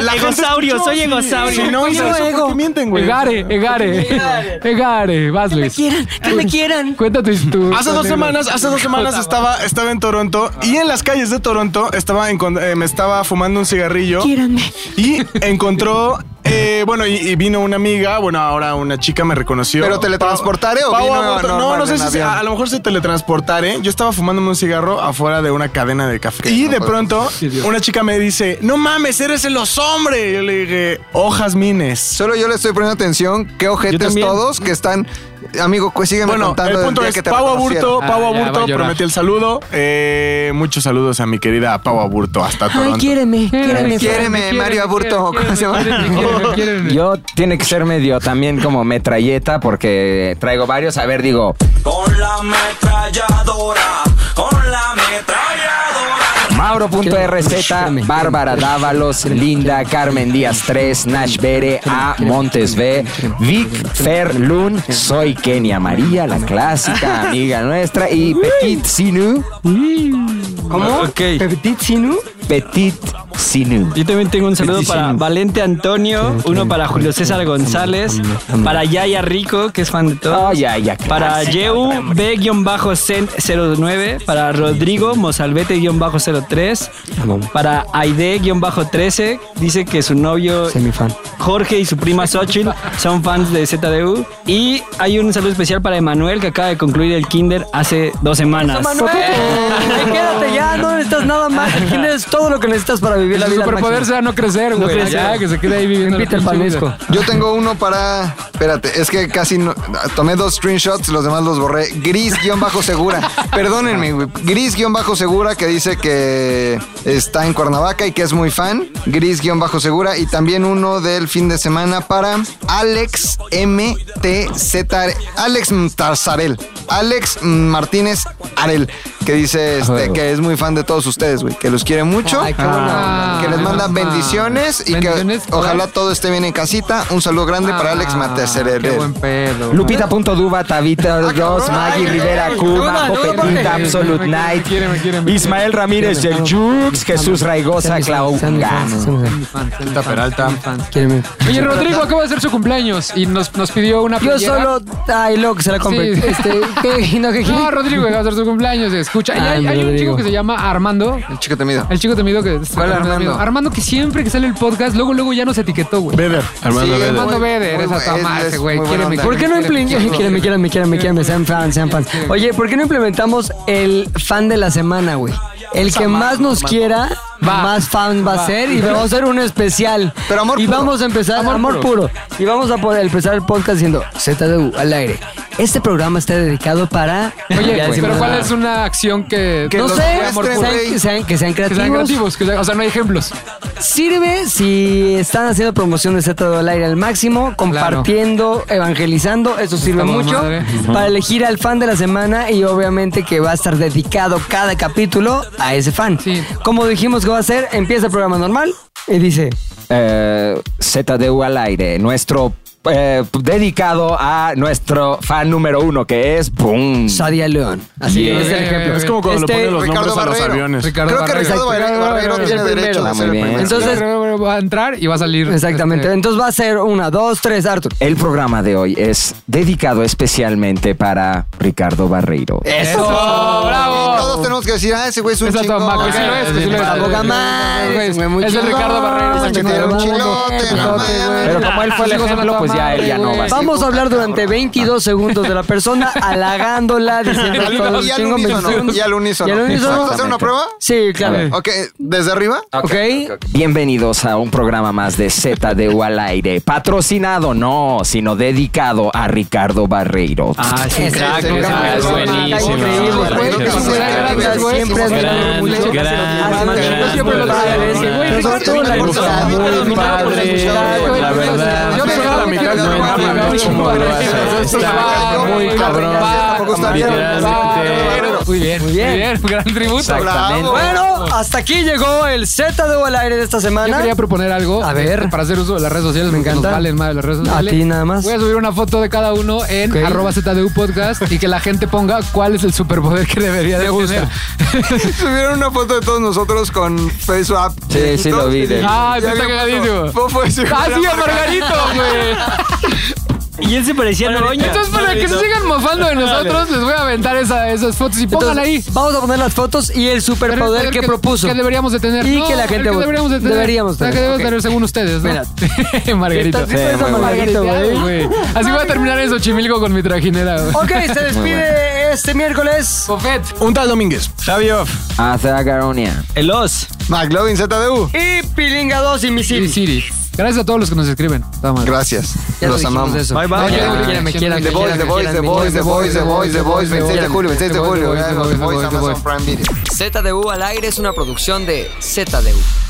S5: Egosaurio, soy egosaurio.
S9: Si no,
S5: Soy
S9: hice
S5: un
S9: eso,
S5: ego.
S9: ¿por qué mienten, güey?
S2: Egare, egare. Egare, vas, Luis. Que me quieran, que me quieran. Cuéntate tú.
S9: Hace dos semanas, hace dos semanas estaba, estaba en Toronto y en las calles de Toronto estaba encon- eh, me estaba fumando un cigarrillo. Y encontró, eh, bueno, y, y vino una amiga, bueno, ahora una chica me reconoció.
S7: ¿Pero teletransportaré o vino
S9: Aborto- No,
S7: normal
S9: no sé
S7: en
S9: si
S7: avión?
S9: a, a lo mejor se teletransportaré. Yo estaba fumándome un cigarro afuera de una cadena de café. Y
S7: no
S9: de
S7: podemos.
S9: pronto una chica me dice, no mames, eres el los hombres. Yo le dije, hojas mines.
S7: Solo yo le estoy poniendo atención. Qué ojetes
S9: también.
S7: todos que están. Amigo, pues sígueme
S9: Bueno,
S7: contando.
S9: el punto
S7: del día
S9: es,
S7: que te
S9: Pau
S7: reconocieron.
S9: Aburto, Pau
S7: Ah, ya, va a
S9: Aburto,
S7: llorar.
S9: prometí el saludo. Eh, muchos saludos a mi querida Pau Aburto, hasta Toronto.
S5: Ay, quiéreme, quiéreme.
S7: Quiéreme, Mario Aburto. ¿Cómo se llama?
S1: Yo tiene que ser medio también como metralleta porque traigo varios. A ver, digo.
S17: Con la ametralladora, con la
S1: Mauro.rz, Bárbara Dávalos, Linda, Carmen Díaz 3, Nash Bere, A. Montes B, Vic Ferlun, Soy Kenia María, la clásica amiga nuestra, y Petit Sinu.
S18: ¿Cómo?
S1: ¿Petit Sinu? Petit Sinu.
S6: Yo también tengo un saludo
S1: Sí, sí,
S6: para
S1: sí.
S6: Valente Antonio, uno para Julio César González, para Yaya Rico, que es fan de todo. Para Yeu B-Sen09, para Rodrigo Mozalbete-03, para Aide-13, dice que su novio Jorge y su prima Xochitl son fans de ZDU. Y hay un saludo especial para Emanuel, que acaba de concluir el kinder hace dos semanas.
S4: Ay, Quédate ya, no necesitas nada más. Tienes todo lo que necesitas para vivir la
S2: Su
S4: vida. al
S2: superpoder
S4: máximo.
S2: sea no crecer, güey. Ya, que se quede ahí viviendo.
S4: Repite el panesco.
S7: Yo tengo uno para. Espérate, es que casi no- tomé dos screenshots, los demás los borré. Gris-segura. Perdónenme, güey. Gris-segura que dice que está en Cuernavaca y que es muy fan. Gris-segura. Y también uno del fin de semana para Alex MTZ. Alex Tarzarel. Alex Martínez Arel. Que
S4: Ah,
S7: dice este, que es muy fan de todos ustedes, güey. Que los quiere mucho.
S4: buena onda. Ah,
S7: que les manda bendiciones y
S2: Bendiciones,
S7: que ojalá todo esté bien en casita. Un saludo grande para Alex Matecerere.
S2: Qué buen pedo.
S1: Lupita.duba, Tabita 2, Maggie Rivera, Cuba,
S2: Duda, duda, porque-
S1: Popelita, Absolute Night, Ismael Ramírez, el Jux, Jesús Raigosa, Clauga.
S2: Quita Peralta. Oye, Rodrigo acaba de hacer su cumpleaños y nos, nos pidió una
S4: Yo solo. Ay, loco, se la
S2: Sí.
S4: compré. Este, ¿qué? No, ¿qué?
S2: No, Rodrigo acaba de hacer su cumpleaños. Escucha, y
S4: Ay,
S2: hay,
S4: mi
S2: hay un
S4: Rodrigo.
S2: chico que se llama Armando.
S7: El chico temido.
S2: El chico temido que...
S7: ¿Cuál
S2: que me da
S7: Armando?
S2: miedo. Armando que siempre que sale el podcast, luego luego ya nos etiquetó, güey.
S9: Beder.
S2: Armando
S7: Sí,
S2: Beder. Armando
S7: muy-
S2: Beder,
S7: muy
S2: esa
S7: buen-
S2: toma
S7: es-
S2: ese güey.
S7: muy buena
S2: Quiéreme,
S7: onda.
S4: ¿Por qué no implementamos? Quierenme, quierenme, quierenme, quierenme, sean fans, sean fans. Oye, ¿por qué no implementamos el fan de la semana, güey? El que más nos quiera, más fan va a ser y vamos a hacer un especial.
S7: Pero amor
S4: Y
S7: puro.
S4: vamos a empezar, amor, puro. Y vamos a poder empezar el podcast diciendo ZDU al aire. Este programa está dedicado para.
S2: Oye,
S4: Ya decimos
S2: pero ¿cuál
S4: nada.
S2: es una acción que...
S4: no
S2: los-
S4: sé,
S2: de amor
S4: que
S2: puro?
S4: sean, que sean- que sean
S2: Que sean
S4: creativos.
S2: creativos. que sean- o sea, no hay ejemplos.
S4: Sirve si están haciendo promoción de Z al aire al máximo, compartiendo, evangelizando, eso sirve
S2: Está con
S4: mucho
S2: madre.
S4: para elegir al fan de la semana y obviamente que va a estar dedicado cada capítulo a ese fan. Como dijimos que va a ser, empieza el programa normal y dice,
S1: eh, ZDU al aire, nuestro eh, dedicado a nuestro fan número uno que es boom.
S4: Sadia León. Así
S1: Yeah.
S4: es el ejemplo.
S9: Es como cuando
S4: Este,
S9: le ponen los
S7: Ricardo
S9: nombres a los
S7: Barrero.
S9: aviones.
S2: Ricardo
S7: Creo que
S2: Barrera.
S7: Ricardo Barrero, Barrero
S4: Barrero
S7: tiene
S4: es el
S7: derecho
S4: primero.
S7: a
S1: Ah, muy
S7: ser el
S1: bien.
S7: primero.
S4: Entonces,
S2: Va a entrar y va a salir.
S4: exactamente.
S2: Este,
S4: Entonces va a ser una, dos, tres, Arthur.
S1: El programa de hoy es dedicado especialmente para Ricardo Barreiro.
S2: ¡Eso! este, ¡Bravo!
S7: Todos tenemos que decir, ah, ese güey es un
S2: Esa
S7: chingón.
S2: toma, que sí lo es, que sí lo es.
S7: Bravo,
S4: Gamán,
S2: Güey,
S4: se ve muy
S2: Es de
S4: chingón.
S2: Ricardo Barrera.
S7: que
S2: ese
S7: tiene un
S2: cabrón.
S7: chilote, no mames.
S1: Pero como él fue el
S2: Hijos de
S1: ejemplo,
S2: la
S1: pues ya él ya no va a ser.
S4: Vamos a hablar durante 22 segundos de la persona, halagándola, diciendo
S7: Y
S4: todo
S7: al
S4: el chingo
S7: unísono, y al unísono.
S4: ¿Y al unísono?
S7: ¿Vamos a hacer una prueba?
S4: Sí,
S1: A
S4: claro.
S1: ver.
S7: Ok, ¿desde arriba?
S4: Ok.
S1: Bienvenidos a un programa más de ZDU al aire. Patrocinado, no, sino dedicado a Ricardo Barreiro.
S6: Ah, sí,
S4: Ese
S6: exacto.
S4: es el
S6: exacto.
S4: gran
S6: es
S4: programa.
S6: buenísimo.
S4: Increíble,
S6: Sí,
S4: güey. Es
S6: sí,
S4: un gran
S6: sí,
S4: programa,
S6: sí, sí,
S4: siempre
S7: pues,
S6: sí,
S4: es
S6: gran,
S4: muy
S6: gran,
S4: bueno.
S6: gran,
S4: Hace
S6: gran,
S4: un chingo de padre, ese güey.
S6: gran.
S4: Nosotros
S6: Nosotros
S4: la
S6: la
S4: gozamos,
S6: gozamos,
S4: la
S6: mi padre.
S4: gozamos.
S6: La verdad,
S2: Yo me
S9: Está la
S2: acuerdo que
S9: mitad,
S2: era
S9: no
S2: Ricardo
S9: entiendo
S2: Barrera,
S9: cómo
S2: chingo
S9: lo
S2: de
S9: hace.
S2: veces.
S9: Está
S2: Va,
S9: muy
S2: va,
S9: cabrón.
S2: va,
S7: Tampoco está
S2: va,
S7: bien.
S2: va,
S6: Literalmente.
S2: pero Muy bien, muy bien. gran tributo.
S4: Exactamente. Bueno, hasta aquí llegó el Z de O al aire de esta
S2: Yo
S4: semana.
S2: quería proponer algo.
S4: A ver.
S2: este, Para hacer uso de las redes sociales.
S4: Me
S2: porque nos
S4: encanta.
S2: valen madre las redes
S4: A
S2: sociales.
S4: ti nada más.
S2: Voy a subir una foto de cada uno en
S4: Ok.
S2: arroba ZDU Podcast y que la gente ponga cuál es el superpoder que debería de tener.
S7: Subieron una foto de todos nosotros con FaceApp.
S1: Sí, sí lo vi, de-
S2: Ah,
S7: Ya
S2: está
S7: había
S2: cagadísimo.
S7: puesto Fofo es igual
S2: Ah, sí,
S7: a
S2: a Margarito, güey.
S6: Y él se parecía a Noroña.
S2: Entonces, para que se sigan mofando de nosotros, les voy a aventar esa- esas fotos y pónganla ahí.
S4: Entonces, Vamos a poner las fotos y el superpoder que, propuso.
S2: Que deberíamos de tener.
S4: Y
S2: No,
S4: que la gente
S2: el
S4: vote.
S2: deberíamos de tener.
S4: Deberíamos
S2: La que
S4: tener,
S2: debe
S4: ok.
S2: tener según ustedes, ¿no?
S4: Mira.
S2: Margarito.
S4: Estás dispuesto a Margarito,
S2: Margariteado,
S4: güey.
S2: güey. Así voy a terminar en Xochimilco con mi trajinera, güey.
S4: Ok, se
S1: Muy
S4: despide este miércoles.
S2: Buffet.
S19: Un tal Domínguez.
S5: Javier.
S1: Hasta Garonia.
S5: El Oz.
S7: McLovin ZDU.
S4: Y Pilinga 2 y
S2: Sí,
S4: Misil.
S2: Siri. Gracias a todos los que nos escriben. Está mal.
S7: Gracias.
S4: Ya
S7: Los
S4: lo dijimos
S7: amamos.
S4: de eso.
S5: Bye, bye.
S4: Me
S5: Bye.
S4: quieran, me quieran, me quieran,
S7: The
S4: me
S7: Voice, The
S4: quieran,
S7: Voice,
S4: me
S7: The
S4: quieran,
S7: Voice,
S4: me
S7: The Voice,
S4: quieran,
S7: The
S4: me
S7: Voice, The
S4: quieran,
S7: Voice,
S4: me
S7: 26 de
S4: quieran.
S7: julio, 26 de
S2: The Voice,
S7: julio.
S2: The Voice, The
S7: The Voice,
S2: Voice, The
S7: Amazon
S2: Voice.
S7: Prime Video.
S20: ZDU al aire es una producción de ZDU.